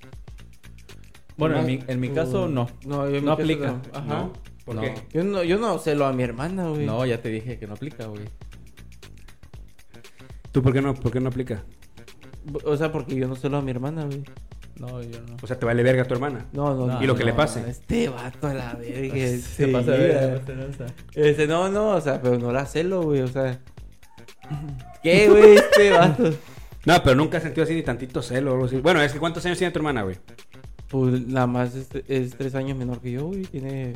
S2: Bueno, en
S3: Más-
S2: mi, en mi uh, caso, no.
S4: No, yo en mi
S2: No
S4: caso
S2: aplica.
S4: no.
S2: Ajá.
S3: ¿No? ¿Por
S2: No.
S3: qué?
S4: Yo no, yo no celo a mi hermana, güey.
S2: No, ya te dije que no aplica, güey.
S3: ¿Tú por qué no, por qué no aplica?
S4: O sea, porque yo no celo a mi hermana, güey.
S2: No, yo no.
S3: O sea, te vale verga tu hermana.
S4: No, no,
S2: No,
S4: no.
S2: y lo
S3: que le
S4: no,
S3: pase.
S4: no, Este vato a la verga.
S2: Se
S4: sí,
S2: pasa de verga, se pasa de lanza.
S4: Este, no, no, o sea, pero no la celo, güey, o sea. ¿Qué, güey, este vato?
S3: No, pero nunca he sentido así ni tantito celo o algo así. Bueno, es que ¿cuántos años tiene tu hermana, güey?
S4: Pues nada más es, es tres años menor que yo, güey. Tiene.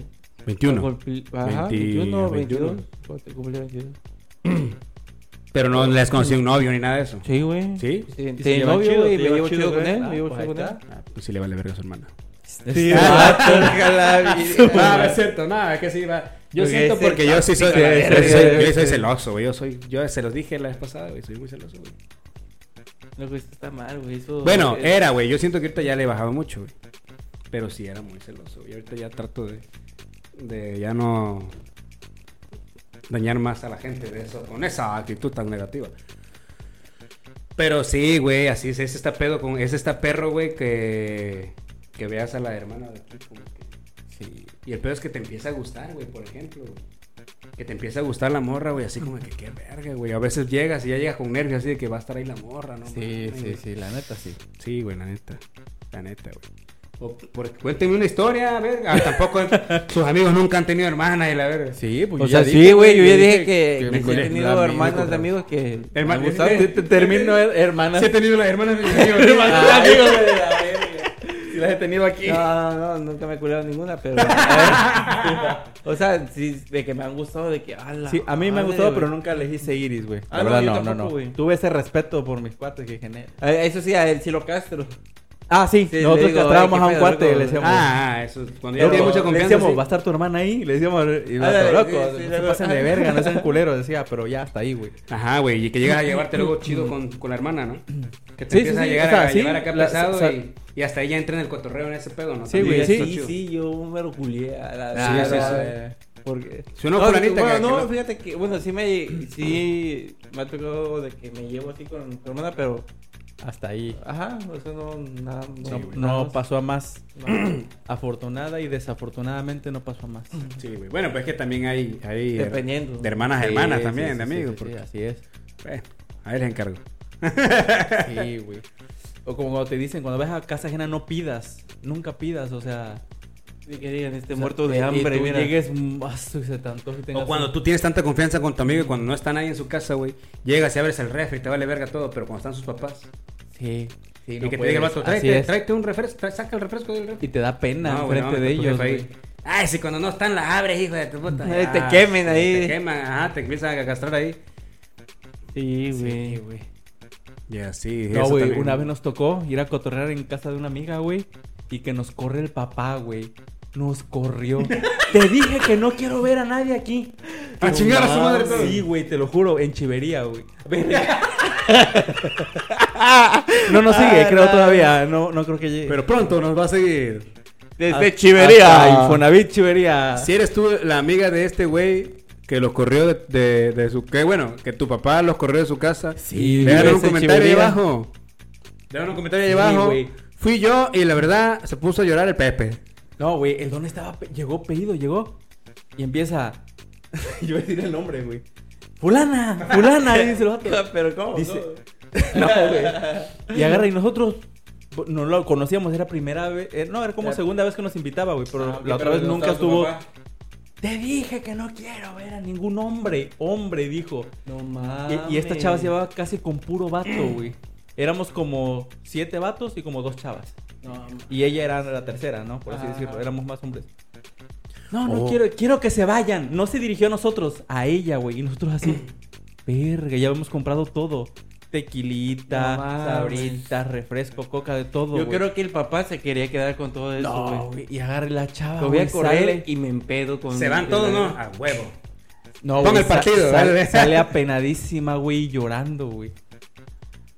S3: 21.
S4: Cumpli- Ajá,
S3: 20,
S4: 21, 22.
S3: 21.
S4: Cuate, cumplió 22.
S3: Pero no le has conocido un novio ni nada de eso.
S4: Sí, güey.
S3: ¿Sí?
S4: Sí,
S2: ¿Y se
S4: tiene
S2: llevan
S4: novio,
S2: chido?
S4: güey.
S2: ¿Se
S4: Me llevo
S2: llevan
S4: chido
S2: chido,
S4: con
S2: güey?
S4: él,
S2: Ah,
S4: me llevo
S2: pues
S4: chido con Ah,
S2: ahí
S4: él.
S2: está.
S3: Ah, pues sí le vale verga a su hermana.
S2: Sí,
S3: Ah, No, no es cierto, no, es que sí va. Yo
S4: Porque
S3: siento
S4: ese-
S3: porque yo sí soy,
S4: Sí,
S3: yo
S4: sí,
S3: soy-
S4: sí,
S3: yo soy
S4: sí.
S3: celoso, güey. Yo soy, yo se los dije la vez pasada, güey, soy muy celoso, güey.
S4: No, güey, esto está mal, güey. Eso,
S3: Bueno,
S4: eh,
S3: era, güey. Yo siento que ahorita ya le he bajado mucho, güey. Pero sí era muy celoso, güey. Ahorita ya trato de, de ya no dañar más a la gente de eso, con esa actitud tan negativa. Pero sí, güey, así es, es esta pedo con, es esta perro, güey, que, que veas a la hermana de aquí como que.
S2: Sí.
S3: Y el pedo es que te empieza a gustar, güey, por ejemplo, güey. Que te empieza a gustar la morra, güey, así como que qué verga, güey. A veces llegas y ya llegas con nervios así de que va a estar ahí la morra, ¿no? Pues,
S2: Sí,
S3: mames,
S2: sí,
S3: güey.
S2: sí, la neta sí.
S3: Sí, güey, la neta. La neta, güey. O por- cuénteme una historia, verga. Ah, tampoco sus amigos nunca han tenido hermanas y la verga.
S2: Sí, pues
S4: O
S2: yo
S4: sea,
S2: ya dije,
S4: sí, güey, yo ya
S2: yo
S4: dije que, que
S2: me
S4: sí he
S2: culé. La
S4: tenido
S2: amiga,
S4: hermanas de
S2: culé.
S4: amigos que me
S3: Hermanas.
S4: gustaban.
S3: Sí,
S2: Te- Termino, her- hermanas.
S3: Sí he tenido las hermanas de mis amigos. güey.
S4: Ah,
S2: Ay,
S4: hijo
S2: güey.
S4: de la verga.
S2: Si las he tenido aquí.
S3: Ah,
S4: No, no, no, nunca me he culeado ninguna, pero. a ver. o sea, sí, de que me han gustado, de que. "A la
S2: Sí, a mí me ha
S4: madre,
S2: gustado,
S4: güey".
S2: pero nunca les hice iris, güey.
S4: Ah,
S2: La
S4: no,
S2: verdad,
S4: yo
S2: no, no,
S4: tampoco,
S2: no.
S4: güey.
S2: Tuve ese respeto por mis cuates que dije, "Nel".
S4: A- Eso sí, a él sí lo castro.
S2: Ah, sí,
S4: Sí, le
S2: nosotros
S4: digo,
S2: castrábamos
S4: "Ey,
S2: a
S4: qué
S2: un
S4: pedo,
S2: cuate,
S4: loco".
S2: le decíamos.
S3: Ah, ah, eso. Cuando ya
S2: Loco,
S3: tiene mucha
S2: le
S3: confianza.
S2: decíamos,
S3: sí.
S2: va a estar tu hermana ahí. Le decíamos, y el
S4: Ah,
S2: vato,
S4: sí,
S2: loco,
S4: sí,
S2: no
S4: sí,
S2: se
S4: sí.
S2: pasen de verga, no sean culeros. Decía, pero ya, hasta ahí, güey.
S3: Ajá, güey, y que llegas a llevarte luego chido con, con la hermana, ¿no? Que te
S2: Sí,
S3: empiezas
S2: sí,
S3: a
S2: sí,
S3: llegar
S2: o sea,
S3: a
S2: sí,
S3: llevar acá
S2: la-
S3: pesado
S2: o sea-
S3: y, y hasta ella entra en el cotorreo en ese pedo, ¿no?
S2: Sí, güey,
S3: También
S2: sí,
S3: está
S4: sí,
S3: chido.
S4: yo me lo culié. A la
S3: Sí, sí,
S4: verga,
S3: sí.
S4: güey. Porque.
S3: Si uno
S4: No,
S3: fulanita
S4: bueno,
S3: que-
S4: no,
S3: que lo-
S4: fíjate que, bueno, sí me, sí me ha tocado de que me llevo así con tu hermana, pero,
S2: Hasta ahí.
S4: ajá, o sea, no, nada,
S2: No,
S4: no,
S2: no
S4: nada más.
S2: pasó a más.
S4: No.
S2: Afortunada y desafortunadamente no pasó a más.
S3: Sí, güey. Bueno, pues es que también hay, hay her-
S4: Dependiendo.
S3: de hermanas a
S2: Sí,
S3: hermanas
S2: sí,
S3: también,
S2: sí,
S3: de
S2: sí,
S3: amigos.
S2: sí, sí,
S3: porque,
S2: así es.
S3: bueno, Ahí les encargo.
S2: Sí, güey. O como cuando te dicen, cuando vas a casa ajena no pidas, nunca pidas, o sea...
S4: Ni que digan, este
S2: o sea,
S4: muerto de
S2: que- que
S4: hambre,
S2: tú
S4: mira.
S2: llegues, mm, ah, su- se te antoja y tengas
S3: O cuando
S2: un-
S3: tú tienes tanta confianza con tu amigo y cuando no está nadie en su casa, güey, llegas y abres el refri, te vale verga todo, pero cuando están sus papás.
S2: Sí, sí,
S3: Y,
S2: no
S3: que te
S2: puedes.
S3: diga el vato,
S2: Así
S3: tráete,
S2: es.
S3: tráete un refresco, tra- saca el refresco del refri.
S2: Y te da pena
S3: No, güey,
S2: frente
S3: no,
S2: de
S3: tu
S2: ellos,
S3: jefe ahí.
S2: güey.
S3: Ay, si cuando no están la abres, hijo de tu puta.
S4: Ay, te
S3: Ah,
S4: quemen ahí.
S3: Te queman, ajá, te empiezan a castrar ahí.
S4: Sí, güey.
S3: Y así,
S2: No, güey, una vez nos tocó ir a cotorrear en casa de una amiga, güey, y que nos corre el papá, güey. Nos corrió. te dije que no quiero ver a nadie aquí.
S3: A
S2: Pero,
S3: chingar a su
S2: no,
S3: madre, todo.
S2: Sí, güey, te lo juro, en chivería, güey. Ah, no nos sigue, creo todavía. No, no creo que llegue.
S3: Pero pronto nos va a seguir.
S4: Desde
S2: Hasta- hasta ah.
S4: Chivería.
S2: Infonavit Chivería.
S3: Si eres tú la amiga de este güey que los corrió de, de- de su... Que bueno, que tu papá los corrió de su casa.
S2: Sí, güey,
S3: Déjanos un
S2: ese
S3: comentario ahí
S2: chivería.
S3: abajo. Déjanos un comentario ahí
S2: Sí,
S3: abajo.
S2: güey.
S3: Fui yo y la verdad se puso a llorar el Pepe.
S2: No, güey, el don estaba. pe- Llegó pedido, llegó. Y empieza. Yo voy a decir el nombre, güey. Fulana, fulana, y dice el vato.
S4: Pero ¿cómo?
S2: Dice. No, güey. Y agarra, y nosotros. No lo conocíamos, era primera vez. eh, no, era como
S4: Ya.
S2: segunda vez que nos invitaba, güey. Pero
S4: Ah, ok,
S2: la otra
S4: pero
S2: vez
S4: no
S2: nunca
S4: estaba tu
S2: estuvo.
S4: papá.
S2: Te dije que no quiero ver a ningún hombre. Hombre, dijo.
S4: No
S2: Y-
S4: mames.
S2: Y, esta chava se llevaba casi con puro vato, güey. Éramos como siete vatos y como dos chavas.
S4: No mames.
S2: Y ella era la tercera, ¿no? Por así
S4: Ajá.
S2: decirlo, éramos más hombres. Ah. No, no
S3: Oh.
S2: quiero, quiero que se vayan. No se dirigió a nosotros, a ella, güey. Y nosotros así, verga, ya hemos comprado todo. Tequilita,
S4: No mames.
S2: sabritas, refresco, coca, de todo.
S4: Yo
S2: güey.
S4: creo que el papá se quería quedar con todo eso,
S2: No,
S4: güey.
S2: güey. Y agarre la chava.
S4: Lo voy a
S2: güey,
S4: correr eh.
S2: sale.
S4: y me empedo con...
S3: Se van todos, ¿no? A huevo.
S2: No,
S3: Toma
S2: güey,
S3: el partido,
S2: sa-
S3: dale,
S2: sal-
S3: ve.
S2: sale apenadísima, güey, y llorando, güey.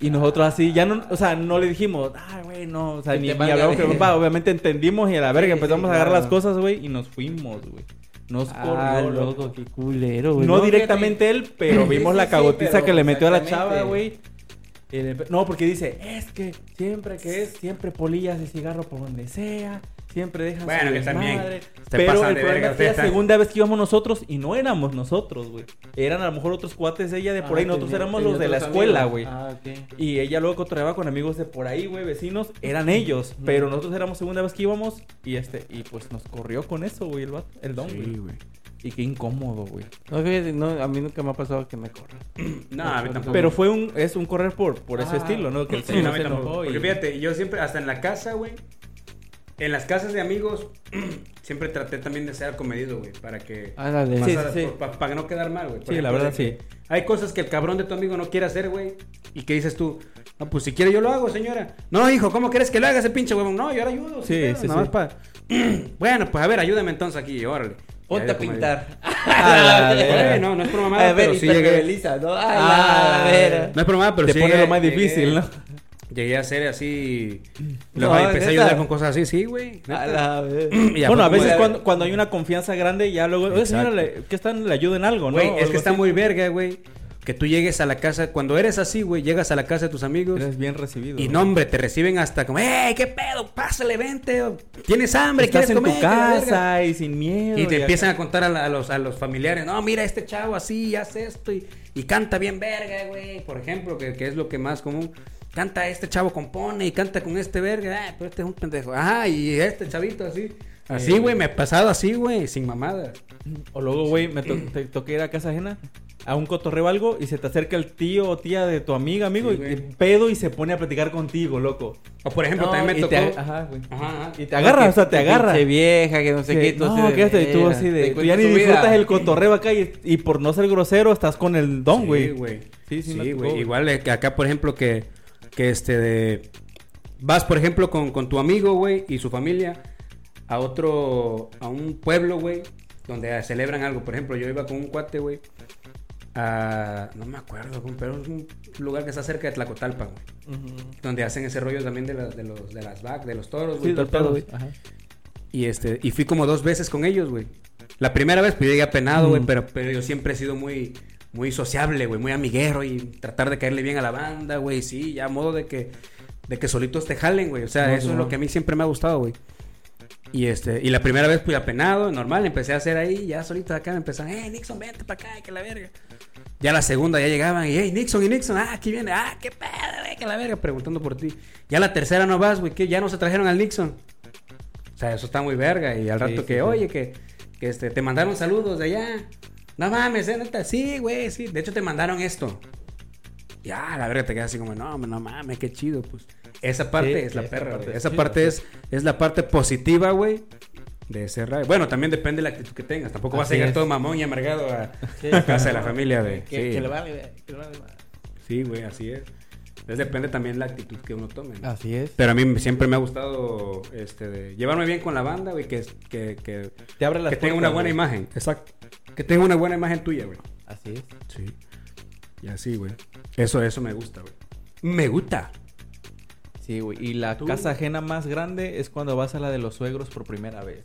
S2: Y nosotros así, ya no, o sea, no le dijimos, ah, güey, no, o sea,
S4: Que
S2: ni,
S4: te
S2: ni
S4: valga
S2: hablamos con
S4: verga.
S2: el papá. Obviamente entendimos y a la verga
S4: Sí,
S2: empezamos
S4: sí,
S2: a agarrar
S4: claro.
S2: las cosas, güey, y nos fuimos, güey. Nos
S4: Ah,
S2: corrió, loco.
S4: loco, qué culero,
S3: Pues
S2: No,
S4: güey.
S2: directamente él, pero vimos
S4: Sí,
S2: la
S4: sí,
S2: cagotiza
S4: pero
S2: que le metió a la
S4: exactamente.
S2: chava, güey. Y le- No, porque dice, es que siempre que es, siempre polillas de cigarro por donde sea, siempre dejan
S3: Bueno,
S2: su
S3: que también
S2: desmadre".
S3: se
S2: Pero
S3: pasan
S2: el
S3: de
S2: problema
S3: verga
S2: es que la
S3: ustedes, ¿eh?
S2: segunda vez que íbamos nosotros y no éramos nosotros, güey. Eran a lo mejor otros cuates de ella de por ahí, nosotros éramos los de la escuela, güey.
S4: Ah, ok.
S2: Y ella luego cotorreaba con amigos de por ahí, güey, vecinos, eran ellos, pero nosotros éramos segunda vez que íbamos y este y pues nos corrió con eso, güey, el, vato- el don, güey. Y qué incómodo, güey.
S4: No, fíjate, no, a mí nunca me ha pasado que me corra.
S3: No, a mí tampoco.
S2: Pero fue un, es un correr por, por ese
S4: Ah.
S2: estilo, ¿no? Que el
S3: Sí,
S2: señor
S3: no, a mí
S2: se
S3: tampoco.
S2: enojó y-
S3: Porque fíjate, yo siempre, hasta en la casa, güey, en las casas de amigos, siempre traté también de ser comedido, güey, para que...
S4: Ándale.
S2: Sí,
S3: pasara-
S2: sí, sí.
S3: por- pa- para no quedar mal, güey. Por
S2: Sí, la
S3: ejemplo,
S2: verdad,
S3: de que
S2: sí.
S3: Hay cosas que el cabrón de tu amigo no quiere hacer, güey, y que dices tú, no, pues si quiere yo lo hago, señora. No, hijo, ¿cómo quieres que lo haga ese pinche huevón? No, yo ahora ayudo.
S2: Sí,
S3: sin pedo,
S2: sí,
S3: nada
S2: sí.
S3: más pa- bueno, pues a ver, ayúdame entonces aquí, órale.
S4: Ponte
S3: Ya,
S4: a
S3: ya, como
S4: pintar.
S2: Ah, la verga.
S3: Eh, no, no es por mamada,
S4: A ver,
S3: pero
S4: y
S3: sí
S4: te
S3: llegué.
S4: rebeliza, ¿no? Ah,
S2: Ah.
S4: a ver.
S3: No es por mamada, pero
S2: te
S3: sí
S2: pone
S3: llegué-
S2: lo más difícil,
S3: llegué-
S2: ¿no?
S3: Llegué a hacer así.
S4: No,
S3: Luego empecé a
S4: neta.
S3: ayudar con cosas así, sí, güey.
S4: A
S3: neta.
S4: la ver.
S3: Y
S2: bueno,
S3: ya fue
S2: a
S3: como
S2: veces
S3: de-
S2: cuando, cuando hay una confianza grande, ya luego, oye, señora,
S3: Exacto.
S2: le- ¿qué están? Le ayuden en algo, ¿no?
S3: Güey,
S2: O
S3: es
S2: algo
S3: que está
S2: así.
S3: muy verga, güey. Que tú llegues a la casa. Cuando eres así, güey, llegas a la casa de tus amigos.
S2: Eres bien recibido.
S3: Y
S2: güey.
S3: no, hombre, te reciben hasta como, ¡Ey, qué pedo! Pásale, vente. o, Tienes hambre,
S2: Estás
S3: quieres
S2: en
S3: comer.
S2: tu
S3: que la verga".
S2: casa y sin miedo.
S3: Y te
S2: acá.
S3: empiezan a contar a, la- a los, a los familiares, no, mira, este chavo así, hace esto y, y canta bien verga, güey. Por ejemplo, que, que es lo que más común. Canta este chavo compone y canta con este verga, ah, pero este es un pendejo. Ajá, y este chavito así. Así,
S2: Eh.
S3: güey, me ha pasado así, güey, sin mamada.
S2: O luego, güey, me to- te toqué ir a casa ajena a un cotorreo o algo y se te acerca el tío o tía de tu amiga, amigo,
S3: Sí,
S2: y
S3: güey.
S2: te pedo y se pone a platicar contigo, loco.
S3: O por ejemplo,
S4: No,
S3: también me
S2: y
S3: tocó.
S2: te ag- ajá, güey.
S3: Ajá, ajá.
S2: Y te agarra, o sea, te agarra.
S4: Pinche vieja, que no sé qué.
S2: Que,
S4: tú así
S2: no,
S4: de
S2: que este, tú
S4: veras,
S2: así
S4: te
S2: de. Tú
S4: cuenta
S2: ya ni
S4: su vida.
S2: disfrutas el cotorreo acá y, y por no ser grosero estás con el don, güey.
S3: Sí, güey.
S2: Sí, sí, me
S3: Sí,
S2: tocó,
S3: güey.
S2: güey.
S3: Igual eh, que acá, por ejemplo, que, que este de... Vas, por ejemplo, con, con tu amigo, güey, y su familia a otro... A un pueblo, güey, donde ah, celebran algo. Por ejemplo, yo iba con un cuate, güey, a... No me acuerdo, güey, pero es un lugar que está cerca de Tlacotalpa, güey. Donde hacen ese rollo también de, la- de los, de las vacas, de los toros, güey.
S2: Sí, del
S3: todo el pedo,
S2: pedo,
S3: güey.
S2: güey. Ajá.
S3: Y este, y fui como dos veces con ellos, güey. La primera vez, pues yo llegué apenado, güey,
S2: Mm.
S3: pero, pero yo siempre he sido muy, muy sociable, güey, muy amiguero y tratar de caerle bien a la banda, güey, sí, ya a modo de que, de que solitos te jalen, güey. O sea,
S2: No,
S3: eso es
S2: claro.
S3: lo que a mí siempre me ha gustado, güey. Y este, y la primera vez, pues apenado, normal, empecé a hacer ahí, ya solito acá me empezaron, eh, Nixon, vente para acá, que la verga. Ya la segunda ya llegaban y, hey, Nixon y Nixon, ah, aquí viene, ah, qué pedo, güey, que la verga, preguntando por ti. Ya la tercera no vas, güey, que ya no se trajeron al Nixon. O sea, eso está muy verga. Y al
S5: Sí,
S3: rato
S5: sí,
S3: que,
S5: sí.
S3: oye, que, que este, te mandaron saludos de allá. No mames, ¿eh, neta? Sí, güey, sí. De hecho, te mandaron esto. Ya, la verga te quedas así como, no, no mames, qué chido, pues. Esa parte
S5: Sí,
S3: es la
S5: esa
S3: perra,
S5: parte
S3: güey.
S5: es pues.
S3: Esa
S5: chida,
S3: parte es, es la parte positiva, güey, de ser radio. Bueno, también depende de la actitud que tengas. Tampoco vas a
S5: Así
S3: llegar
S5: es.
S3: todo mamón y amargado a,
S4: Sí.
S3: a casa de la familia de.
S4: Que,
S3: Sí,
S4: que le vale, güey, que le vale. madre.
S3: Sí, güey, así es. Entonces depende también la actitud que uno tome. ¿no?
S5: Así es.
S3: Pero a mí siempre me ha gustado este, de llevarme bien con la banda, güey, que, que, que,
S5: Te abre las
S3: que tenga una buena
S5: puertas,
S3: imagen. Exacto. Que tenga una buena imagen tuya, güey.
S5: güey. Así es.
S3: Sí. Y así, güey. Eso, eso me gusta, güey. Me gusta.
S5: Sí, güey. Y la
S3: Tú-
S5: casa ajena más grande es cuando vas a la de los suegros por primera vez.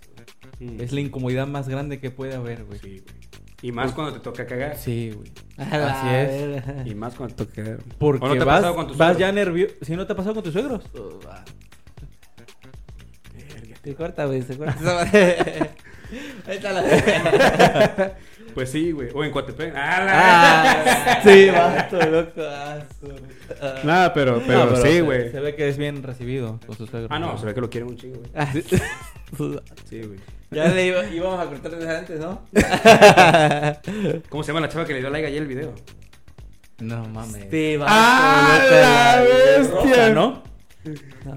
S5: güey. Es la incomodidad más grande que puede haber, güey.
S3: Mm. Sí, güey. Y más cuando te toca cagar.
S5: Sí, güey.
S4: A la
S5: Así es.
S4: verga.
S3: Y más cuando te toca cagar.
S5: Porque
S3: ¿O no te ha
S5: vas,
S3: pasado con tus
S5: vas ya
S3: suegros?
S5: nervioso. Si no te ha pasado con tus suegros. ah,
S4: Se corta, güey, se corta. esa madre. Ahí está la.
S3: Pues sí, güey. O en Coatepec. ¡Ah,
S4: Ah, sí, vato, loco. ah, su- ah.
S3: Nada, pero, pero,
S5: No, pero
S3: sí,
S5: se-
S3: güey.
S5: Se ve que es bien recibido con sus suegros.
S3: Ah, no, se ve que lo quieren un chingo, güey.
S4: Ah, sí.
S3: Sí, güey.
S4: Ya le iba- íbamos a cortar desde antes, ¿no?
S3: ¿Cómo se llama la chava que le dio like ayer el video?
S5: No mames.
S4: Sí, Este, vato,
S3: ¡Ah,
S4: loco,
S3: la bestia!
S5: Rosa, ¿no?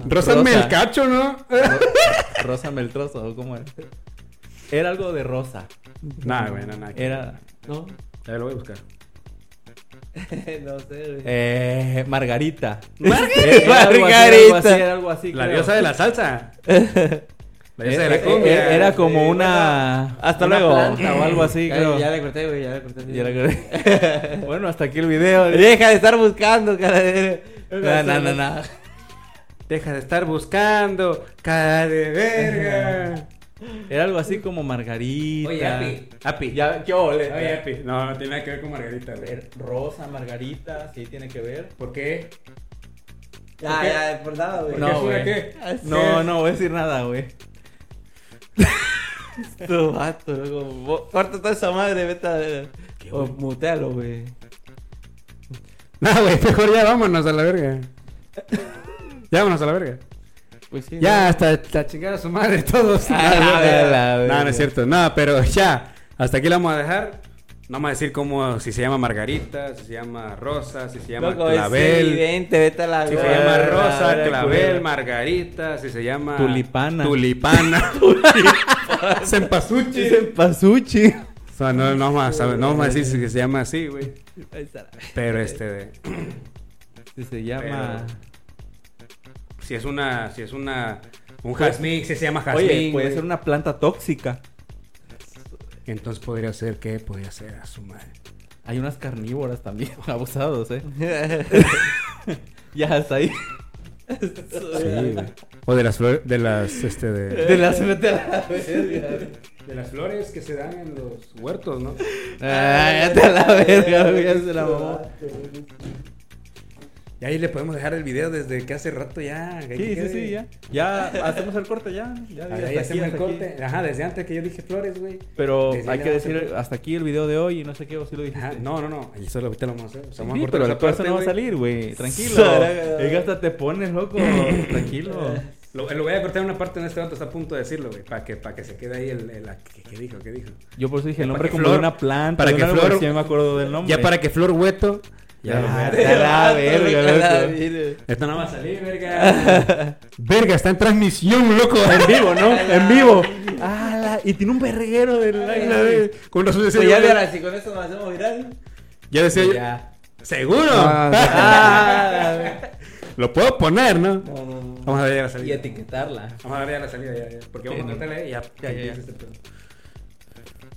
S3: Rózame el cacho, ¿no?
S5: Rózame el trozo, ¿o ¿cómo era? Era algo de rosa.
S3: Nada, güey, nada, nada.
S5: Era
S4: No,
S3: A ver, lo voy a buscar.
S4: no sé, güey.
S5: eh, Margarita.
S4: Margarita.
S5: Era algo así, era algo así, era algo así,
S3: La
S5: creo.
S3: diosa de la salsa. La diosa de
S5: Era,
S3: la cumbia.
S5: era- Eh, era como
S4: Sí,
S5: una. Hasta
S4: Una
S5: luego.
S4: planta
S5: O algo así,
S4: Ya-
S5: creo.
S4: Ya le corté, güey, ya le corté.
S5: Ya la- bueno, hasta aquí el
S3: ¿eh?
S5: video.
S4: Deja de estar buscando, cara de...
S5: No, no, no, no.
S3: Deja de estar buscando, cara de verga.
S5: Era algo así como Margarita.
S3: Oye, Api. Api.
S5: Ya, ¿qué ole?
S3: Oye, Api. No, no tiene nada que ver con Margarita, güey.
S5: Eh, Rosa, Margarita, sí tiene que ver.
S3: ¿Por qué?
S4: Ah, Ya, ya, por nada, güey.
S3: ¿Por
S5: No,
S3: qué sube
S5: güey.
S3: qué?
S5: No, no voy a decir nada, güey.
S4: Tu vato, loco. Bo- Corta toda esa madre, vete a ver.
S5: Oh,
S4: O mutealo, güey.
S3: No, güey, mejor ya vámonos a la verga. Ya vámonos a la verga.
S4: Pues sí.
S3: Ya, hasta, hasta chingar a su madre todos.
S4: A la verga,
S3: no, no
S4: verga.
S3: es cierto. No, pero ya, hasta aquí la vamos a dejar. No vamos a decir cómo, si se llama Margarita, si se llama Rosa, si se
S4: ¿no?
S3: llama
S4: Loco, es
S3: Clavel.
S4: evidente, vete a la
S3: Si se
S4: verga,
S3: llama
S4: la
S3: Rosa,
S4: verga,
S3: Clavel,
S4: culero.
S3: Margarita, si se llama...
S5: Tulipana.
S3: Tulipana. Sempasuchi.
S5: Dicen Pasuchi.
S3: O sea, no, no vamos a, no vamos a decir si se llama así, güey.
S4: Ahí está la-
S3: Pero este...
S5: Sí, se llama.
S3: Si es una... Si es una... Un jazmín, si se llama jazmín.
S5: Oye, puede
S3: güey.
S5: ser una planta tóxica.
S3: Entonces podría ser que podría ser a su madre.
S5: Hay unas carnívoras también, abusados, eh. ya hasta ahí.
S3: Sí, güey. O de las flores, de las, este, de...
S5: De las vete a la verga.
S3: las flores que se dan en los huertos, ¿no?
S5: Ah, ya te a la verga, güey, ya se la mamó.
S3: Y ahí le podemos dejar el video desde que hace rato ya. que
S5: Sí, sí,
S3: quede.
S5: sí, ya. Ya hacemos el corte, ya. Ya,
S3: Ahí,
S5: hasta aquí,
S3: hacemos el
S5: hasta aquí.
S3: corte. Ajá, desde antes que yo dije flores, güey.
S5: Pero
S3: Desde ahí
S5: hay
S3: le
S5: que
S3: vamos a
S5: decir
S3: hacer-
S5: hasta aquí el video de hoy y no sé qué, o si lo dijiste.
S3: Ajá, no, no, no. Ahí solo ahorita lo vamos a hacer. O sea, vamos a
S5: sí,
S3: cortar
S5: pero
S3: esa
S5: la cosa
S3: parte,
S5: no va a
S3: güey.
S5: salir, güey. Tranquilo.
S4: Saraga.
S5: Es que hasta te pones loco. Tranquilo.
S3: Lo, lo voy a cortar una parte en este rato, está a punto de decirlo, güey. Para que, para que se quede ahí el, el- la- ¿qué, qué dijo? ¿Qué dijo?
S5: Yo por eso dije el
S3: Para
S5: nombre
S3: que
S5: como
S3: Flor-
S5: de una planta.
S3: para
S5: de
S3: que
S5: un árbol,
S3: Flor-
S5: sí me acuerdo del nombre.
S3: Ya para que Flor Hueto. Ya,
S5: Ya,
S3: verga.
S5: ya la verga,
S4: Vete a la
S5: loco.
S4: verga.
S3: Ah, Esto no va a salir, verga. verga, está en transmisión, loco.
S5: En vivo, ¿no? en vivo. Ah, la- Y tiene un verguero de like, la de-
S3: Con razón decía.
S4: Pues ya
S3: yo,
S4: verás, si con eso nos hacemos viral.
S3: ya decía yo,
S5: Pues Ya.
S3: ¿Seguro?
S5: Ah,
S4: Ah,
S3: Lo puedo poner, ¿no?
S4: no, no, no.
S3: Vamos a ver ya la
S4: Y
S3: salida.
S4: etiquetarla.
S3: Vamos a ver ya la salida, ya, ya. Porque vamos a cortarle y ya. Este
S5: Ya, ya, ya.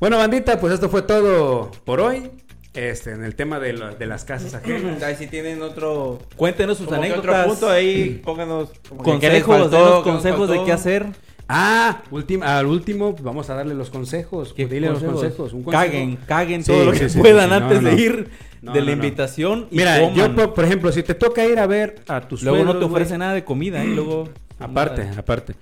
S3: Bueno, bandita, pues esto fue todo por hoy. Este, en el tema de, lo- de las casas ajenas.
S4: Ahí si tienen otro,
S5: Cuéntenos sus
S4: como que
S5: anécdotas.
S4: otro punto ahí, pónganos como que qué les
S5: Consejos,
S4: faltó,
S5: denos
S4: qué nos
S5: consejos de
S4: faltó.
S5: qué hacer.
S3: Ah, últim- al último pues vamos a darle los consejos.
S5: ¿Qué
S3: Dile los consejos. Un consejo.
S5: Caguen, caguen
S3: Sí,
S5: todo lo
S3: sí,
S5: que
S3: sí,
S5: puedan
S3: sí, sí. No,
S5: antes
S3: no,
S5: de
S3: no.
S5: ir
S3: No,
S5: de
S3: no,
S5: la
S3: no.
S5: invitación. y
S3: Mira, yo,
S5: coman.
S3: por, por ejemplo, si te toca ir a ver a tus
S5: Luego no
S3: suegros,
S5: te
S3: güey,
S5: ¿eh? ofrece nada de comida y luego.
S3: Aparte, aparte.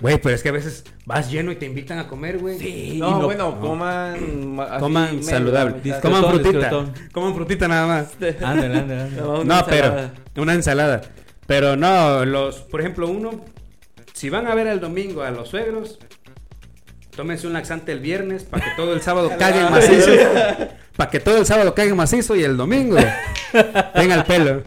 S3: Güey, pero es que a veces vas lleno y te invitan a comer, güey.
S4: Sí,
S5: y
S4: no,
S5: no-
S4: bueno,
S5: no.
S4: coman. ma- así,
S3: Coman
S4: medio, la
S3: saludable.
S4: mitad.
S5: Disco-
S3: Coman frutita.
S5: Disfrutón,
S3: Coman frutita nada más.
S5: Ándale, ándale, ándale.
S4: No, una
S3: No, pero
S4: ensalada.
S3: una ensalada. Pero no, los, por ejemplo, uno, si van a ver el domingo a los suegros, tómense un laxante el viernes para que todo el sábado caguen
S4: Ah,
S3: macizo. para que todo el sábado caguen macizo y el domingo tenga el pelo.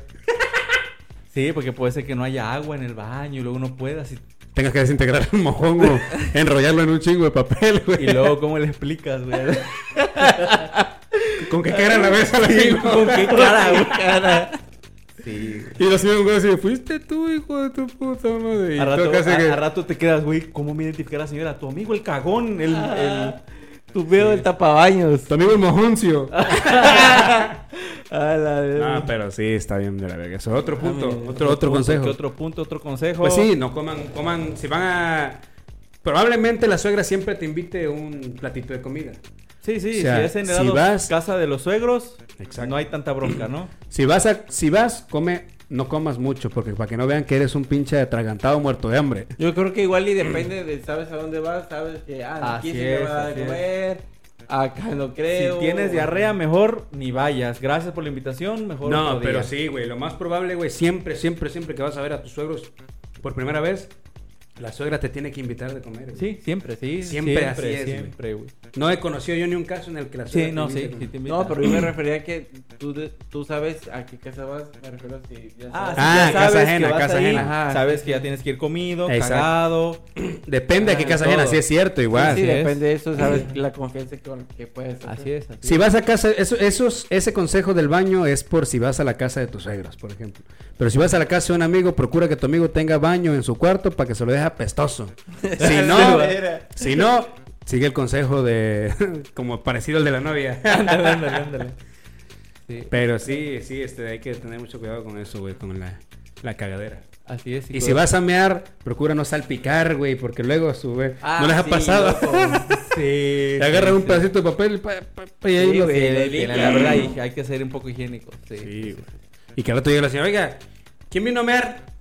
S5: Sí, porque puede ser que no haya agua en el baño y luego no puedas. Y,
S3: Tengas que desintegrar el mojón o enrollarlo en un chingo de papel, güey.
S5: y luego, ¿cómo le explicas, güey?
S3: Con que caiga en la mesa la
S5: ¿Con qué cara, güey? Cara. Sí.
S3: Y los señores güey, así, fuiste tú, hijo de tu puta madre. Y
S5: A
S3: tú
S5: rato,
S3: acá así
S5: a-
S3: que-
S5: a rato te quedas, güey, ¿cómo me identifica la señora? Tu amigo el cagón, el... el...
S4: Tu veo el tapabaños.
S3: Tu amigo el mojoncio.
S4: A la de-
S3: Ah, pero sí, está bien de la verga. Eso es otro punto,
S4: mira,
S3: otro, otro, consejo.
S5: ¿Qué Ah, Otro punto, otro consejo.
S3: Pues sí, no coman, coman, si van a... Probablemente la suegra siempre te invite un platito de comida.
S5: Sí, sí,
S3: O sea,
S5: si es en
S3: si
S5: dado
S3: vas-
S5: casa de los suegros,
S3: Exacto.
S5: no hay tanta bronca, ¿no?
S3: Si vas, a, si vas, come, no comas mucho, porque para que no vean que eres un pinche atragantado muerto de hambre.
S4: Yo creo que igual y depende de sabes a dónde vas, sabes que ah,
S5: Así
S4: aquí sí me
S5: es,
S4: va a dar
S5: así
S4: de
S5: es.
S4: comer, acá no creo.
S5: si tienes diarrea, mejor ni vayas. Gracias por la invitación, mejor
S3: No,
S5: otro
S3: pero
S5: día.
S3: sí, güey. Lo más probable, güey, siempre, siempre, siempre que vas a ver a tus suegros por primera vez, la suegra te tiene que invitar de comer. güey.
S5: Sí, siempre, sí.
S3: Siempre así es, güey.
S5: Siempre, güey.
S3: No he conocido yo ni un caso en el que la suegra
S5: Sí, no, sí,
S3: invite a
S5: sí
S3: comer.
S5: te invitan.
S4: No, pero yo me refería a que tú, de- tú sabes a qué casa vas, me refiero a si ya
S5: Ah,
S4: sabes.
S5: sí,
S3: Ah,
S5: ya sabes
S3: casa
S5: que
S3: ajena,
S5: vas
S3: casa
S5: ahí,
S3: ajena.
S5: ajá, Sabes que ya tienes que ir comido,
S3: Exacto.
S5: cagado.
S3: Depende de qué
S4: Ah,
S3: casa ajena,
S5: todo.
S3: sí es cierto, igual.
S4: sí,
S5: así es.
S4: depende de eso, sabes la confianza con que puedes. hacer.
S5: Así es. Así
S3: Si vas a casa, eso, esos, ese consejo del baño es por si vas a la casa de tus suegros, por ejemplo. Pero si vas a la casa de un amigo, procura que tu amigo tenga baño en su cuarto para que se lo deje apestoso.
S5: Ah,
S3: Si no, si no, sigue el consejo de como parecido al de la novia.
S5: ándale, ándale, ándale. Sí,
S3: Pero sí, sí, este, hay que tener mucho cuidado con eso, güey, con la, la cagadera.
S5: así es.
S3: Y si vas a mear, procura no salpicar, güey, porque luego sube.
S4: Ah,
S3: no les ha
S4: sí,
S3: pasado.
S4: loco.
S5: Sí.
S3: Te agarra un
S5: sí.
S3: pedacito de papel y, pa, pa, pa, y ahí
S5: Sí,
S3: lo-
S5: güey,
S4: lo
S5: la-
S4: limpia.
S5: la verdad, hay, hay que ser un poco higiénico. Sí.
S3: Sí, güey. Y que al rato llega la señora, oiga, ¿quién vino a mear?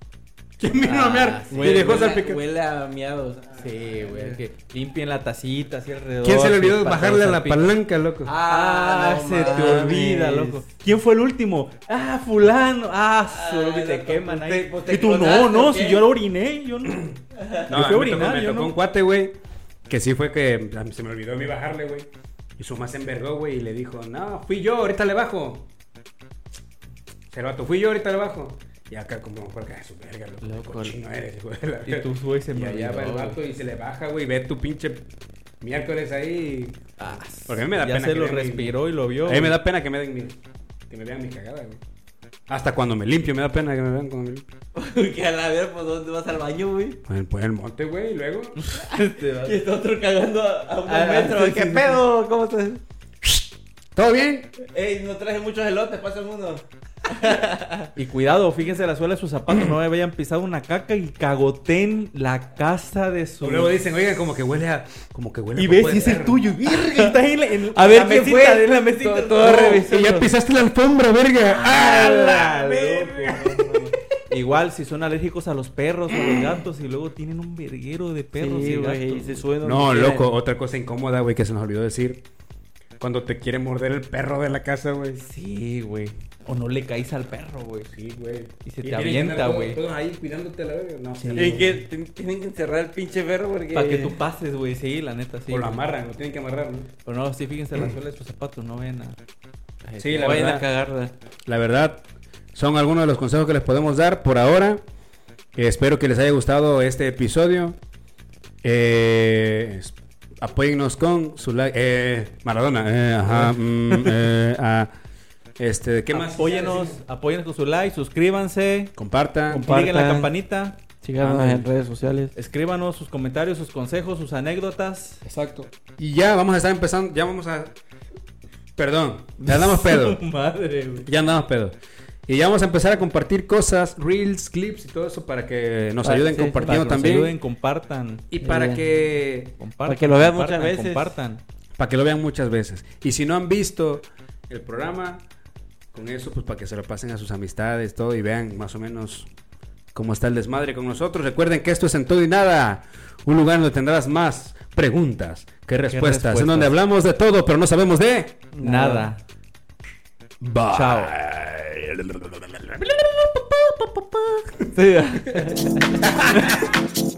S3: ¿Quién vino
S5: Ah,
S3: a mear?
S4: sí,
S3: y dejó
S4: huele a-
S3: salpicar.
S4: Huele a miados.
S5: Sí, güey, hay que limpien la tacita así alrededor.
S3: ¿Quién se le olvidó
S5: sí, para
S3: bajarle a
S5: que no
S3: la
S5: salpique?
S3: palanca, loco?
S5: Ah,
S4: Ah, no
S5: se te
S4: mames.
S5: olvida, loco. ¿Quién fue el último? Ah, fulano. Ah, solo que
S4: Ay,
S5: te
S4: loco,
S5: queman
S4: pues
S5: ahí.
S4: te- pues te
S5: y tú, no,
S4: clonaste,
S5: no,
S4: ¿o
S5: si
S4: qué?
S5: yo lo oriné, yo no.
S3: No,
S5: yo
S3: a mí
S5: fui a
S3: me tocó,
S5: orinar,
S3: me
S5: yo
S3: tocó
S5: no.
S3: un cuate, güey, que sí fue que a mí se me olvidó a mí bajarle, güey. Y su más se envergó, güey, y le dijo, no, fui yo, ahorita le bajo. Pero vato, fui yo, ahorita le bajo. Y acá como, por acá, su verga, loco,
S4: Loco,
S3: cochino eres, güey. la
S5: Y
S3: verga".
S5: tú, güey, se
S3: Y
S5: me
S3: allá va el
S5: olvidó,
S3: vato y se le baja, güey, ve tu pinche miércoles ahí.
S5: Ah,
S3: Porque a mí me da
S5: ya
S3: pena
S5: se
S3: que
S5: lo
S3: vean mi-
S5: respiró y lo vio.
S3: A mí me da pena que me den mi, que me vean mi cagada, güey. Hasta cuando me limpio, me da pena que me vean cuando me limpio.
S4: que a la ver, pues, ¿dónde vas al baño, güey?
S3: Pues en- pues en el monte, güey, y luego.
S5: Este va-
S4: Y está otro cagando a, a un
S5: Ah,
S4: metro.
S5: sí,
S4: ¿Qué
S5: sí, sí.
S4: pedo? ¿Cómo estás?
S3: ¿Todo bien?
S4: Ey, no traje muchos elotes, pásame uno.
S5: Y cuidado, fíjense la suela de sus zapatos, no me vayan pisado una caca y cagoten la casa de su.
S3: O luego dicen, oigan, como que huele a. Como que huele a
S5: y
S3: popó
S5: ves
S3: de
S5: si es el
S3: perro.
S5: tuyo. Virgen, está ahí en la- en
S4: A ver,
S5: la
S4: ¿quién
S5: mesita,
S4: fue?
S5: en la mesita.
S4: Todo- todo
S5: No.
S4: revisado.
S3: Y ya pisaste la alfombra, verga. ¡Hala!
S5: ¡Ala, loco! Igual si son alérgicos a los perros o a los gatos y luego tienen un verguero de perros
S4: sí,
S5: y
S4: güey,
S5: gatos,
S4: se
S5: güey.
S4: suben donde
S3: No,
S4: quieran.
S3: loco, otra cosa incómoda, güey, que se nos olvidó decir. Cuando te quiere morder el perro de la casa, güey.
S5: Sí, güey. O no le caís al perro, güey.
S3: Sí, güey.
S5: Y se te
S3: tienen que
S5: avienta,
S3: andar todos-
S5: güey.
S3: Todos ahí cuidándote a la verga. No,
S5: Sí.
S4: Y que ten- tienen que encerrar el pinche perro porque.
S5: Para que tú pases, güey. Sí, la neta, sí.
S3: O lo
S5: güey.
S3: amarran, lo tienen que amarrar, ¿no?
S5: Pero Pues no, sí, fíjense la suela de sus zapatos, no ven a... este,
S3: Sí,
S4: Sí,
S3: la
S4: la vayan
S3: verdad.
S4: a cagarla.
S3: La verdad, son algunos de los consejos que les podemos dar por ahora. Eh, Espero que les haya gustado este episodio. Eh, es- apóyennos con su like. Eh, Maradona. eh, ajá, mm, eh, ah, este, ¿Qué más?
S5: Apóyenos, apóyenos Pues, con su like, suscríbanse,
S3: Compartan.
S4: Compa-
S5: cliquen la
S4: Compartan.
S5: campanita,
S4: Síganos
S3: Ándale.
S4: en redes sociales.
S5: escríbanos sus comentarios, sus consejos, sus anécdotas.
S3: Exacto. Y ya vamos a estar empezando. Ya vamos a. Perdón. Ya damos pedo.
S5: Madre, güey.
S3: Ya andamos pedo. Y ya vamos a empezar a compartir cosas, reels, clips y todo eso para que nos
S4: Para-
S3: ayuden
S4: sí, sí,
S5: Para que
S3: compartiendo
S5: nos
S3: también.
S5: ayuden, compartan.
S3: Y para
S4: Bien.
S3: que
S5: Compartan,
S4: Para que lo vean muchas
S5: compartan,
S4: veces.
S5: Compartan.
S3: para que lo vean muchas veces. Y si no han visto el programa, con eso, pues para que se lo pasen a sus amistades, todo, y vean más o menos cómo está el desmadre con nosotros. Recuerden que esto es en todo y nada. Un lugar donde tendrás más preguntas que respuestas. En
S2: respuestas.
S3: donde hablamos de todo, pero no sabemos de.
S2: Nada.
S3: Bye.
S2: Chao.
S4: Sí.